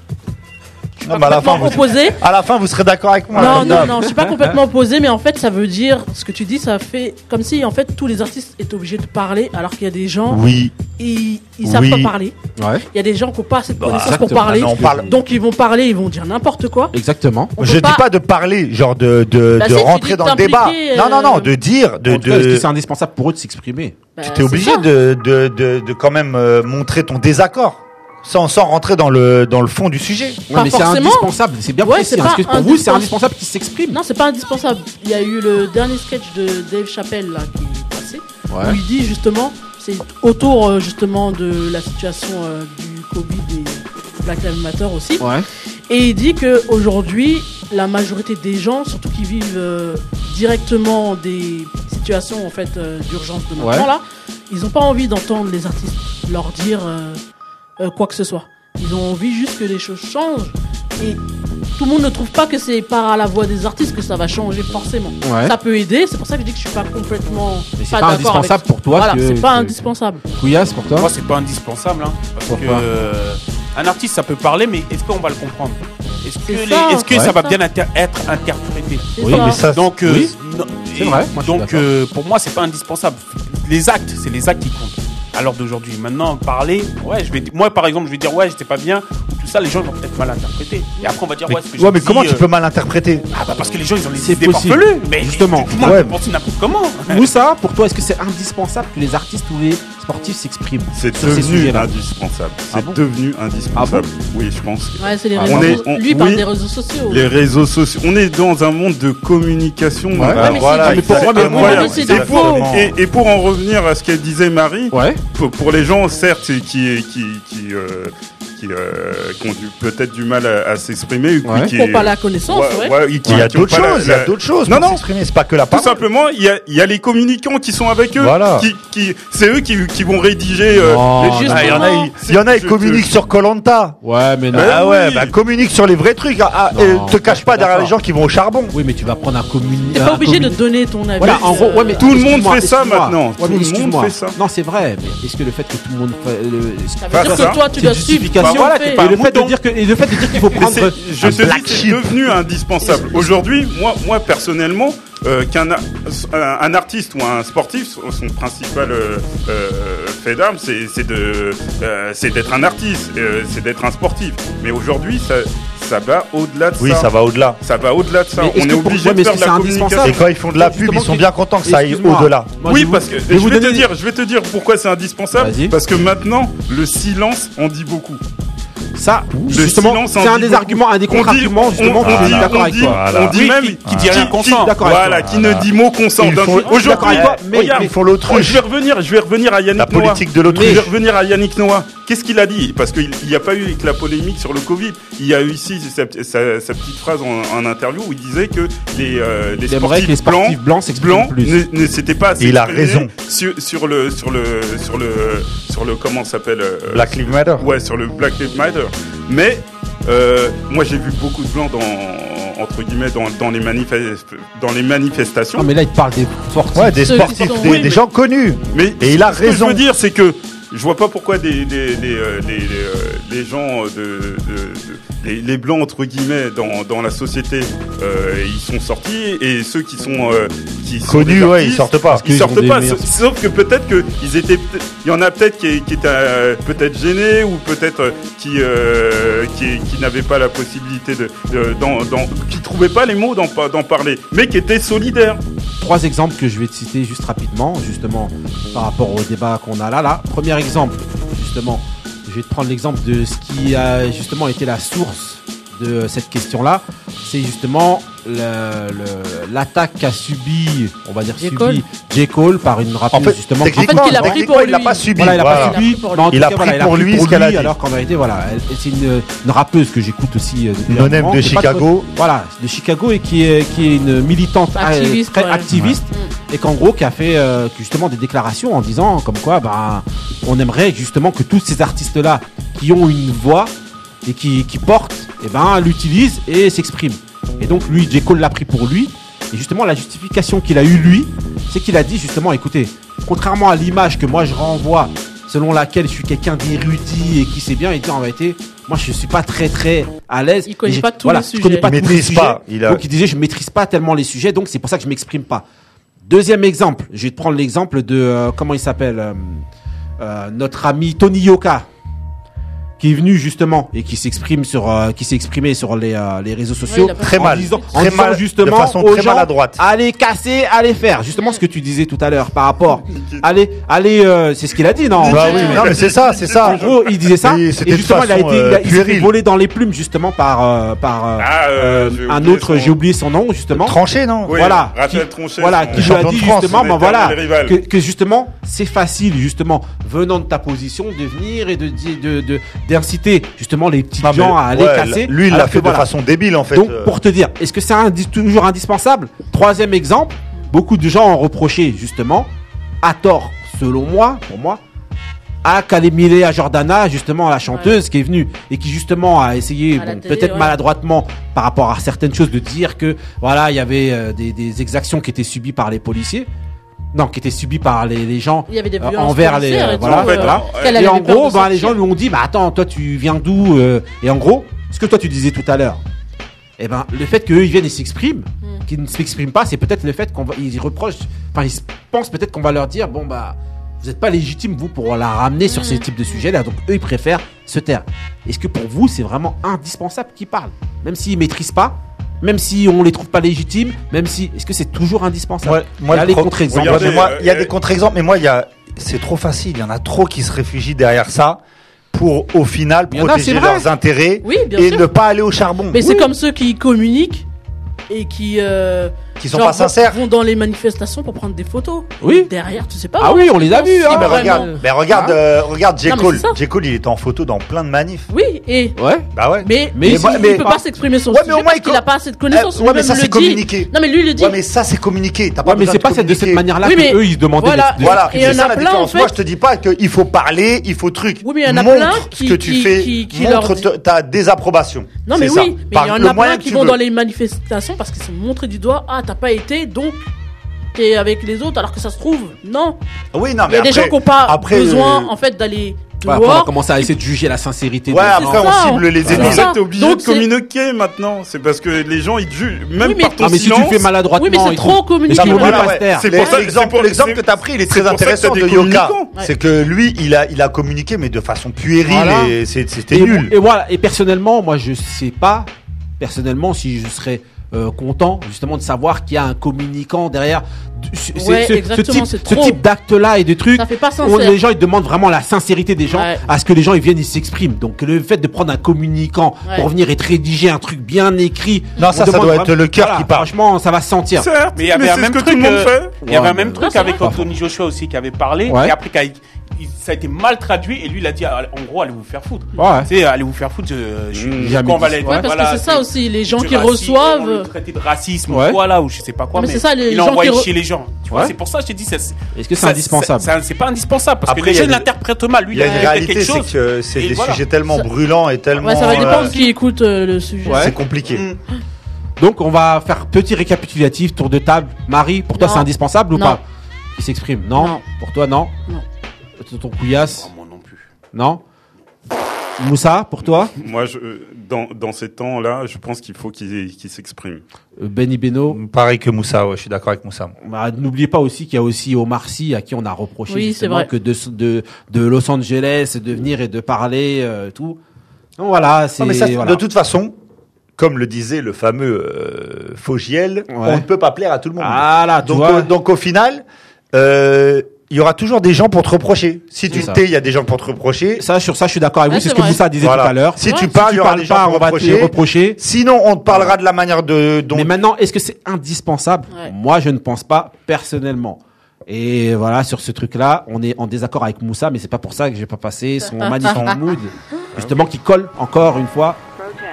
Speaker 2: suis
Speaker 4: Non,
Speaker 2: pas
Speaker 4: mais à la fin,
Speaker 2: complètement
Speaker 4: vous-
Speaker 2: opposé.
Speaker 4: À la fin, vous serez d'accord avec
Speaker 1: Ah,
Speaker 4: moi.
Speaker 2: Non,
Speaker 4: comme
Speaker 2: non,
Speaker 4: d'hab.
Speaker 2: non, je suis pas complètement opposé, mais en fait, ça veut dire ce que tu dis, ça fait comme si en fait tous les artistes étaient obligés de parler, alors qu'il y a des gens,
Speaker 4: Oui.
Speaker 2: ils, ils savent
Speaker 4: Oui.
Speaker 2: pas parler.
Speaker 4: Ouais.
Speaker 2: Il y a des gens qui n'ont pas assez de
Speaker 4: Bah,
Speaker 2: connaissances pour
Speaker 4: exactement.
Speaker 2: parler,
Speaker 4: Ah non, on parle-
Speaker 2: donc ils vont parler, ils vont dire n'importe quoi.
Speaker 1: Exactement.
Speaker 2: On
Speaker 4: je
Speaker 2: peut
Speaker 4: dis
Speaker 2: pas-
Speaker 4: pas de parler, genre de, de,
Speaker 2: Bah,
Speaker 4: de
Speaker 2: si, tu dis
Speaker 4: rentrer dans le
Speaker 2: t'impliquer,
Speaker 4: débat.
Speaker 2: euh,
Speaker 4: Non, non, non, de dire, de,
Speaker 1: En tout cas, est-ce que
Speaker 4: de,
Speaker 1: c'est indispensable pour eux de s'exprimer
Speaker 2: Bah,
Speaker 4: tu
Speaker 2: c'est
Speaker 4: t'es obligé
Speaker 2: ça.
Speaker 4: de, de, de, de quand même euh, montrer ton désaccord sans, sans rentrer dans le, dans le fond du sujet.
Speaker 1: Ouais, mais c'est
Speaker 2: forcément.
Speaker 1: indispensable, c'est bien
Speaker 2: Ouais,
Speaker 1: précis.
Speaker 2: c'est
Speaker 1: hein, parce
Speaker 2: pas
Speaker 1: que pour vous, c'est
Speaker 2: indispensable.
Speaker 1: indispensable qu'ils s'expriment.
Speaker 2: Non, c'est pas indispensable. Il y a eu le dernier sketch de Dave Chappelle là qui est passé,
Speaker 1: Ouais.
Speaker 2: où il dit justement, c'est autour euh, justement de la situation euh, du Covid et Black Lives Matter aussi.
Speaker 1: Ouais.
Speaker 2: Et il dit que aujourd'hui, la majorité des gens, surtout qui vivent euh, directement des situations en fait euh, d'urgence de maintenant
Speaker 1: Ouais.
Speaker 2: là, ils n'ont pas envie d'entendre les artistes leur dire euh, euh, quoi que ce soit. Ils ont envie juste que les choses changent. Et tout le monde ne trouve pas que c'est par la voix des artistes que ça va changer forcément.
Speaker 1: Ouais.
Speaker 2: Ça peut aider, c'est pour ça que je dis que je suis pas complètement.
Speaker 1: Mais c'est
Speaker 2: pas
Speaker 1: pas
Speaker 2: d'accord avec-
Speaker 1: indispensable pour toi
Speaker 2: Voilà,
Speaker 1: que-
Speaker 2: c'est pas
Speaker 1: que-
Speaker 2: indispensable.
Speaker 1: Couillasse pour toi
Speaker 3: Moi, c'est pas indispensable, hein, parce que
Speaker 1: Pourquoi
Speaker 3: euh, un artiste, ça peut parler, mais est-ce qu'on va le comprendre Est-ce que,
Speaker 2: C'est
Speaker 3: les-
Speaker 2: ça,
Speaker 3: est-ce que
Speaker 2: c'est
Speaker 3: ça va
Speaker 2: ça.
Speaker 3: bien inter- être interprété
Speaker 2: C'est ça.
Speaker 3: Donc, euh,
Speaker 1: Oui.
Speaker 3: non,
Speaker 1: C'est
Speaker 3: et
Speaker 1: vrai, moi, je suis
Speaker 3: donc
Speaker 1: d'accord.
Speaker 3: euh, pour moi, c'est pas indispensable. Les actes, c'est les actes qui comptent. À l'heure d'aujourd'hui, maintenant, parler, ouais, je vais, moi par exemple, je vais dire ouais, j'étais pas bien, ou tout ça, les gens ils vont peut-être mal interpréter. Et après, on va dire ouais, ce que
Speaker 4: Ouais,
Speaker 3: j'ai
Speaker 4: mais
Speaker 3: dit,
Speaker 4: comment tu
Speaker 3: euh,
Speaker 4: peux mal interpréter
Speaker 3: Ah bah parce que les gens ils ont les
Speaker 1: C'est
Speaker 3: idées
Speaker 1: possible.
Speaker 3: farfelues. Mais
Speaker 1: Justement.
Speaker 3: tout le monde
Speaker 4: Ouais.
Speaker 3: peut penser n'importe comment.
Speaker 1: Moussa, pour toi, est-ce que c'est indispensable que les artistes ou les sportifs s'expriment
Speaker 5: C'est
Speaker 1: sur ces
Speaker 5: devenu
Speaker 1: sujets-là
Speaker 5: indispensable. C'est
Speaker 1: Ah bon
Speaker 5: devenu indispensable. oui, je pense. que-
Speaker 2: Ouais, c'est les
Speaker 5: On
Speaker 2: réseaux.
Speaker 5: est- on-
Speaker 2: Lui parle
Speaker 5: oui.
Speaker 2: des réseaux sociaux.
Speaker 5: Les réseaux sociaux. On est dans un monde de communication.
Speaker 4: Bah,
Speaker 2: mais
Speaker 4: voilà,
Speaker 2: c'est-
Speaker 4: exact-
Speaker 5: Pour-
Speaker 2: Ouais, mais
Speaker 5: incroyable.
Speaker 2: c'est
Speaker 5: Et pour,
Speaker 4: Exactement.
Speaker 5: et- et pour en revenir à ce qu'elle disait Marie,
Speaker 1: Ouais.
Speaker 5: pour, pour les gens certes qui qui qui, euh, qui, euh, qui ont du- peut-être du mal à, à s'exprimer, ou
Speaker 1: Ouais.
Speaker 5: qui
Speaker 2: Pour pas la connaissance, ouais.
Speaker 5: ouais, ouais, qui-
Speaker 4: Il y a
Speaker 5: qui ont
Speaker 4: d'autres
Speaker 5: pas la-
Speaker 4: choses, il y a
Speaker 5: la-
Speaker 4: d'autres choses.
Speaker 5: Non,
Speaker 4: pour
Speaker 5: non. Euh,
Speaker 4: s'exprimer, C'est pas que la
Speaker 5: Tout
Speaker 4: parole.
Speaker 5: simplement, il y a, il y a les communicants qui sont avec eux.
Speaker 4: Voilà.
Speaker 5: Qui, qui, c'est eux qui, qui vont rédiger. euh,
Speaker 1: Oh,
Speaker 5: les-
Speaker 2: non.
Speaker 4: Ah, Il y en a, ils- il y en a, ils
Speaker 5: Je-
Speaker 4: communiquent
Speaker 5: je-
Speaker 4: sur Colanta.
Speaker 1: Ouais, mais non.
Speaker 5: Bah,
Speaker 4: Ah ouais,
Speaker 5: oui.
Speaker 4: bah communique sur les vrais trucs. Ah, ah,
Speaker 1: Non,
Speaker 4: et
Speaker 1: je
Speaker 4: te cache
Speaker 1: suis
Speaker 4: pas derrière les
Speaker 1: d'accord.
Speaker 4: gens qui vont au charbon.
Speaker 1: Oui, mais tu vas prendre un commun.
Speaker 2: T'es pas obligé de donner ton avis.
Speaker 1: Bah, Voilà, en gros, ouais, mais
Speaker 2: euh,
Speaker 5: Tout le monde
Speaker 1: excuse-moi,
Speaker 5: fait ça
Speaker 1: excuse-moi.
Speaker 5: maintenant.
Speaker 1: Ouais,
Speaker 5: Tout
Speaker 1: mais
Speaker 5: le monde
Speaker 1: excuse-moi.
Speaker 5: fait ça.
Speaker 1: Non, c'est vrai, mais est-ce que le fait que tout le monde. fa- le-
Speaker 2: Ça
Speaker 5: Bah,
Speaker 2: veut dire
Speaker 5: ça. Bah
Speaker 2: que toi, tu
Speaker 1: C'est
Speaker 2: dois suivre.
Speaker 1: une justification.
Speaker 2: ce qu'on
Speaker 3: Voilà,
Speaker 2: fait.
Speaker 3: t'es
Speaker 1: Et
Speaker 3: pas-
Speaker 1: le fait de
Speaker 3: mouton.
Speaker 1: dire que et le fait de dire qu'il faut
Speaker 5: Mais
Speaker 1: prendre.
Speaker 5: c'est- je
Speaker 1: un
Speaker 5: te dis,
Speaker 1: black
Speaker 5: c'est
Speaker 1: sheep.
Speaker 5: devenu indispensable. Aujourd'hui, moi, moi personnellement, euh, qu'un a- un, un artiste ou un sportif, son, son principal euh, euh, fait d'arme, c'est c'est de, euh, c'est d'être un artiste, euh, c'est d'être un sportif. Mais aujourd'hui, ça, ça va au-delà de
Speaker 4: Oui,
Speaker 5: ça.
Speaker 4: ça va au-delà.
Speaker 5: Ça va au-delà de ça.
Speaker 1: Mais est-ce
Speaker 5: On est
Speaker 1: que pour-
Speaker 5: obligé
Speaker 1: ouais,
Speaker 5: de
Speaker 1: mais
Speaker 5: faire
Speaker 1: est-ce
Speaker 5: de
Speaker 1: que
Speaker 5: la
Speaker 1: c'est
Speaker 5: communication.
Speaker 4: Et quand ils font de la pub, ils sont bien contents que ça aille
Speaker 1: Excuse-moi.
Speaker 4: au-delà.
Speaker 1: Moi, je
Speaker 5: oui,
Speaker 1: vais
Speaker 5: parce que
Speaker 1: vous-
Speaker 5: je
Speaker 1: vous
Speaker 5: vais te
Speaker 1: donner-
Speaker 5: dire, je vais te dire pourquoi c'est indispensable.
Speaker 1: Vas-y.
Speaker 5: Parce que maintenant, le silence en dit beaucoup.
Speaker 1: Ça,
Speaker 5: Le
Speaker 1: justement,
Speaker 5: silence en
Speaker 1: c'est un
Speaker 5: dit
Speaker 1: des
Speaker 5: beaucoup.
Speaker 1: arguments, un des
Speaker 5: On dit-
Speaker 1: contre-arguments, justement,
Speaker 5: on-
Speaker 1: que je
Speaker 5: on
Speaker 1: suis
Speaker 5: dit-
Speaker 1: d'accord
Speaker 5: on
Speaker 1: avec
Speaker 5: dit-
Speaker 1: toi.
Speaker 5: On dit
Speaker 3: Voilà.
Speaker 5: même
Speaker 3: Oui, qui- qui dit rien consent.
Speaker 1: D'accord avec
Speaker 5: Voilà,
Speaker 1: toi.
Speaker 5: qui ne dit mot consent.
Speaker 4: Ils
Speaker 5: d'un-
Speaker 4: font-
Speaker 5: Aujourd'hui,
Speaker 1: d'accord avec toi, mais-
Speaker 5: regarde,
Speaker 4: Ils font l'autruche.
Speaker 5: Je vais revenir, je vais revenir à Yannick
Speaker 4: La
Speaker 5: Noah.
Speaker 4: politique de l'autruche.
Speaker 5: Je vais revenir à Yannick Noah. Qu'est-ce qu'il a dit Parce qu'il n'y a pas eu que la polémique sur le Covid. Il y a eu ici sa, sa- sa petite phrase en, en interview où il disait que les, euh, les
Speaker 1: Il aimerait
Speaker 5: sportifs
Speaker 1: que les sportifs
Speaker 5: blancs
Speaker 1: blancs s'expriment
Speaker 5: blanc
Speaker 1: plus.
Speaker 5: ne, ne s'était pas assez
Speaker 4: Et il a
Speaker 5: exprimé
Speaker 4: raison.
Speaker 5: sur, sur le sur le sur le sur le comment ça s'appelle euh,
Speaker 4: Black Lives Matter.
Speaker 5: ouais sur le Black Lives Matter mais euh, moi j'ai vu beaucoup de blancs dans entre guillemets dans, dans les manifes dans les manifestations
Speaker 4: Ah,
Speaker 1: Non, mais là, il te parle des sportifs.
Speaker 4: Ouais, des
Speaker 2: Ceux qui
Speaker 4: sportifs,
Speaker 2: sont-
Speaker 4: des,
Speaker 2: Oui,
Speaker 4: des
Speaker 5: mais-
Speaker 4: gens connus.
Speaker 5: Mais
Speaker 4: Et il a
Speaker 5: ce que
Speaker 4: raison.
Speaker 5: je veux dire, c'est que je vois pas pourquoi des, des, des, euh, les, les, euh, les gens, euh, de, de- de- les, les blancs, entre guillemets, dans, dans la société, euh, ils sont sortis et ceux qui sont. euh, qui sont
Speaker 4: Connus,
Speaker 5: des
Speaker 4: ouais,
Speaker 5: artistes,
Speaker 4: ils sortent pas.
Speaker 5: Ils
Speaker 1: Ils ont
Speaker 5: sortent
Speaker 1: des
Speaker 5: pas,
Speaker 1: meilleurs-
Speaker 5: sa- sauf que peut-être que ils étaient, peut- il y en a peut-être qui, qui étaient euh, peut-être gênés ou peut-être euh, qui, euh, qui, qui n'avaient pas la possibilité de, de- d'en- d'en- qui trouvaient pas les mots d'en, par- d'en parler, mais qui étaient solidaires.
Speaker 1: trois exemples que je vais te citer juste rapidement, justement, par rapport au débat qu'on a là. là. Premier exemple, justement, je vais te prendre l'exemple de ce qui a justement été la source de cette question-là. C'est justement le- le- l'attaque qu'a subi, on va dire
Speaker 2: J.
Speaker 1: subi, J. Cole par une
Speaker 4: En
Speaker 1: rappeuse,
Speaker 4: fait,
Speaker 1: justement, qui-
Speaker 4: techniquement,
Speaker 2: En fait, il a pris
Speaker 4: techniquement,
Speaker 2: pour
Speaker 4: il l'a
Speaker 2: lui.
Speaker 4: pas subi.
Speaker 1: voilà, il a
Speaker 4: voilà.
Speaker 1: pas subi.
Speaker 2: Il a pris pour
Speaker 1: mais en
Speaker 4: lui.
Speaker 1: tout
Speaker 4: Il a
Speaker 1: cas,
Speaker 4: pris
Speaker 1: voilà,
Speaker 4: pour lui ce qu'elle a dit.
Speaker 1: Alors qu'en réalité, voilà, elle- c'est une, une rappeuse que j'écoute aussi. euh, depuis un
Speaker 4: Noname
Speaker 1: moment,
Speaker 4: de
Speaker 1: qui est pas
Speaker 4: Chicago.
Speaker 1: trop- voilà, de Chicago et qui est, qui est une militante euh,
Speaker 2: Activiste,
Speaker 1: très
Speaker 2: ouais.
Speaker 1: activiste et qu'en gros qui a fait euh, justement des déclarations en disant comme quoi bah, on aimerait justement que tous ces artistes là qui ont une voix et qui, qui portent et ben l'utilisent et s'expriment et donc lui J Cole l'a pris pour lui et justement la justification qu'il a eu lui c'est qu'il a dit justement écoutez contrairement à l'image que moi je renvoie selon laquelle je suis quelqu'un d'érudit et qui sait bien il dit en réalité moi je suis pas très très à l'aise. Il
Speaker 2: connaît pas tous les
Speaker 1: Je connais
Speaker 2: sujets.
Speaker 1: pas
Speaker 4: Il
Speaker 1: tous les
Speaker 4: maîtrise
Speaker 1: sujets.
Speaker 4: pas, il a-
Speaker 1: Donc il disait je maîtrise pas tellement les sujets, donc c'est pour ça que je m'exprime pas. Deuxième exemple, je vais te prendre l'exemple de euh, comment il s'appelle euh, euh, notre ami Tony Yoka qui est venu justement et qui s'exprime sur euh, qui s'est exprimé sur les, euh, les réseaux sociaux
Speaker 2: il a pas-
Speaker 4: Très
Speaker 1: en
Speaker 4: mal,
Speaker 1: disant, en
Speaker 4: très
Speaker 1: disant
Speaker 4: mal,
Speaker 1: justement
Speaker 4: de façon
Speaker 1: aux
Speaker 4: très
Speaker 1: gens,
Speaker 4: maladroite.
Speaker 1: allez casser allez faire justement ce que tu disais tout à l'heure par rapport allez allez euh, c'est ce qu'il a dit non
Speaker 4: Bah oui, non, mais c'est ça, c'est ça.
Speaker 1: en gros, il disait ça.
Speaker 4: Et
Speaker 1: Et,
Speaker 4: c'était de
Speaker 1: justement, il a
Speaker 4: façon,
Speaker 1: été, il a-
Speaker 4: euh,
Speaker 1: il s'est fait
Speaker 4: puérile.
Speaker 1: voler dans les plumes justement par euh, par euh,
Speaker 5: Ah, euh, j'ai
Speaker 1: un
Speaker 5: oublié
Speaker 1: autre.
Speaker 5: son-
Speaker 1: J'ai oublié son nom justement.
Speaker 4: Tranché, non
Speaker 5: Oui,
Speaker 1: voilà,
Speaker 5: Raphaël
Speaker 1: qui-
Speaker 5: Tronchet,
Speaker 1: voilà,
Speaker 5: son-
Speaker 1: qui lui a
Speaker 4: champion
Speaker 1: dit
Speaker 4: de France,
Speaker 1: justement,
Speaker 5: son
Speaker 1: ben voilà,
Speaker 5: éternel rival.
Speaker 1: que, que justement, c'est facile justement, venant de ta position, de venir et de di- de de- d'inciter justement les petits
Speaker 4: Non, mais,
Speaker 1: gens à aller
Speaker 4: ouais,
Speaker 1: casser.
Speaker 4: Lui, il
Speaker 1: alors
Speaker 4: l'a
Speaker 1: que
Speaker 4: fait de
Speaker 1: voilà.
Speaker 4: façon débile, en fait.
Speaker 1: Donc,
Speaker 4: euh,
Speaker 1: pour te dire, est-ce que c'est indi- toujours indispensable Troisième exemple, beaucoup de gens ont reproché justement, à tort, selon moi, pour moi, à Kalemile, à Jordana, justement, à la chanteuse qui est venue et qui justement a essayé,
Speaker 2: À la
Speaker 1: bon,
Speaker 2: télé,
Speaker 1: peut-être
Speaker 2: ouais.
Speaker 1: maladroitement par rapport à certaines choses, de dire que voilà, il y avait euh, des, des exactions qui étaient subies par les policiers. Non, qui étaient subies par les, les gens
Speaker 2: Il y avait des
Speaker 1: euh,
Speaker 2: violences
Speaker 1: envers les.
Speaker 2: policières et
Speaker 1: euh,
Speaker 2: tout,
Speaker 1: voilà,
Speaker 5: En fait,
Speaker 1: voilà.
Speaker 5: en-
Speaker 2: Parce qu'elle
Speaker 1: Et
Speaker 2: avait
Speaker 1: en
Speaker 2: peur
Speaker 1: gros,
Speaker 2: de
Speaker 1: bah, les
Speaker 2: sortir.
Speaker 1: gens lui ont dit, bah attends, toi tu viens d'où euh, Et en gros, ce que toi tu disais tout à l'heure, eh ben, le fait qu'eux ils viennent et s'expriment,
Speaker 2: Hmm.
Speaker 1: qu'ils ne s'expriment pas, c'est peut-être le fait qu'on va, ils y reprochent, enfin ils se- pensent peut-être qu'on va leur dire, bon bah, vous n'êtes pas légitime vous pour la ramener sur
Speaker 2: Hmm.
Speaker 1: ces types de sujets-là, donc eux ils préfèrent se taire. Est-ce que pour vous c'est vraiment indispensable qu'ils parlent, même s'ils maîtrisent pas, même si on les trouve pas légitimes, même si, est-ce que c'est toujours indispensable
Speaker 4: Moi, moi,
Speaker 1: Il y a
Speaker 4: le
Speaker 1: les
Speaker 4: pro-
Speaker 1: contre-exemples.
Speaker 4: Regardez,
Speaker 5: Regardez,
Speaker 4: moi,
Speaker 5: euh,
Speaker 1: bah,
Speaker 4: il y a
Speaker 5: euh,
Speaker 4: des contre-exemples, mais moi, il y a, c'est trop facile. Il y en a trop qui se réfugient derrière ça pour, au final,
Speaker 1: Il y en a,
Speaker 4: protéger
Speaker 1: c'est vrai.
Speaker 4: leurs intérêts
Speaker 2: Oui, bien
Speaker 4: et
Speaker 2: sûr.
Speaker 4: ne pas aller au charbon.
Speaker 2: Mais c'est comme ceux qui communiquent et qui. euh,
Speaker 4: Qui sont
Speaker 2: genre,
Speaker 4: pas sincères.
Speaker 2: Vont, vont dans les manifestations pour prendre des photos.
Speaker 1: Oui.
Speaker 2: Derrière, tu sais pas.
Speaker 1: Ah
Speaker 2: hein,
Speaker 1: oui,
Speaker 2: ce
Speaker 1: on
Speaker 2: qu'ils
Speaker 1: les a
Speaker 2: pensent.
Speaker 1: vus, hein.
Speaker 2: Si,
Speaker 4: Mais
Speaker 2: vraiment.
Speaker 4: regarde, mais regarde,
Speaker 1: Hein
Speaker 4: euh, regarde J.
Speaker 2: Non, mais
Speaker 4: Cole.
Speaker 2: c'est ça.
Speaker 4: J. Cole, il était en photo dans plein de manifs.
Speaker 2: Oui, et.
Speaker 1: Ouais.
Speaker 4: Bah ouais.
Speaker 2: Mais,
Speaker 1: Mais
Speaker 2: il,
Speaker 1: moi-
Speaker 2: il
Speaker 4: mais-
Speaker 2: peut pas s'exprimer sur
Speaker 4: Ouais,
Speaker 2: le
Speaker 4: mais au
Speaker 2: sujet
Speaker 4: moins,
Speaker 2: parce
Speaker 4: il
Speaker 2: qu'il
Speaker 4: co-
Speaker 2: a pas assez de connaissances.
Speaker 4: Euh, ouais, mais
Speaker 2: Lui-même
Speaker 4: ça,
Speaker 2: le
Speaker 4: c'est
Speaker 2: dit.
Speaker 4: communiqué.
Speaker 2: Non, mais lui, il le dit.
Speaker 4: Ouais, mais ça, c'est communiqué. T'as pas
Speaker 1: Ouais, mais
Speaker 4: besoin
Speaker 1: c'est
Speaker 4: de
Speaker 1: pas cette- de cette
Speaker 4: communiquer.
Speaker 1: manière-là
Speaker 2: Oui, mais-
Speaker 1: que eux ils se demandaient.
Speaker 2: Voilà.
Speaker 1: d'être-
Speaker 4: Voilà,
Speaker 2: Et il y en
Speaker 4: c'est
Speaker 2: a
Speaker 4: ça la
Speaker 2: plein, en
Speaker 4: différence.
Speaker 2: fait.
Speaker 4: Moi, je te dis pas qu'il faut parler, il faut truc.
Speaker 2: Oui, mais il y en a
Speaker 4: montre
Speaker 2: plein
Speaker 4: ce
Speaker 2: qui-
Speaker 4: que tu
Speaker 2: qui-
Speaker 4: fais,
Speaker 2: qui- qui leur
Speaker 4: montre
Speaker 2: dit-
Speaker 4: te- ta désapprobation.
Speaker 2: Non, mais
Speaker 4: C'est ça.
Speaker 2: oui, mais
Speaker 4: Par
Speaker 2: il y
Speaker 4: le
Speaker 2: en a
Speaker 4: moyen
Speaker 2: plein
Speaker 4: que
Speaker 2: qui
Speaker 4: tu
Speaker 2: vont
Speaker 4: veux.
Speaker 2: dans les manifestations parce qu'ils sont montrés du doigt. Ah, t'as pas été, donc t'es avec les autres alors que ça se trouve. Non.
Speaker 4: Oui, non,
Speaker 2: Il y a
Speaker 4: mais
Speaker 2: des gens
Speaker 4: après-
Speaker 2: qui n'ont pas
Speaker 4: après,
Speaker 2: besoin,
Speaker 4: euh, bah,
Speaker 2: en fait, d'aller
Speaker 1: Voilà, après, on va
Speaker 2: voir.
Speaker 1: commencer à essayer de juger la sincérité.
Speaker 4: Ouais,
Speaker 1: des gens.
Speaker 4: après,
Speaker 2: C'est
Speaker 4: on
Speaker 2: ça,
Speaker 1: hein.
Speaker 4: cible les
Speaker 2: c'est
Speaker 4: ennemis.
Speaker 5: Vous
Speaker 2: ça.
Speaker 5: êtes obligé
Speaker 2: Donc,
Speaker 5: de
Speaker 2: c'est-
Speaker 5: communiquer maintenant. C'est parce que les gens ils te jugent, même
Speaker 2: Oui, mais-
Speaker 5: par ton
Speaker 1: Ah, mais si tu
Speaker 5: silence.
Speaker 1: le fais maladroitement,
Speaker 2: Oui, mais c'est
Speaker 1: et
Speaker 2: trop
Speaker 1: tout,
Speaker 2: communiqué,
Speaker 1: et ça vaut
Speaker 2: voilà,
Speaker 1: mieux pas
Speaker 4: ouais.
Speaker 1: se taire.
Speaker 5: C'est
Speaker 4: Mais
Speaker 5: pour ça- c'est
Speaker 4: l'exemple,
Speaker 5: pour-
Speaker 4: l'exemple
Speaker 5: c'est-
Speaker 4: que t'as pris, il est
Speaker 5: c'est
Speaker 4: très
Speaker 5: pour ça que
Speaker 4: intéressant
Speaker 5: t'as
Speaker 4: de
Speaker 5: des
Speaker 4: Yoka.
Speaker 5: communicants.
Speaker 4: C'est que lui, il a, il a communiqué, mais de façon puérile
Speaker 1: Voilà.
Speaker 4: et c'est- c'était
Speaker 1: Et,
Speaker 4: nul.
Speaker 1: et voilà. Et personnellement, moi, je sais pas, personnellement, si je serais euh, content, justement, de savoir qu'il y a un communicant derrière. C'est- c'est-
Speaker 2: Ouais,
Speaker 1: ce- ce,
Speaker 2: exactement,
Speaker 1: type,
Speaker 2: c'est
Speaker 1: ce
Speaker 2: trop.
Speaker 1: type d'acte-là et de trucs,
Speaker 2: Ça fait pas
Speaker 1: on-
Speaker 2: sincère.
Speaker 1: les gens ils demandent vraiment la sincérité des gens
Speaker 2: Ouais.
Speaker 1: à ce que les gens ils viennent ils s'expriment. Donc le fait de prendre un communicant
Speaker 2: Ouais.
Speaker 1: pour venir et te rédiger un truc bien écrit,
Speaker 4: Non,
Speaker 1: on
Speaker 4: ça, ça
Speaker 1: demande
Speaker 4: doit
Speaker 1: vraiment-
Speaker 4: être le cœur
Speaker 1: voilà,
Speaker 4: qui parle.
Speaker 1: Franchement, ça va se sentir.
Speaker 5: Certes,
Speaker 3: Mais il y avait
Speaker 5: c'est
Speaker 3: un
Speaker 5: ce
Speaker 3: même
Speaker 5: que
Speaker 3: truc.
Speaker 5: tout le monde
Speaker 3: euh,
Speaker 5: fait.
Speaker 3: Il y avait
Speaker 1: Ouais,
Speaker 3: un même
Speaker 1: mais-
Speaker 2: Non,
Speaker 3: truc
Speaker 2: c'est
Speaker 3: avec
Speaker 1: vrai.
Speaker 3: Anthony Joshua aussi qui avait parlé.
Speaker 1: Ouais.
Speaker 3: Et après, quand il- il- ça a été mal traduit et lui, il a dit ah, en gros, allez vous faire foutre.
Speaker 1: Ouais.
Speaker 3: Tu sais, allez vous faire foutre. Je, je,
Speaker 5: Mmh.
Speaker 3: je-
Speaker 1: Jamais
Speaker 3: quand on va
Speaker 1: dit.
Speaker 3: aller-
Speaker 2: Ouais, parce
Speaker 3: voilà,
Speaker 2: que c'est ça aussi, les gens
Speaker 3: du
Speaker 2: qui
Speaker 3: racisme,
Speaker 2: reçoivent.
Speaker 3: on le traitait de racisme,
Speaker 1: Ouais.
Speaker 3: voilà, ou je sais pas quoi.
Speaker 2: Non, mais
Speaker 3: mais
Speaker 2: c'est ça, les
Speaker 3: il
Speaker 2: gens qui
Speaker 3: envoyé
Speaker 2: re-
Speaker 3: chez les gens. Tu vois,
Speaker 1: Ouais.
Speaker 3: c'est pour ça que je te dis, ça- c'est
Speaker 1: Est-ce que c'est
Speaker 3: ça-
Speaker 1: indispensable
Speaker 3: ça- ça- C'est pas indispensable parce que
Speaker 4: Après,
Speaker 3: les
Speaker 4: il y a
Speaker 3: gens
Speaker 4: une-
Speaker 3: l'interprètent mal. Lui,
Speaker 4: Il y a une
Speaker 3: interprète
Speaker 4: réalité,
Speaker 3: quelque
Speaker 4: c'est
Speaker 3: chose.
Speaker 4: que c'est
Speaker 3: Et
Speaker 4: des
Speaker 3: voilà.
Speaker 4: sujets tellement
Speaker 2: Ça-
Speaker 4: brûlants et tellement.
Speaker 2: Ouais, ça va dépendre
Speaker 4: euh,
Speaker 2: qui écoute euh, le sujet. Mmh.
Speaker 1: Ouais.
Speaker 4: C'est compliqué.
Speaker 3: Mm.
Speaker 1: Donc on va faire petit récapitulatif, tour de table. Marie, pour toi
Speaker 2: Non.
Speaker 1: c'est indispensable ou
Speaker 2: Non.
Speaker 1: pas Qui s'exprime non,
Speaker 2: Non.
Speaker 1: Pour toi non
Speaker 2: Non.
Speaker 1: Ton couillasse
Speaker 3: Oh, moi non plus.
Speaker 1: Non Moussa, pour toi
Speaker 5: Moi, je, euh, dans, dans ces temps-là, je pense qu'il faut qu'ils qu'ils s'expriment.
Speaker 1: Euh, Benny Beno.
Speaker 4: Pareil que Moussa, Ah ouais, je suis d'accord avec Moussa.
Speaker 1: Bah, N'oubliez pas aussi qu'il y a aussi Omar Sy à qui on a reproché
Speaker 2: Oui,
Speaker 1: justement
Speaker 2: c'est vrai.
Speaker 1: que de, de, de Los Angeles de venir et de parler euh, tout. Donc voilà, Ah, c'est
Speaker 4: Non, mais ça,
Speaker 1: voilà.
Speaker 4: De toute façon, comme le disait le fameux euh, Fogiel, on ne peut pas plaire à tout le monde.
Speaker 1: Ah là, tu
Speaker 4: donc,
Speaker 1: vois.
Speaker 4: au, donc au final, euh, il y aura toujours des gens pour te reprocher. Si tu
Speaker 1: ça.
Speaker 4: t'es, il y a des gens pour te reprocher.
Speaker 1: Ça, sur ça, je suis d'accord avec
Speaker 2: Ah,
Speaker 1: vous. C'est ce
Speaker 2: c'est
Speaker 1: que
Speaker 2: vrai.
Speaker 1: Moussa disait
Speaker 4: Voilà.
Speaker 1: tout à l'heure.
Speaker 4: Si
Speaker 2: Ouais.
Speaker 4: tu
Speaker 2: Si
Speaker 4: parles, il
Speaker 1: tu
Speaker 4: y aura
Speaker 1: parles
Speaker 4: des gens
Speaker 1: pas,
Speaker 4: pour
Speaker 1: on va te les
Speaker 4: reprocher.
Speaker 1: reprocher.
Speaker 4: Sinon, on te parlera de la manière de dont
Speaker 1: Mais maintenant, est-ce que c'est indispensable
Speaker 2: Ouais.
Speaker 1: Moi, je ne pense pas personnellement. Et voilà, sur ce truc-là, on est en désaccord avec Moussa, mais c'est pas pour ça que j'ai pas passé son magnifique mood, justement qui colle encore une fois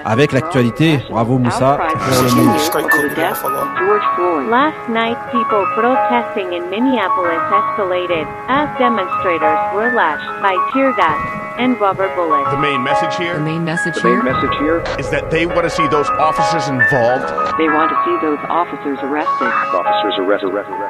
Speaker 1: avec l'actualité. Bravo Moussa. pour le mood.
Speaker 11: Last night, people protesting in Minneapolis escalated as demonstrators were lashed by tear gas and rubber bullets.
Speaker 12: The main message here. The main message here. message here is that they want to see those officers involved. They want to see those officers arrested. Officers arrested.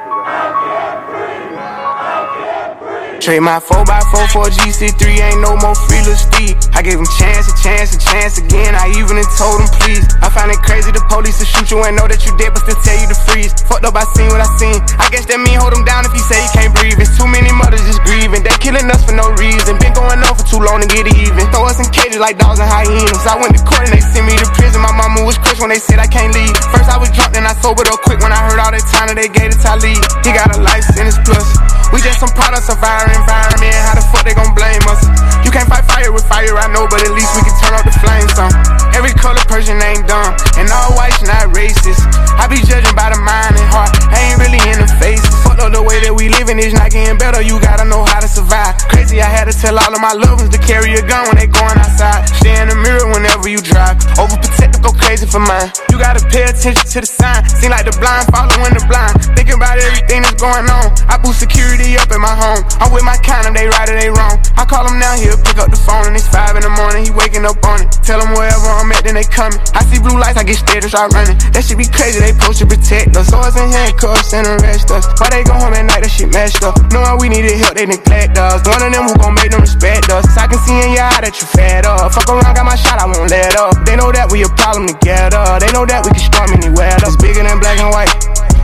Speaker 13: Trade my 4x4 for a GC3, ain't no more free little speed. I gave him chance, a chance, a chance again. I even done told him please. I find it crazy the police to shoot you and know that you dead, but still tell you to freeze. Fucked up, I seen what I seen. I guess that mean hold him down if he say he can't breathe. It's too many mothers just grieving. They killing us for no reason. Been going on for too long to get it even. Throw us in cages like dogs and hyenas. I went to court and they sent me to prison. My mama was crushed when they said I can't leave. First I was drunk, then I sobered up quick when I heard all that time that they gave to Talib. He got a life sentence plus. We just some products of our environment. How the fuck they gon' blame us? You can't fight fire with fire, I know, but at least we can turn up the flames on. Every color person ain't dumb, and all whites not racist. I be judging by the mind and heart, I ain't really in the face. Fuck up the way that we living is not getting better, you gotta know how to survive. Crazy, I had to tell all of my loved ones to carry a gun when they going outside. Stay in the mirror whenever you drive. Overprotective, go crazy for mine. You gotta pay attention to the sign. Seem like the blind following the blind. Thinking about everything that's going on. I boost security up at my home. I'm with my kind of they right or they wrong. I call him now, he'll pick up the phone and it's five in the morning. He waking up on it. Tell him wherever I'm at, then they coming. I see blue lights, I get scared and start running. That shit be crazy, they supposed to protect us. Swords and handcuffs and arrest us. Why they go home at night, that shit messed up. Knowing we needed help, they neglect us. None of them who gon' make them respect us. I can see in your eye that you fed up. Fuck around, got my shot, I won't let up. They know that we a problem together. They know that we can storm anywhere. That's bigger than black and white.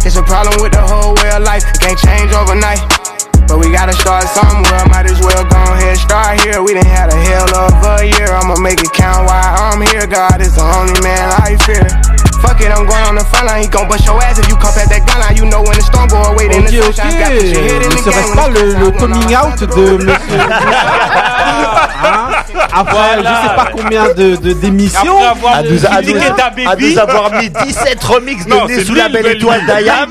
Speaker 13: It's a problem with the whole way of life. It can't change overnight. But we gotta start somewhere. Might as well go ahead, start here. We done had a hell of a year. I'ma make it count while I'm here. God is the only man I fear. Fuck it, I'm going on the front line. He gon' bust your ass if you come past that gun line. You know when the storm go away, then
Speaker 1: Ok,
Speaker 13: the
Speaker 1: ok,
Speaker 13: sunshine got put your head in
Speaker 1: ne
Speaker 13: the game.
Speaker 1: serait-ce
Speaker 13: When
Speaker 1: pas
Speaker 13: it's time, I'm
Speaker 1: le, le
Speaker 13: on
Speaker 1: coming
Speaker 13: our
Speaker 1: out de monsieur. Hein Après,
Speaker 4: Voilà.
Speaker 1: je sais pas combien de, de démissions.
Speaker 4: à nous, à nous- à nous avoir mis 17 remixes de Né sous la belle étoile d'Ayam.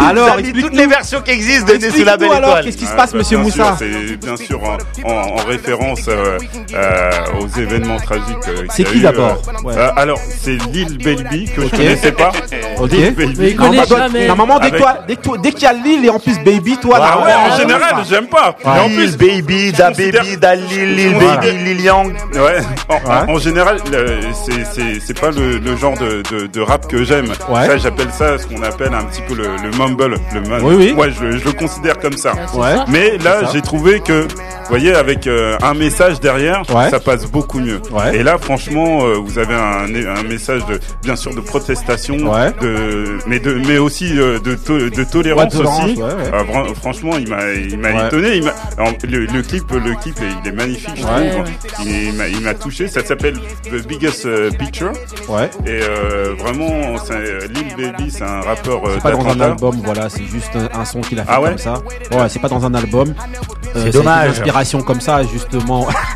Speaker 5: Alors,
Speaker 4: mis toutes les versions qui existent de Né sous la belle étoile.
Speaker 5: Ah, bah, bien sûr, C'est bien sûr en, en- en référence euh, euh, aux événements tragiques. euh, qu'il
Speaker 1: C'est
Speaker 5: y a
Speaker 1: qui
Speaker 5: eu,
Speaker 1: d'abord
Speaker 5: euh,
Speaker 1: Ouais.
Speaker 5: euh, Alors, c'est Lil Baby que
Speaker 1: Ok.
Speaker 5: je connaissais pas.
Speaker 1: Ok.
Speaker 5: Lil Baby.
Speaker 1: Non, bah, Normalement, dès que toi- dès que toi- dès qu'il y a Lille et en plus Baby, toi.
Speaker 5: Ah
Speaker 1: t'as-
Speaker 5: ouais, en
Speaker 1: t'as-
Speaker 5: général,
Speaker 1: t'as-
Speaker 5: j'aime pas.
Speaker 1: Ouais.
Speaker 5: Et en
Speaker 1: Lil
Speaker 5: plus,
Speaker 4: Baby, Da Baby, Da Lil, Lil Baby, Lil Yang.
Speaker 5: Ouais. En, en- en général, le- c'est- c'est c'est pas le, le genre de, de- de rap que j'aime.
Speaker 1: Ouais.
Speaker 5: Ça, j'appelle ça ce qu'on appelle un petit peu le, le mumble. Le mum-
Speaker 1: Oui, oui.
Speaker 5: Ouais, je, je le considère comme ça.
Speaker 1: Ouais. ça.
Speaker 5: Mais
Speaker 1: C'est
Speaker 5: là,
Speaker 1: ça.
Speaker 5: j'ai trouvé que, vous voyez, avec euh, un message derrière,
Speaker 1: Ouais.
Speaker 5: ça passe beaucoup mieux. Et là, franchement, euh, vous avez un, un message, de, bien sûr, de protestation,
Speaker 1: Ouais.
Speaker 5: de, mais, de, mais aussi euh, de, to- de
Speaker 1: Ouais,
Speaker 5: tolérance
Speaker 1: tolérance,
Speaker 5: aussi.
Speaker 1: ouais, ouais.
Speaker 5: Euh, vra- franchement, il m'a il m'a
Speaker 1: Ouais.
Speaker 5: étonné. il m'a- alors, le, le clip, le clip, il est magnifique. je
Speaker 1: Ouais.
Speaker 5: trouve. Il, il m'a- il m'a touché. Ça s'appelle The Biggest euh, Picture.
Speaker 1: Ouais.
Speaker 5: Et euh, vraiment, c'est, euh, Lil Baby, c'est un rappeur. euh,
Speaker 11: C'est pas dans un
Speaker 5: d'Atlanta.
Speaker 11: album, voilà, c'est juste un, un son qu'il a fait
Speaker 5: Ah ouais
Speaker 11: comme ça. Ouais, c'est pas dans un album.
Speaker 1: C'est
Speaker 11: ça a été
Speaker 1: dommage.
Speaker 11: Une inspiration comme ça, justement,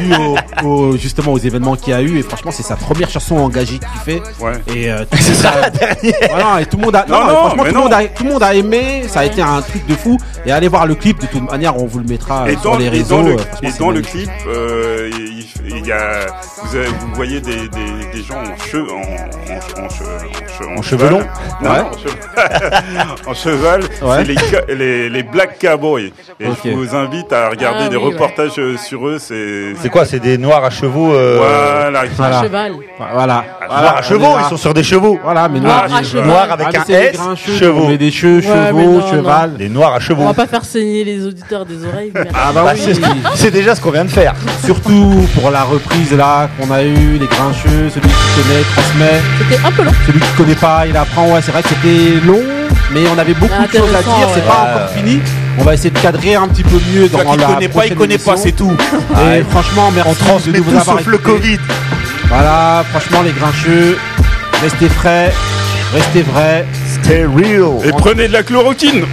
Speaker 11: due au- au- justement aux événements qu'il y a eu. Et franchement, c'est sa première chanson engagée qu'il fait. Et euh, c'est ça la dernière. Voilà, et tout le monde a.
Speaker 1: Non, non,
Speaker 11: franchement,
Speaker 1: mais
Speaker 11: tout, le
Speaker 1: non.
Speaker 11: Monde a, tout le monde a aimé. Ça a été un truc de fou. Et allez voir le clip. De toute manière, on vous le
Speaker 1: Ah,
Speaker 11: mettra euh,
Speaker 5: Et
Speaker 11: sur
Speaker 5: dans,
Speaker 11: les
Speaker 5: et
Speaker 11: réseaux.
Speaker 5: dans le,
Speaker 11: euh,
Speaker 5: et
Speaker 11: franchement, c'est
Speaker 5: dans le
Speaker 11: magnifique.
Speaker 5: clip, euh, il, il y a, vous, avez- vous voyez des, des, des gens en, che, en, en, en, che- en, che-
Speaker 4: En chevelon
Speaker 5: Non,
Speaker 4: Ouais.
Speaker 5: en cheval. en cheval,
Speaker 4: Ouais.
Speaker 5: c'est les, ca- les, les Black Cowboys. Et je vous invite à regarder
Speaker 4: Ah
Speaker 5: des
Speaker 4: oui, ouais.
Speaker 5: reportages euh, sur eux. C'est
Speaker 4: C'est quoi C'est des noirs à chevaux euh,
Speaker 5: Voilà.
Speaker 4: voilà.
Speaker 2: Cheval.
Speaker 11: Voilà.
Speaker 4: Noirs à chevaux, ils sont sur des chevaux.
Speaker 11: Voilà,
Speaker 5: Ah,
Speaker 11: mais
Speaker 2: noirs à cheval.
Speaker 4: Noirs avec
Speaker 2: Ah, mais
Speaker 4: un
Speaker 2: c'est des
Speaker 4: S,
Speaker 2: grains chevaux.
Speaker 4: chevaux.
Speaker 11: Mais des cheveux,
Speaker 2: Ouais, chevaux, mais non, cheval. non.
Speaker 4: Des noirs à
Speaker 2: On
Speaker 4: chevaux.
Speaker 2: va pas faire saigner les auditeurs des oreilles. merde.
Speaker 4: bah oui. C'est déjà ce qu'on vient de faire.
Speaker 11: Surtout pour la reprise là qu'on a eu, les grincheux, celui qui connaît transmet.
Speaker 2: C'était un peu long.
Speaker 11: Celui qui connaît pas, il apprend. Ouais, c'est vrai que c'était long, mais on avait beaucoup de choses à
Speaker 2: Ah, Intéressant,
Speaker 11: dire. C'est
Speaker 2: ouais.
Speaker 11: pas
Speaker 2: Ouais.
Speaker 11: encore fini. On va essayer de cadrer un petit peu mieux dans
Speaker 3: Celui qui
Speaker 11: la
Speaker 3: connaît pas, il
Speaker 11: prochaine
Speaker 3: connaît pas,
Speaker 11: émission.
Speaker 3: c'est tout.
Speaker 11: Et
Speaker 3: Ouais.
Speaker 11: franchement, merci
Speaker 3: On transmet
Speaker 11: de nous
Speaker 3: tout
Speaker 11: avoir
Speaker 3: sauf le
Speaker 11: écoutés.
Speaker 3: Covid.
Speaker 11: Voilà, franchement, les grincheux, restez frais, restez vrais.
Speaker 4: Stay real.
Speaker 5: Et prenez de la chloroquine.